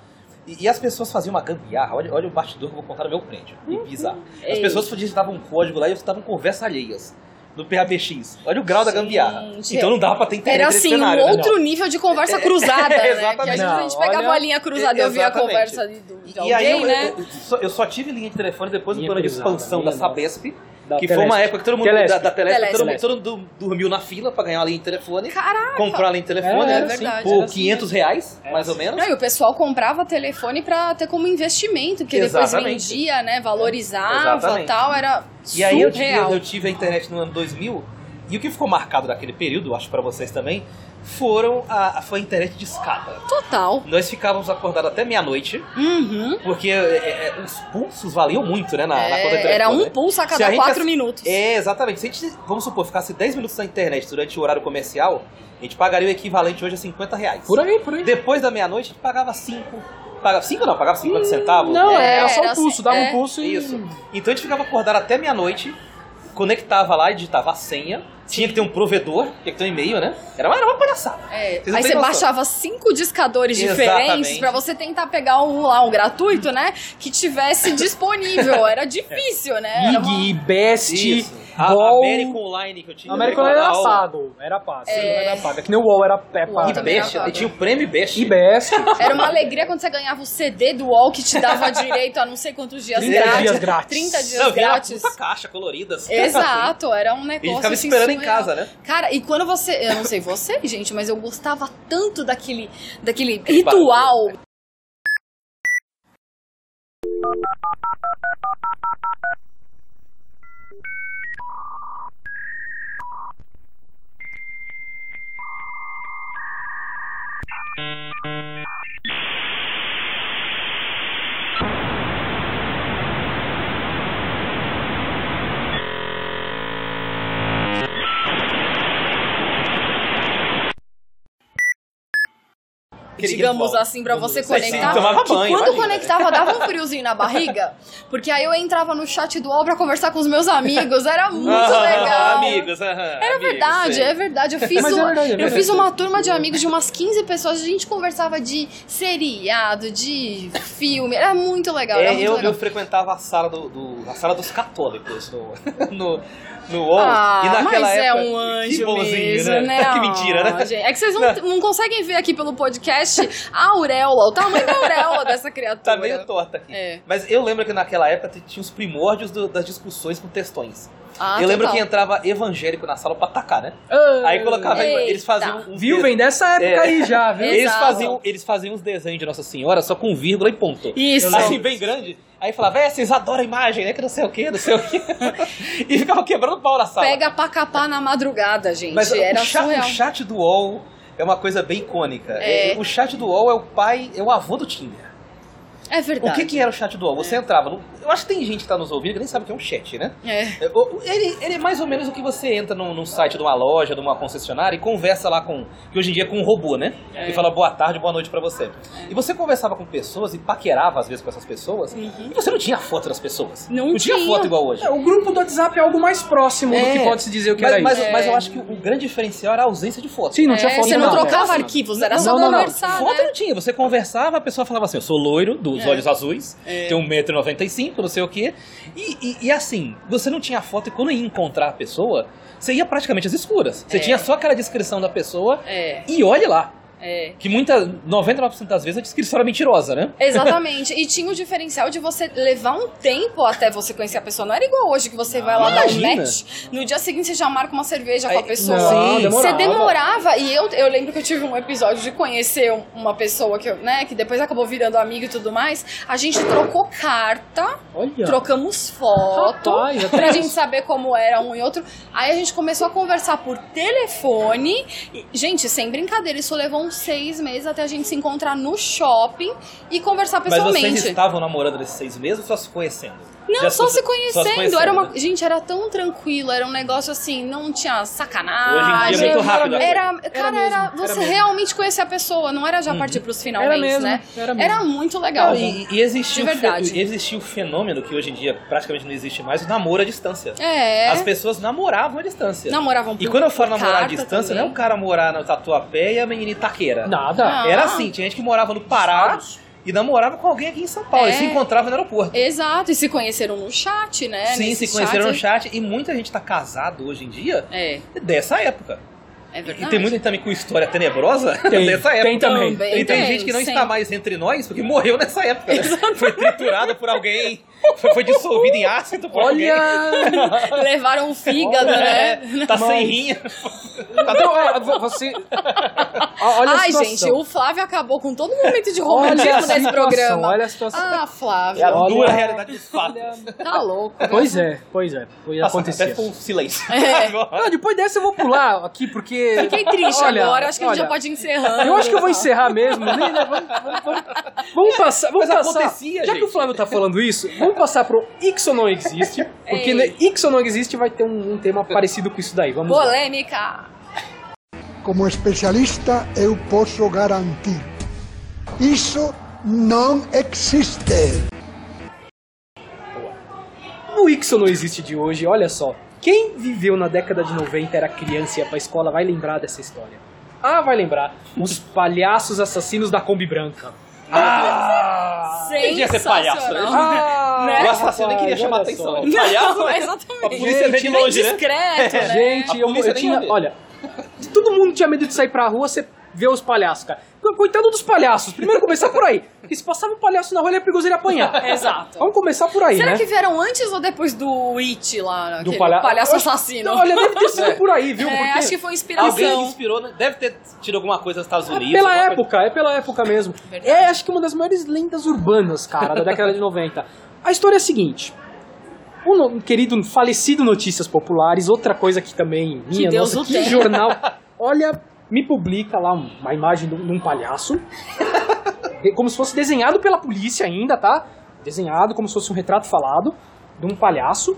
Speaker 2: E, e as pessoas faziam uma gambiarra. Olha, olha o bastidor que eu vou contar no meu prédio. Que
Speaker 3: Uhum.
Speaker 2: bizarro. As
Speaker 3: Ei.
Speaker 2: pessoas podiam dar um código lá e estavam conversas alheias no PABX. Olha o grau da gambiarra.
Speaker 3: Gente.
Speaker 2: Então não dava pra ter internet
Speaker 3: Era
Speaker 2: nesse
Speaker 3: assim, um
Speaker 2: cenário, né?
Speaker 3: outro nível de conversa cruzada, né? Que às
Speaker 2: Exatamente.
Speaker 3: vezes a gente
Speaker 1: É, Não,
Speaker 3: pegava
Speaker 1: olha-
Speaker 3: a linha cruzada e eu via a
Speaker 2: Exatamente.
Speaker 3: conversa ali do, de
Speaker 2: E
Speaker 3: alguém,
Speaker 2: aí eu,
Speaker 3: né?
Speaker 2: eu- eu só, eu só tive linha de telefone depois do
Speaker 1: Linha
Speaker 2: plano de
Speaker 1: cruzada,
Speaker 2: expansão
Speaker 1: minha
Speaker 2: da
Speaker 1: nossa.
Speaker 2: Sabesp.
Speaker 1: Da
Speaker 2: que foi
Speaker 1: Telesp.
Speaker 2: uma época que todo mundo
Speaker 1: Telesp.
Speaker 2: da, da Telesp,
Speaker 3: Telesp.
Speaker 2: Todo, mundo, todo mundo dormiu na fila pra ganhar uma linha de telefone.
Speaker 3: Caraca!
Speaker 2: Comprou a linha de telefone,
Speaker 1: É,
Speaker 2: né?
Speaker 1: é
Speaker 3: verdade, era
Speaker 2: por
Speaker 3: assim.
Speaker 2: 500 reais, mais
Speaker 1: assim.
Speaker 2: ou menos.
Speaker 3: Não, e o pessoal comprava telefone pra ter como investimento, porque depois
Speaker 2: Exatamente.
Speaker 3: vendia, né? Valorizava e
Speaker 2: Exatamente.
Speaker 3: tal, era
Speaker 2: E aí eu tive,
Speaker 3: surreal.
Speaker 2: eu tive a internet no ano 2000 e o que ficou marcado daquele período, eu acho pra vocês também, foram a, a- foi a internet de escada.
Speaker 3: Total.
Speaker 2: Nós ficávamos acordados até meia-noite,
Speaker 3: Uhum.
Speaker 2: porque é, é, os pulsos valiam muito, né, na, na conta de
Speaker 3: É,
Speaker 2: telefone,
Speaker 3: era um
Speaker 2: né?
Speaker 3: pulso a
Speaker 2: Se a
Speaker 3: cada
Speaker 2: gente
Speaker 3: quatro
Speaker 2: ass-
Speaker 3: minutos.
Speaker 2: É, exatamente. Se a gente, vamos supor, ficasse 10 minutos na internet durante o horário comercial, a gente pagaria o equivalente hoje a 50 reais.
Speaker 1: Por aí, por aí.
Speaker 2: Depois da meia-noite, a gente pagava 5. Pagava 5 não, pagava 50 centavos.
Speaker 1: Não,
Speaker 2: né?
Speaker 1: era só
Speaker 3: era
Speaker 1: um pulso,
Speaker 3: assim,
Speaker 1: dava
Speaker 3: é.
Speaker 1: um pulso e...
Speaker 2: Isso. Então a gente ficava acordado até meia-noite, conectava lá e digitava a senha. Tinha que ter um provedor, tinha que ter um e-mail, né? Era uma, era uma palhaçada.
Speaker 3: É,
Speaker 2: Vocês não
Speaker 3: aí
Speaker 2: têm
Speaker 3: você
Speaker 2: noção.
Speaker 3: baixava cinco discadores diferentes
Speaker 2: Exatamente.
Speaker 3: pra você tentar pegar um lá, um gratuito, né? Que tivesse disponível. Era difícil, né? Era uma-
Speaker 1: Ig, Best,
Speaker 2: A
Speaker 1: Ball...
Speaker 2: América Ah, Online que é eu tinha. né?
Speaker 1: América
Speaker 2: eu
Speaker 1: era
Speaker 2: pegava aula.
Speaker 1: pago. Era pago. Era pago. É que nem o UOL era é
Speaker 3: UOL
Speaker 2: E
Speaker 1: pago.
Speaker 3: também era
Speaker 2: Best,
Speaker 3: pago.
Speaker 2: e tinha o prêmio Best.
Speaker 1: E Best.
Speaker 3: Era uma alegria quando você ganhava o CD do UOL que te dava direito a não sei quantos dias
Speaker 1: 30
Speaker 3: grátis.
Speaker 1: dias grátis.
Speaker 3: 30 dias
Speaker 2: Não, vinha a
Speaker 3: grátis.
Speaker 2: puta caixa colorida. assim.
Speaker 3: Exato, era um
Speaker 2: E a
Speaker 3: negócio.
Speaker 2: gente ficava
Speaker 3: assim,
Speaker 2: esperando em
Speaker 3: surreal.
Speaker 2: casa, né?
Speaker 3: Cara, e quando você. Eu não sei você, gente, mas eu gostava tanto daquele, daquele
Speaker 2: Aquele
Speaker 3: ritual.
Speaker 2: aquele
Speaker 3: digamos
Speaker 2: ritual.
Speaker 3: assim, pra você
Speaker 2: Você
Speaker 3: conectar.
Speaker 2: sim, tomava
Speaker 3: que
Speaker 2: banho,
Speaker 3: quando
Speaker 2: imagina.
Speaker 3: conectava, dava um friozinho na barriga, porque aí eu entrava no chat do UOL pra conversar com os meus amigos, era muito
Speaker 2: Ah,
Speaker 3: legal.
Speaker 2: Amigos, aham.
Speaker 3: Era verdade, é verdade. Eu fiz,
Speaker 1: Mas é
Speaker 3: uma,
Speaker 1: verdade, é
Speaker 3: eu
Speaker 1: verdade.
Speaker 3: fiz uma turma de amigos de umas 15 pessoas, a gente conversava de seriado, de filme, era muito legal, era
Speaker 2: É,
Speaker 3: muito
Speaker 2: eu,
Speaker 3: legal.
Speaker 2: eu frequentava a sala, do, do- a sala dos católicos no, no, no UOL.
Speaker 3: Ah,
Speaker 2: e naquela
Speaker 3: mas
Speaker 2: época,
Speaker 3: é um anjo
Speaker 2: que bonzinho,
Speaker 3: mesmo,
Speaker 2: né?
Speaker 3: né?
Speaker 2: que
Speaker 3: Ah,
Speaker 2: mentira, né?
Speaker 3: gente. É que vocês não, não conseguem ver aqui pelo podcast a auréola, o tamanho da auréola dessa criatura.
Speaker 2: Tá meio torta aqui.
Speaker 3: É.
Speaker 2: Mas eu lembro que naquela época tinha os primórdios do- das discussões com textões.
Speaker 3: Ah,
Speaker 2: eu lembro
Speaker 3: total.
Speaker 2: que entrava evangélico na sala pra atacar, né?
Speaker 1: Ah,
Speaker 2: Aí colocava. Eles
Speaker 3: Eita.
Speaker 2: faziam um
Speaker 1: Viu?
Speaker 2: texto-
Speaker 1: Vem dessa época
Speaker 2: É.
Speaker 1: aí já, viu?
Speaker 3: Exato.
Speaker 2: Eles faziam, eles faziam os desenhos de Nossa Senhora só com vírgula e ponto.
Speaker 3: Isso.
Speaker 2: Assim, bem grande. Aí falava, é, vocês adoram a imagem, né? Que não sei o quê, não sei o quê. e ficava quebrando pau na sala.
Speaker 3: Pega pra capar na madrugada, gente.
Speaker 2: Mas
Speaker 3: era
Speaker 2: o, chat, o
Speaker 3: surreal.
Speaker 2: chat do UOL é uma coisa bem icônica.
Speaker 3: É.
Speaker 2: É, O chat do UOL é o pai, é o avô do Tinder.
Speaker 3: É
Speaker 2: O
Speaker 3: verdade.
Speaker 2: que, que era o chat do UOL? Você entrava. no- eu acho que tem gente que tá nos ouvindo que nem sabe o que é um chat, né?
Speaker 3: É.
Speaker 2: É, o- o- Ele, ele é mais ou menos o que você entra num, num site de uma loja, de uma concessionária e conversa lá com. que hoje em dia é com um robô, né? E fala boa tarde, boa noite pra você. E você conversava com pessoas e paquerava às vezes com essas pessoas e você não tinha foto das pessoas.
Speaker 3: Não
Speaker 2: tinha,
Speaker 3: tinha.
Speaker 2: foto igual hoje.
Speaker 1: É, O grupo do WhatsApp é algo mais próximo do
Speaker 2: É.
Speaker 1: que pode se dizer o que
Speaker 2: Mas,
Speaker 1: era
Speaker 2: mas,
Speaker 1: isso.
Speaker 2: mas eu acho que o grande diferencial era a ausência de foto.
Speaker 1: Sim, não
Speaker 3: É,
Speaker 1: tinha foto
Speaker 3: você não
Speaker 1: nada.
Speaker 3: trocava arquivos, era só
Speaker 1: Não, não, não.
Speaker 3: conversar,
Speaker 2: Foto
Speaker 3: né? É.
Speaker 2: não tinha, você conversava, a pessoa falava assim, eu sou loiro, dos olhos azuis, tenho 1,95m, não sei o quê. E, e, e assim, você não tinha foto e quando ia encontrar a pessoa, você ia praticamente às escuras. Você
Speaker 3: É.
Speaker 2: tinha só aquela descrição da pessoa
Speaker 3: É,
Speaker 2: e olhe lá.
Speaker 3: é.
Speaker 2: Que muita, 99% das vezes a descrição era mentirosa, né?
Speaker 3: Exatamente. E tinha o diferencial de você levar um tempo até você conhecer a pessoa. Não era igual hoje que você vai lá dar um
Speaker 2: imagina.
Speaker 3: match, no dia seguinte você já marca uma cerveja com a
Speaker 2: Aí-
Speaker 3: pessoa.
Speaker 1: Não,
Speaker 2: Sim,
Speaker 1: demorava.
Speaker 3: Você demorava, e eu, eu lembro que eu tive um episódio de conhecer um- uma pessoa que, eu, né, que depois acabou virando amigo e tudo mais. A gente trocou carta,
Speaker 1: Olha.
Speaker 3: trocamos foto,
Speaker 1: Rapaz, até
Speaker 3: pra
Speaker 1: isso.
Speaker 3: gente saber como era um e outro. Aí a gente começou a conversar por telefone. E, gente, sem brincadeira, isso levou uns seis meses até a gente se encontrar no shopping e conversar
Speaker 2: Mas vocês
Speaker 3: pessoalmente.
Speaker 2: estavam namorando nesses seis meses ou só se conhecendo?
Speaker 3: Não,
Speaker 2: Já
Speaker 3: só se
Speaker 2: só
Speaker 3: conhecendo.
Speaker 2: se conhecendo,
Speaker 3: Era
Speaker 2: né?
Speaker 3: uma... Gente, era tão tranquilo, era um negócio assim, não tinha
Speaker 2: Hoje
Speaker 3: sacanagem.
Speaker 2: em dia é muito rápido.
Speaker 3: Ah, Era, cara,
Speaker 1: mesmo,
Speaker 3: era,
Speaker 1: era
Speaker 3: você
Speaker 1: mesmo.
Speaker 3: realmente conhecer a pessoa, não era
Speaker 2: Uhum.
Speaker 3: já partir pros finalmente,
Speaker 1: Era mesmo,
Speaker 3: né?
Speaker 1: era mesmo.
Speaker 3: muito legal.
Speaker 2: Não, e, e existiu,
Speaker 3: De
Speaker 2: o fe-
Speaker 3: verdade.
Speaker 2: existiu o fenômeno que hoje em dia praticamente não existe mais, o namoro à distância.
Speaker 3: É.
Speaker 2: As pessoas namoravam à distância.
Speaker 3: Namoravam
Speaker 2: E
Speaker 3: por-
Speaker 2: quando eu falo
Speaker 3: por
Speaker 2: namorar à
Speaker 3: carta
Speaker 2: distância,
Speaker 3: também.
Speaker 2: não é o cara morar no Tatuapé e a menina em Itaquera.
Speaker 1: Nada.
Speaker 3: Ah.
Speaker 2: Era assim, tinha gente que morava no Pará e namorava com alguém aqui em São Paulo. E
Speaker 3: É.
Speaker 2: se encontrava no aeroporto.
Speaker 3: Exato, e se conheceram no chat, né?
Speaker 2: Sim,
Speaker 3: Nesse
Speaker 2: se conheceram no chat. E muita gente tá casado hoje em dia
Speaker 3: É,
Speaker 2: dessa época.
Speaker 3: é
Speaker 2: E
Speaker 3: verdade.
Speaker 2: tem muita gente também com história tenebrosa
Speaker 1: Tem,
Speaker 2: dessa época.
Speaker 1: tem também.
Speaker 3: Também.
Speaker 2: E tem,
Speaker 3: Tem,
Speaker 2: gente que não
Speaker 3: sim.
Speaker 2: está mais entre nós porque morreu nessa época. né? Foi triturada por alguém, foi, foi dissolvida em ácido por
Speaker 1: Olha!
Speaker 2: alguém.
Speaker 3: Levaram o fígado,
Speaker 2: É,
Speaker 3: né?
Speaker 2: tá
Speaker 1: Mas-
Speaker 2: sem rinha.
Speaker 1: Então, é, vo- você. Ah, Olha a
Speaker 3: Ai,
Speaker 1: situação.
Speaker 3: gente, o Flávio acabou com todo momento de
Speaker 1: Olha a
Speaker 3: romantismo desse
Speaker 1: situação,
Speaker 3: programa.
Speaker 1: Olha a situação.
Speaker 3: Ah,
Speaker 2: É a
Speaker 3: Flávio,
Speaker 1: Olha-
Speaker 2: dura realidade dos fatos.
Speaker 3: tá louco.
Speaker 1: Pois é, pois é. Pois
Speaker 2: Nossa,
Speaker 1: acontecia.
Speaker 2: Até foi um silêncio.
Speaker 3: É.
Speaker 2: Agora.
Speaker 1: Ah, depois dessa eu vou pular aqui, porque.
Speaker 3: Fiquei triste
Speaker 1: Olha,
Speaker 3: agora, acho que a gente
Speaker 1: olha,
Speaker 3: já pode ir encerrando.
Speaker 1: Eu acho que eu vou encerrar mesmo. né? Vamos, vamos- vamos- vamos passar. Vamos
Speaker 2: Mas
Speaker 1: passar.
Speaker 2: acontecia,
Speaker 1: Já que o
Speaker 2: gente.
Speaker 1: Flávio tá falando isso, vamos passar pro Ixo não existe. Porque
Speaker 3: Ei.
Speaker 1: né, Ixo não existe vai ter um, um tema parecido com isso daí. Vamos lá.
Speaker 3: Polêmica.
Speaker 6: Como especialista, eu posso garantir: isso não existe.
Speaker 1: No Ixo não existe de hoje, olha só. Quem viveu na década de 90 era criança e ia pra escola vai lembrar dessa história. Ah, vai lembrar. Os palhaços assassinos da Kombi Branca.
Speaker 2: Ah! Podia ser palhaço. né?
Speaker 3: Sensacional. Né?
Speaker 2: O assassino nem queria
Speaker 1: Rapaz,
Speaker 2: chamar
Speaker 1: Ah! olha
Speaker 2: atenção.
Speaker 1: só.
Speaker 2: O Palhaço.
Speaker 3: Não,
Speaker 2: né?
Speaker 3: exatamente.
Speaker 2: A polícia
Speaker 1: Ah,
Speaker 2: vê de
Speaker 1: Gente,
Speaker 3: Bem
Speaker 2: longe, né?
Speaker 3: discreto, né?
Speaker 1: É, Gente,
Speaker 2: A
Speaker 1: eu,
Speaker 2: polícia
Speaker 1: eu
Speaker 2: nem
Speaker 1: tinha.
Speaker 2: ia ver.
Speaker 1: Olha, todo mundo tinha medo de sair pra rua, você vê os palhaços, cara. Coitado dos palhaços. Primeiro começar por aí. Porque se passava um palhaço na rua, ele é perigoso ele apanhar.
Speaker 3: Exato.
Speaker 1: Vamos começar por aí,
Speaker 3: Será
Speaker 1: né?
Speaker 3: que vieram antes ou depois do It lá, aquele
Speaker 1: palha-
Speaker 3: palhaço
Speaker 1: Eu acho-
Speaker 3: assassino?
Speaker 1: Olha, deve ter sido por aí, viu?
Speaker 3: é,
Speaker 1: Porque-
Speaker 3: acho que foi
Speaker 2: Alguém se
Speaker 3: inspiração.
Speaker 2: inspirou, né? deve ter tido alguma coisa nos Estados Unidos.
Speaker 1: É pela
Speaker 2: alguma coisa-
Speaker 1: época, é pela época mesmo.
Speaker 3: Verdade.
Speaker 1: É, acho que uma das maiores lendas urbanas, cara, da década de 90. A história é a seguinte. Um no- um querido falecido Notícias Populares, outra coisa que também, minha
Speaker 3: Deus
Speaker 1: nossa,
Speaker 3: o
Speaker 1: que
Speaker 3: tenha.
Speaker 1: jornal. Olha, me publica lá um- uma imagem de um de um palhaço, de- como se fosse desenhado pela polícia ainda, tá? Desenhado como se fosse um retrato falado de um palhaço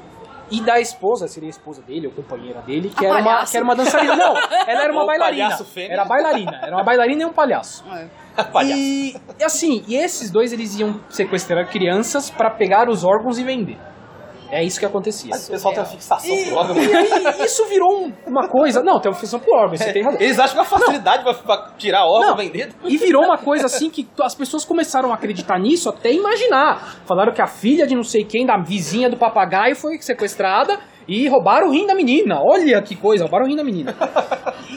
Speaker 1: E da esposa, seria a esposa dele, ou companheira dele, que,
Speaker 3: A
Speaker 1: era uma,
Speaker 3: palhaço.
Speaker 1: que era uma dançarina. Não, ela era uma
Speaker 4: Ou o
Speaker 1: bailarina.
Speaker 4: palhaço fêmea.
Speaker 1: Era bailarina. Era uma bailarina e um palhaço.
Speaker 3: É.
Speaker 4: Palhaço.
Speaker 1: E e assim, e esses dois eles iam sequestrar crianças pra pegar os órgãos e vender. É isso é. que acontecia.
Speaker 4: Mas o pessoal tem uma fixação
Speaker 1: E,
Speaker 4: por órgão.
Speaker 2: né?
Speaker 1: e aí, isso virou um- uma coisa. Não, tem uma fissão por órgão, você tem razão.
Speaker 4: Eles acham que é uma facilidade pra, pra tirar órgão
Speaker 1: Não.
Speaker 4: vendido.
Speaker 1: E virou uma coisa assim que as pessoas começaram a acreditar nisso até imaginar. Falaram que a filha de não sei quem, da vizinha do papagaio, foi sequestrada e roubaram o rim da menina. Olha que coisa, roubaram o rim da menina.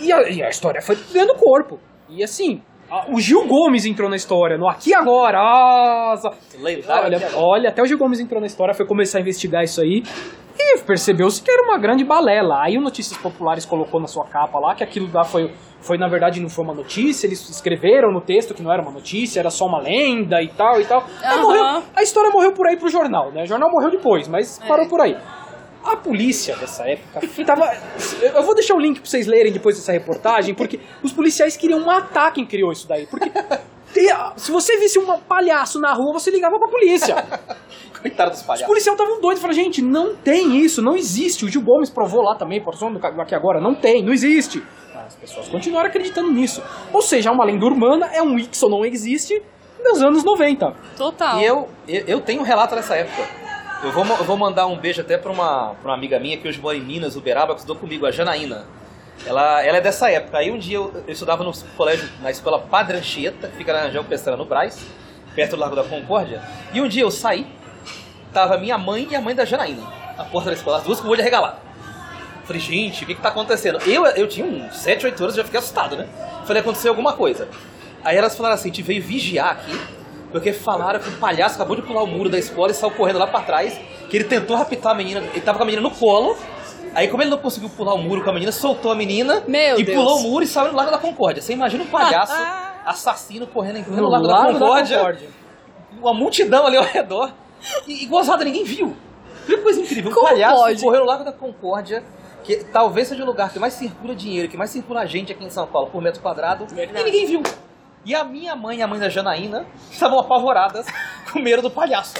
Speaker 1: E a, e a história foi dando corpo. E assim, a- o Gil Gomes entrou na história, no Aqui e Agora. Nossa.
Speaker 4: Lendário.
Speaker 1: Olha,
Speaker 2: é
Speaker 4: aqui, ó.
Speaker 1: olha, até o Gil Gomes entrou na história, foi começar a investigar isso aí. E percebeu-se que era uma grande balela. Aí o Notícias Populares colocou na sua capa lá que aquilo lá foi, foi na verdade, não foi uma notícia. Eles escreveram no texto que não era uma notícia, era só uma lenda e tal e tal. Aí
Speaker 3: Aham.
Speaker 1: morreu- a história morreu por aí pro jornal, né? O jornal morreu depois, mas
Speaker 3: É.
Speaker 1: parou por aí. A polícia dessa época tava. Eu vou deixar o link pra vocês lerem depois dessa reportagem, porque os policiais queriam matar quem criou isso daí. Porque te- se você visse um palhaço na rua, você ligava pra polícia.
Speaker 4: Coitado dos
Speaker 1: Os
Speaker 4: palhaços.
Speaker 1: policiais estavam doidos, falaram, gente, não tem isso, não existe. O Gil Gomes provou lá também, por som do ca- aqui agora, não tem, não existe. As pessoas continuaram acreditando nisso. Ou seja, é uma lenda urbana, é um Ixo não existe dos anos 90.
Speaker 3: Total.
Speaker 2: E eu, eu, eu tenho um relato dessa época. Eu vou, ma- eu vou mandar um beijo até pra uma, pra uma amiga minha que hoje mora em Minas, Uberaba, que estudou comigo, a Janaína. Ela, ela é dessa época. Aí um dia eu, eu estudava no colégio, na escola Padre Anchieta, que fica na Angel Pestana, no Brás, perto do Largo da Concórdia. E um dia eu saí, tava minha mãe e a mãe da Janaína, na porta da escola, as duas com o olho arregalado. Falei, gente, o que, que tá acontecendo? Eu, eu tinha uns 7, 8 anos, já fiquei assustado, né? Falei, aconteceu alguma coisa. Aí elas falaram assim, te veio vigiar aqui, porque falaram que o palhaço acabou de pular o muro da escola e saiu correndo lá pra trás, que ele tentou raptar a menina, ele tava com a menina no colo, aí como ele não conseguiu pular o muro com a menina, soltou a menina
Speaker 3: Meu
Speaker 2: e
Speaker 3: Deus. Ah.
Speaker 2: pulou o muro e saiu no Largo da Concórdia. Você imagina um palhaço assassino correndo em pleno Largo, da Concórdia uma multidão ali ao redor. E, e gozada, ninguém viu. Que coisa incrível.
Speaker 3: Como
Speaker 2: um palhaço
Speaker 3: pode?
Speaker 2: correu no Lago da Concórdia, que talvez seja o lugar que mais circula dinheiro, que mais circula gente aqui em São Paulo por metro quadrado. E ninguém viu. E a minha mãe e a mãe da Janaína estavam apavoradas com medo do palhaço.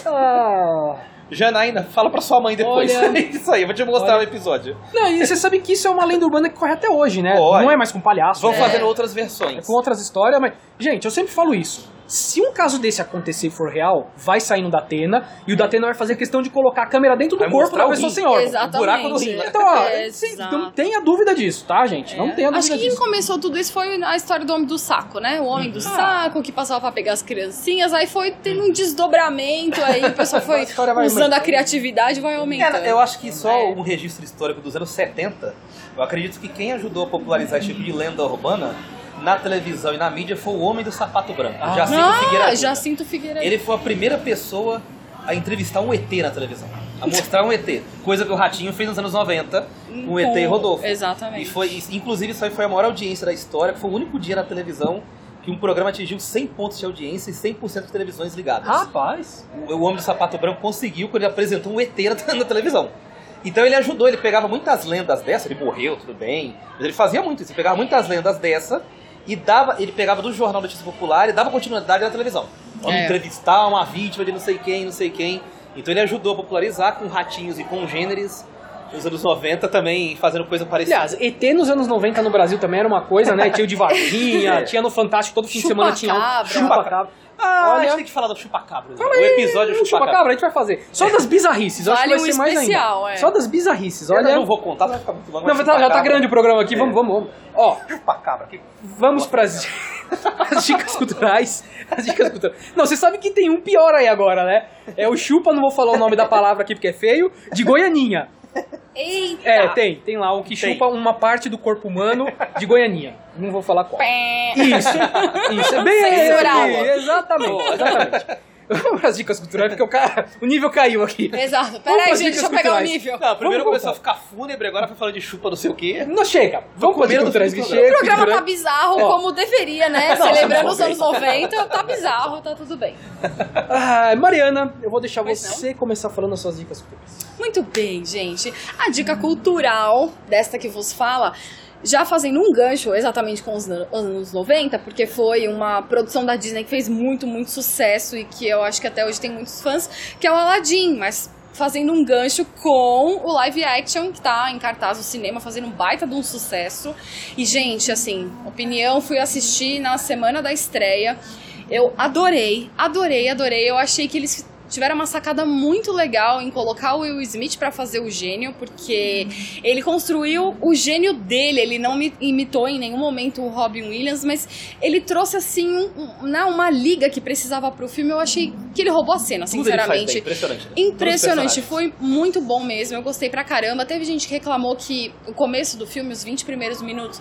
Speaker 2: Ah. Janaína, fala pra sua mãe depois. É
Speaker 1: Olha.
Speaker 2: Isso aí, eu vou te mostrar o episódio.
Speaker 1: Não, e você sabe que isso é uma lenda urbana que corre até hoje, né?
Speaker 2: Corre.
Speaker 1: Não é mais com palhaço.
Speaker 2: Vão
Speaker 1: né?
Speaker 2: fazendo outras versões.
Speaker 1: com outras histórias, mas. Gente, eu sempre falo isso. Se um caso desse acontecer e for real, vai sair no Datena e o Datena vai fazer questão de colocar a câmera dentro do
Speaker 2: Vai
Speaker 1: corpo
Speaker 2: mostrar
Speaker 1: da
Speaker 2: o Um
Speaker 1: pessoa
Speaker 2: rim.
Speaker 1: sem órgão.
Speaker 3: Exatamente.
Speaker 1: O buraco do rim. Então, ó,
Speaker 3: É,
Speaker 1: sem-
Speaker 3: exato. É.
Speaker 1: não tenha dúvida disso, tá, gente? Não tenha
Speaker 3: Acho
Speaker 1: dúvida
Speaker 3: que quem
Speaker 1: disso.
Speaker 3: começou tudo isso foi a história do homem do saco, né? O homem do saco que passava pra pegar as criancinhas, aí foi tendo um desdobramento aí, o pessoal foi
Speaker 1: história vai
Speaker 3: usando a
Speaker 1: aumentando.
Speaker 3: criatividade e vai aumentando.
Speaker 2: É, eu acho que só
Speaker 3: É.
Speaker 2: um registro histórico dos anos 70, eu acredito que quem ajudou a popularizar esse tipo de lenda urbana na televisão e na mídia foi o Homem do Sapato Branco, Jacinto
Speaker 3: ah,
Speaker 2: Figueiredo.
Speaker 3: Jacinto Figueiredo.
Speaker 2: Ele foi a primeira pessoa a entrevistar um ET na televisão, a mostrar um ET, coisa que o Ratinho fez nos anos 90 com o ET é um e Rodolfo.
Speaker 3: Exatamente.
Speaker 2: E foi, inclusive, isso aí foi a maior audiência da história, que foi o único dia na televisão que um programa atingiu 100 pontos de audiência e 100% de televisões ligadas.
Speaker 1: Rapaz.
Speaker 2: O o Homem do Sapato Branco conseguiu quando ele apresentou um ET na, na televisão. Então ele ajudou, ele pegava muitas lendas dessa, ele morreu, tudo bem, mas ele fazia muito isso, ele pegava muitas lendas dessa e dava, ele pegava do jornal Notícia Popular e dava continuidade na televisão. Vamos
Speaker 3: É.
Speaker 2: entrevistar uma vítima de não sei quem, não sei quem. Então ele ajudou a popularizar com ratinhos e congêneres nos anos 90 também, fazendo coisa parecida.
Speaker 1: Aliás, ET nos anos 90 no Brasil também era uma coisa, né? Tinha o de
Speaker 2: É.
Speaker 1: vaquinha, tinha no Fantástico, todo fim de semana tinha um
Speaker 3: Chupacabra.
Speaker 1: chupa-cabra.
Speaker 2: ah, a
Speaker 1: olha-
Speaker 2: gente tem que falar do chupacabra. né? o episódio do
Speaker 1: Um
Speaker 2: chupacabra.
Speaker 1: chupa-cabra, a gente vai fazer. Só das bizarrices, eu
Speaker 3: Vale
Speaker 1: acho que vai
Speaker 3: um
Speaker 1: ser mais
Speaker 3: especial,
Speaker 1: ainda.
Speaker 3: é.
Speaker 1: Só das bizarrices,
Speaker 2: Olha,
Speaker 1: olha.
Speaker 2: eu não vou contar, vai ficar muito longo.
Speaker 1: Não,
Speaker 2: mas
Speaker 1: tá, já tá
Speaker 2: chupacabra-
Speaker 1: grande o programa aqui,
Speaker 2: É.
Speaker 1: vamos, vamos, vamos. Ó,
Speaker 2: Chupacabra, que
Speaker 1: Vamos para as dicas culturais. As dicas culturais. Não, você sabe que tem um pior aí agora, né? É o chupa, não vou falar o nome da palavra aqui porque é feio, de Goianinha.
Speaker 3: Eita!
Speaker 1: É, tem, tem lá um que
Speaker 2: Ah. Tem.
Speaker 1: chupa uma parte do corpo humano de Goianinha. Não vou falar qual.
Speaker 3: Pé.
Speaker 1: Isso, isso. É bem é,
Speaker 3: Censurado.
Speaker 1: é, Exatamente, exatamente. Vamos pras dicas culturais porque o, cara, o nível caiu
Speaker 3: É
Speaker 1: aqui.
Speaker 3: Exato.
Speaker 1: Vamos
Speaker 3: Peraí,
Speaker 1: pras dicas
Speaker 3: gente, deixa eu pegar o
Speaker 1: culturais.
Speaker 3: nível.
Speaker 2: Não, primeiro
Speaker 1: Vamos
Speaker 2: começou a ficar fúnebre, agora foi falando de chupa não sei o quê.
Speaker 1: Não chega. Vamos
Speaker 2: com
Speaker 1: para as dicas
Speaker 2: medo do
Speaker 1: culturais que
Speaker 2: fim do
Speaker 1: chega.
Speaker 3: O programa tá
Speaker 1: culturais.
Speaker 3: bizarro,
Speaker 1: Ó.
Speaker 3: como deveria, né?
Speaker 1: Não,
Speaker 3: Celebrando
Speaker 1: não,
Speaker 3: os anos 90, tá bizarro, tá tudo bem.
Speaker 1: Ah, Mariana, eu vou deixar
Speaker 3: Pois não.
Speaker 1: você começar falando as suas dicas culturais.
Speaker 3: Muito bem, gente. A dica cultural desta que vos fala, já fazendo um gancho exatamente com os an- anos 90, porque foi uma produção da Disney que fez muito, muito sucesso e que eu acho que até hoje tem muitos fãs, que é o Aladdin, mas fazendo um gancho com o live action que tá em cartaz no cinema, fazendo um baita de um sucesso. E, gente, assim, opinião, fui assistir na semana da estreia. Eu adorei, adorei, adorei. Eu achei que eles tiveram uma sacada muito legal em colocar o Will Smith pra fazer o gênio, porque ele construiu o gênio dele, ele não me imitou em nenhum momento o Robin Williams, mas ele trouxe assim um- um- né, uma liga que precisava pro filme. Eu achei que ele roubou a cena,
Speaker 7: Tudo ele faz bem,
Speaker 3: sinceramente.
Speaker 7: Impressionante. né?
Speaker 3: Impressionante,
Speaker 7: Todos os personagens.
Speaker 3: foi muito bom mesmo. Eu gostei pra caramba. Teve gente que reclamou que o começo do filme, os 20 primeiros minutos,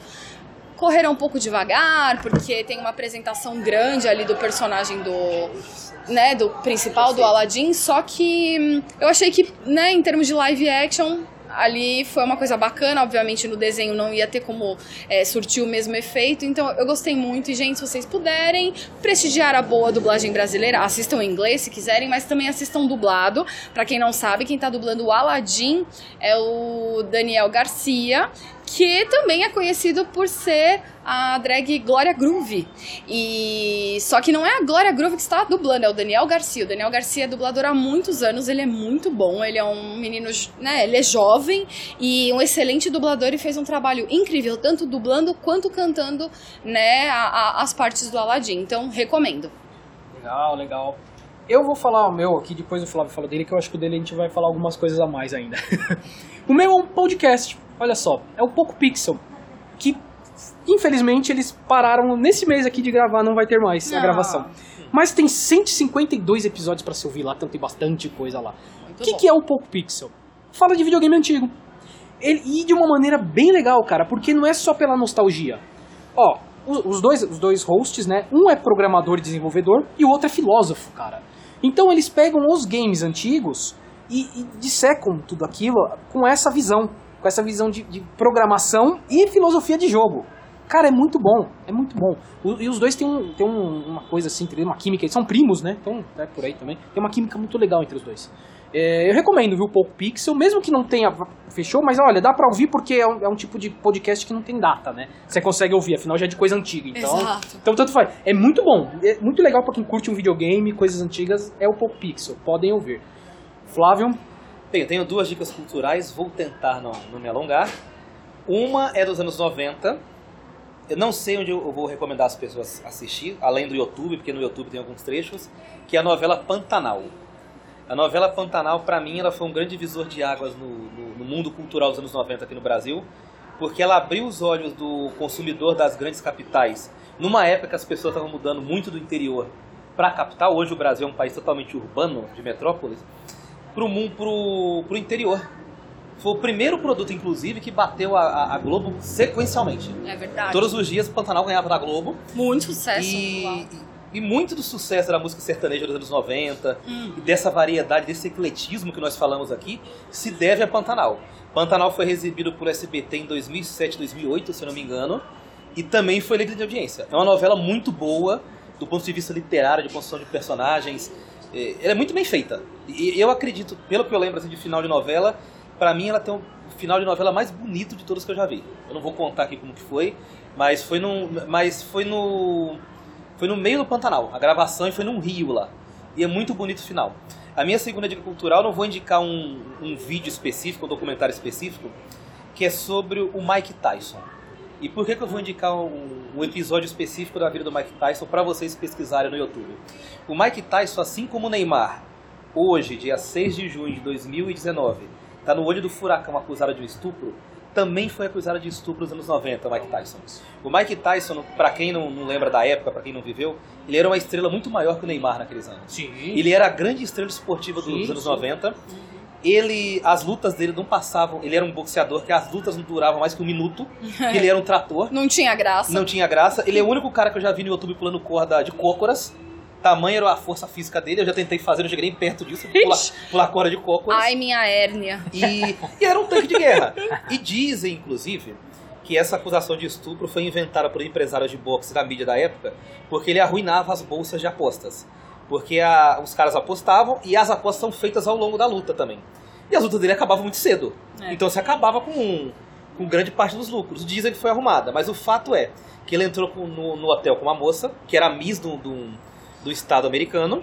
Speaker 3: correram um pouco devagar, porque tem uma apresentação grande ali do personagem do. Né, do principal, do Aladdin. Só que hum, eu achei que, né, em termos de live action. Ali foi uma coisa bacana, obviamente no desenho não ia ter como é, surtir o mesmo efeito, então eu gostei muito. E, gente, se vocês puderem prestigiar a boa dublagem brasileira, assistam em inglês se quiserem, mas também assistam dublado. Pra quem não sabe, quem tá dublando o Aladdin é o Daniel Garcia, que também é conhecido por ser a drag Glória Groove. E só que não é a Glória Groove que está dublando, é o Daniel Garcia. O Daniel Garcia é dublador há muitos anos, ele é muito bom, ele é um menino, jo- né, ele é jovem e um excelente dublador e fez um trabalho incrível, tanto dublando quanto cantando, né, a- a- as partes do Aladdin. Então, recomendo.
Speaker 1: Legal, legal. Eu vou falar o meu aqui, depois o Flávio fala dele, que eu acho que o dele a gente vai falar algumas coisas a mais ainda. o meu é um podcast, olha só, é o Poco Pixel, que infelizmente eles pararam nesse mês aqui de gravar, não vai ter mais a
Speaker 3: Não.
Speaker 1: gravação. Mas tem 152 episódios pra se ouvir lá, então tem bastante coisa lá.
Speaker 3: Muito
Speaker 1: O que,
Speaker 3: bom.
Speaker 1: que é o Poco Pixel? Fala de videogame antigo. Ele- e de uma maneira bem legal, cara, porque não é só pela nostalgia. Ó, os, os dois, os dois hosts, né? Um é programador e desenvolvedor e o outro é filósofo, cara. Então eles pegam os games antigos e, e dissecam tudo aquilo com essa visão. Com essa visão de, de programação e filosofia de jogo. Cara, é muito bom, é muito bom. O- e os dois têm, um- têm um- uma coisa assim, entendeu? uma química, eles são primos, né? Então, é por aí também. Tem uma química muito legal entre os dois. É, eu recomendo, viu, Pouco Pixel, mesmo que não tenha fechou, mas olha, dá pra ouvir porque é um, é um tipo de podcast que não tem data, né? Você consegue ouvir, afinal já é de coisa antiga, então.
Speaker 3: Exato.
Speaker 1: Então tanto faz. É muito bom, é muito legal pra quem curte um videogame, coisas antigas, é o Pouco Pixel, podem ouvir. Flávio,
Speaker 2: Bem, eu tenho duas dicas culturais, vou tentar não, não me alongar. Uma é dos anos 90. Eu não sei onde eu eu vou recomendar as pessoas assistir, além do YouTube, porque no YouTube tem alguns trechos, que é a novela Pantanal. A novela Pantanal, pra mim, ela foi um grande divisor de águas no, no- no mundo cultural dos anos 90 aqui no Brasil, porque ela abriu os olhos do consumidor das grandes capitais. Numa época, as pessoas estavam mudando muito do interior pra capital. Hoje, o Brasil é um país totalmente urbano, de metrópoles pro, mu- pro, pro interior. Foi o primeiro produto, inclusive, que bateu a, a- a Globo sequencialmente.
Speaker 3: É verdade.
Speaker 2: Todos os dias o Pantanal ganhava da Globo.
Speaker 3: Muito sucesso.
Speaker 2: E,
Speaker 3: uau.
Speaker 2: e muito do sucesso da música sertaneja dos anos 90
Speaker 3: Hum.
Speaker 2: e dessa variedade, desse ecletismo que nós falamos aqui, se deve a Pantanal. Pantanal foi exibido por SBT em 2007, 2008, se eu não me engano, e também foi líder de audiência. É uma novela muito boa, do ponto de vista literário, de construção de personagens. É, Ela é muito bem feita. E eu acredito, pelo que eu lembro assim, de final de novela, pra mim ela tem o final de novela mais bonito de todos que eu já vi. Eu não vou contar aqui como que foi, mas foi num, mas foi no foi no meio do Pantanal. A gravação e foi num rio lá. E é muito bonito o final. A minha segunda dica cultural, não vou indicar um, um vídeo específico, um documentário específico, que é sobre o Mike Tyson. E por que, que eu vou indicar um, um episódio específico da vida do Mike Tyson para vocês pesquisarem no YouTube? O Mike Tyson, assim como o Neymar, hoje, dia 6 de junho de 2019, está tá no olho do furacão acusado de um estupro, também foi acusado de estupro nos anos 90, o Mike Tyson. O Mike Tyson, para quem não, não lembra da época, para quem não viveu, ele era uma estrela muito maior que o Neymar naqueles anos.
Speaker 1: Sim.
Speaker 2: Ele era a grande estrela esportiva do- dos
Speaker 1: Sim,
Speaker 2: anos
Speaker 1: sim.
Speaker 2: 90. Ele, as lutas dele não passavam. Ele era um boxeador que as lutas não duravam mais que um minuto. que ele era um trator,
Speaker 3: Não tinha graça.
Speaker 2: não tinha graça. Ele é o único cara que eu já vi no YouTube pulando corda de cócoras. Tamanho era a força física dele. Eu já tentei fazer, não cheguei nem perto disso. Pular, pular corda de cócoras.
Speaker 3: Ai, minha hérnia.
Speaker 2: E, e era um tanque de guerra. E dizem, inclusive, que essa acusação de estupro foi inventada por empresários de boxe da mídia da época, porque ele arruinava as bolsas de apostas. Porque a- os caras apostavam e as apostas são feitas ao longo da luta também. E as lutas dele acabavam muito cedo.
Speaker 3: É.
Speaker 2: Então se acabava com, com grande parte dos lucros. Dizem que foi arrumada, mas o fato é que ele entrou com- no, no hotel com uma moça, que era a Miss do, do, do Estado americano,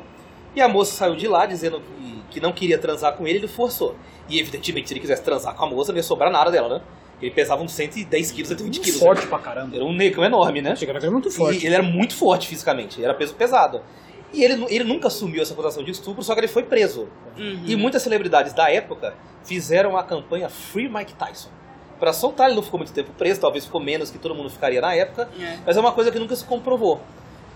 Speaker 2: E a moça saiu de lá dizendo que, que não queria transar com ele, ele forçou. E evidentemente, se ele quisesse transar com a moça, não ia sobrar nada dela, né? Ele pesava uns 110 quilos,
Speaker 1: é
Speaker 2: 120 quilos. né?
Speaker 1: Forte pra caramba.
Speaker 2: Era um negão enorme, né?
Speaker 1: Chegava que era é muito
Speaker 2: E
Speaker 1: forte.
Speaker 2: ele era muito forte fisicamente, ele era peso pesado. E ele, nu- ele nunca assumiu essa acusação de estupro, só que ele foi preso. E muitas celebridades da época fizeram a campanha Free Mike Tyson. Pra soltar, ele não ficou muito tempo preso, talvez ficou menos que todo mundo ficaria na época,
Speaker 3: É.
Speaker 2: mas é uma coisa que nunca se comprovou.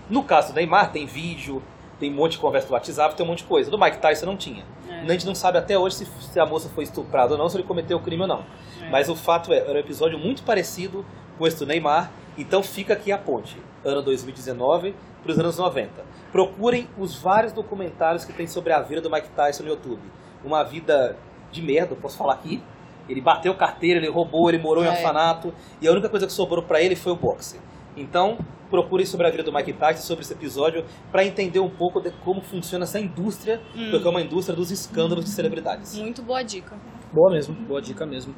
Speaker 2: No caso do Neymar, tem vídeo, tem um monte de conversa do WhatsApp, tem um monte de coisa. Do Mike Tyson não tinha. A gente não sabe até hoje se, se a moça foi estuprada ou não, se ele cometeu o crime ou não. Mas o fato é, era um episódio muito parecido com esse do Neymar, então fica aqui a ponte. Ano 2019 para os anos 90. Procurem os vários documentários que tem sobre a vida do Mike Tyson no YouTube. Uma vida de merda, eu posso falar aqui. Ele bateu carteira, ele roubou, ele morou em
Speaker 3: É.
Speaker 2: orfanato, e a única coisa que sobrou para ele foi o boxe. Então, procurem sobre a vida do Mike Tyson, sobre esse episódio, para entender um pouco de como funciona essa indústria, porque é uma indústria dos escândalos de celebridades.
Speaker 3: Muito boa dica.
Speaker 1: Boa mesmo, boa dica mesmo.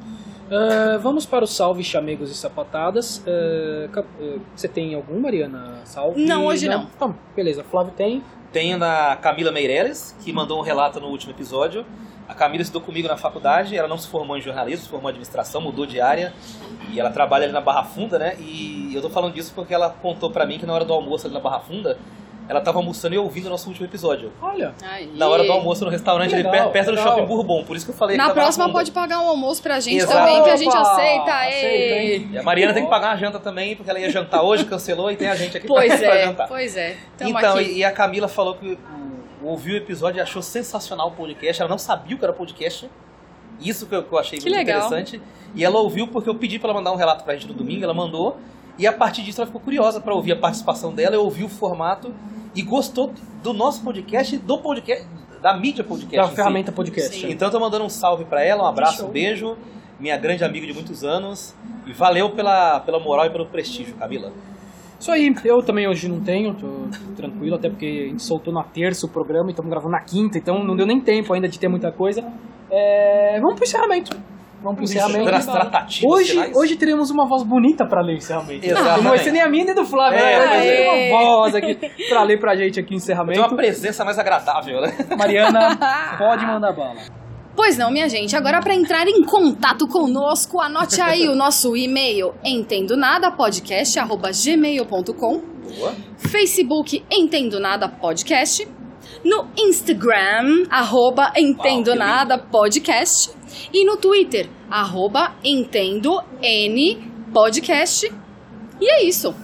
Speaker 1: Ah, vamos para o salve, chamegos e sapatadas. Ah, ca- ah, você tem algum, Mariana? Salve?
Speaker 3: Não, hoje não.
Speaker 1: Então, beleza, Flávio tem.
Speaker 2: Tenho na Camila Meireles, que mandou um relato no último episódio. A Camila estudou comigo na faculdade, ela não se formou em jornalismo, se formou em administração, mudou de área. E ela trabalha ali na Barra Funda, né? E eu tô falando disso porque ela contou pra mim que na hora do almoço ali na Barra Funda, ela tava almoçando e ouvindo o nosso último episódio.
Speaker 1: Olha,
Speaker 3: Aí.
Speaker 2: Na hora do almoço no restaurante ali
Speaker 1: Legal,
Speaker 2: per- perto do
Speaker 1: legal.
Speaker 2: Shopping Bourbon, por isso que eu falei que
Speaker 3: Na
Speaker 2: tá Barra
Speaker 3: próxima
Speaker 2: Funda.
Speaker 3: pode pagar um almoço pra gente
Speaker 2: Exato.
Speaker 3: também, que a gente
Speaker 1: Opa,
Speaker 3: aceita.
Speaker 1: aceita,
Speaker 3: ei.
Speaker 1: hein?
Speaker 2: E a Mariana tem que pagar uma janta também, porque ela ia jantar hoje, cancelou e tem a gente aqui pra-
Speaker 3: Pois
Speaker 2: pra
Speaker 3: é,
Speaker 2: jantar.
Speaker 3: pois é. Tamo
Speaker 2: Então,
Speaker 3: aqui.
Speaker 2: e e a Camila falou que o- ouviu o episódio e achou sensacional o podcast. Ela não sabia o que era podcast. Isso que eu, que eu achei
Speaker 3: Que
Speaker 2: muito
Speaker 3: legal.
Speaker 2: interessante. E ela ouviu porque eu pedi pra ela mandar um relato pra gente no domingo, ela mandou. E a partir disso ela ficou curiosa pra ouvir a participação dela, eu ouvi o formato e gostou do nosso podcast e do podcast, da mídia podcast.
Speaker 1: da
Speaker 2: em si.
Speaker 1: ferramenta podcast. né?
Speaker 3: Sim.
Speaker 2: Então eu tô mandando um salve pra ela, um abraço,
Speaker 3: Show.
Speaker 2: um beijo. Minha grande amiga de muitos anos. E valeu pela, pela moral e pelo prestígio, Camila.
Speaker 1: Isso aí, eu também hoje não tenho, tô tranquilo, até porque a gente soltou na terça o programa e estamos gravando na quinta, então não deu nem tempo ainda de ter muita coisa. É, vamos pro encerramento. Vamos pro encerramento.
Speaker 2: Pelas tratativas
Speaker 1: Hoje,
Speaker 2: finais.
Speaker 1: hoje teremos uma voz bonita pra ler o encerramento.
Speaker 2: Exatamente.
Speaker 1: Não vai ser nem a minha nem do Flávio,
Speaker 2: É,
Speaker 1: né? Vai ser
Speaker 3: aê.
Speaker 1: uma voz aqui pra ler pra gente aqui o
Speaker 2: Tem uma
Speaker 1: encerramento.
Speaker 2: presença mais agradável, né?
Speaker 1: Mariana, pode mandar bala.
Speaker 3: Pois não, minha gente. Agora, para entrar em contato conosco, anote aí o nosso e-mail entendo nada podcast@gmail.com,
Speaker 2: Boa.
Speaker 3: Facebook entendo nada podcast, no Instagram arroba entendo
Speaker 2: Uau, que
Speaker 3: nada podcast e no Twitter arroba entendo n podcast. E é isso.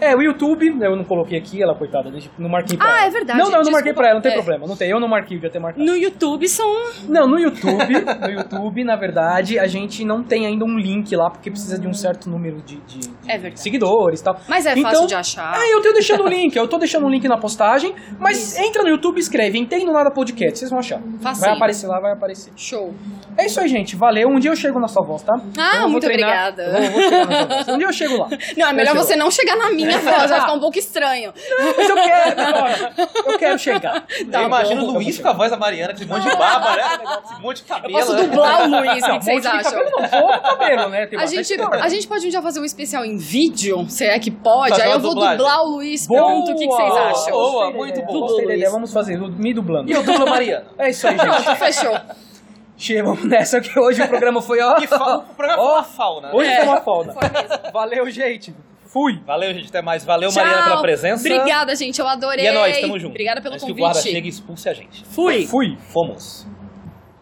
Speaker 1: É, o YouTube, né, eu não coloquei aqui, ela, coitada, deixa- não marquei pra
Speaker 3: Ah,
Speaker 1: ela.
Speaker 3: é verdade,
Speaker 1: Não, não, eu não marquei
Speaker 3: desculpa.
Speaker 1: pra ela, não tem
Speaker 3: É.
Speaker 1: problema, não tem. Eu não marquei, devia ter marcado.
Speaker 3: No YouTube são
Speaker 1: Não, no YouTube, no YouTube, na verdade, a gente não tem ainda um link lá, porque precisa de um certo número de, de- de
Speaker 3: É verdade.
Speaker 1: seguidores e tal.
Speaker 3: Mas é
Speaker 1: Então-
Speaker 3: fácil de achar.
Speaker 1: Ah, eu tenho deixando o link, eu tô deixando o link na postagem, mas entra no YouTube e escreve, entendo nada podcast, vocês vão achar.
Speaker 3: Facinho.
Speaker 1: Vai aparecer lá, vai aparecer.
Speaker 3: Show.
Speaker 1: É isso aí, gente. Valeu. Um dia eu chego na sua voz, tá?
Speaker 3: Ah,
Speaker 1: Eu vou
Speaker 3: muito
Speaker 1: treinar,
Speaker 3: obrigada.
Speaker 1: eu Vou, eu vou chegar na sua voz. Um dia eu chego lá.
Speaker 3: Não, é melhor
Speaker 1: Eu chego.
Speaker 3: você não chegar na
Speaker 2: É.
Speaker 3: minha voz, vai ficar um pouco estranho.
Speaker 1: Mas eu quero, olha, eu quero chegar.
Speaker 2: Eu imagino o
Speaker 1: bom,
Speaker 2: Luiz
Speaker 1: tá bom.
Speaker 2: com a voz da Mariana, com esse monte de barba, né? Esse monte de cabelo.
Speaker 3: Posso
Speaker 2: né?
Speaker 3: dublar o Luiz, o que que vocês
Speaker 1: Monte de
Speaker 3: acham?
Speaker 1: cabelo não, pouco cabelo, né? Tem
Speaker 3: A
Speaker 1: bastante
Speaker 3: gente,
Speaker 1: cabelo.
Speaker 3: a gente pode um dia fazer um especial em vídeo, se é que pode.
Speaker 2: Fazer
Speaker 3: Aí
Speaker 2: uma
Speaker 3: eu vou
Speaker 2: dublagem.
Speaker 3: dublar o Luiz,
Speaker 1: Boa!
Speaker 3: pronto. O que, que vocês
Speaker 1: Boa,
Speaker 3: acham?
Speaker 2: Boa,
Speaker 1: gostei da
Speaker 2: muito
Speaker 1: ideia,
Speaker 2: boa.
Speaker 1: Gostei da
Speaker 3: Luiz.
Speaker 1: ideia. Vamos fazer, me dublando.
Speaker 2: E eu dublo a Mariana.
Speaker 1: É isso aí, gente.
Speaker 3: Fechou.
Speaker 1: Chega, vamos nessa que hoje o programa foi ó.
Speaker 2: Que fala, o programa foi uma fauna. né?
Speaker 1: Hoje
Speaker 3: É,
Speaker 1: foi uma folga.
Speaker 3: foi mesmo.
Speaker 1: Valeu, gente. Fui.
Speaker 2: Valeu, gente. Até mais. Valeu,
Speaker 3: Tchau.
Speaker 2: Mariana, pela presença.
Speaker 3: Obrigada, gente. Eu adorei.
Speaker 2: E é nóis, tamo junto.
Speaker 3: Obrigada pelo
Speaker 2: Antes que o guarda
Speaker 3: convite.
Speaker 2: chega e expulse a gente.
Speaker 1: Fui.
Speaker 2: Fomos.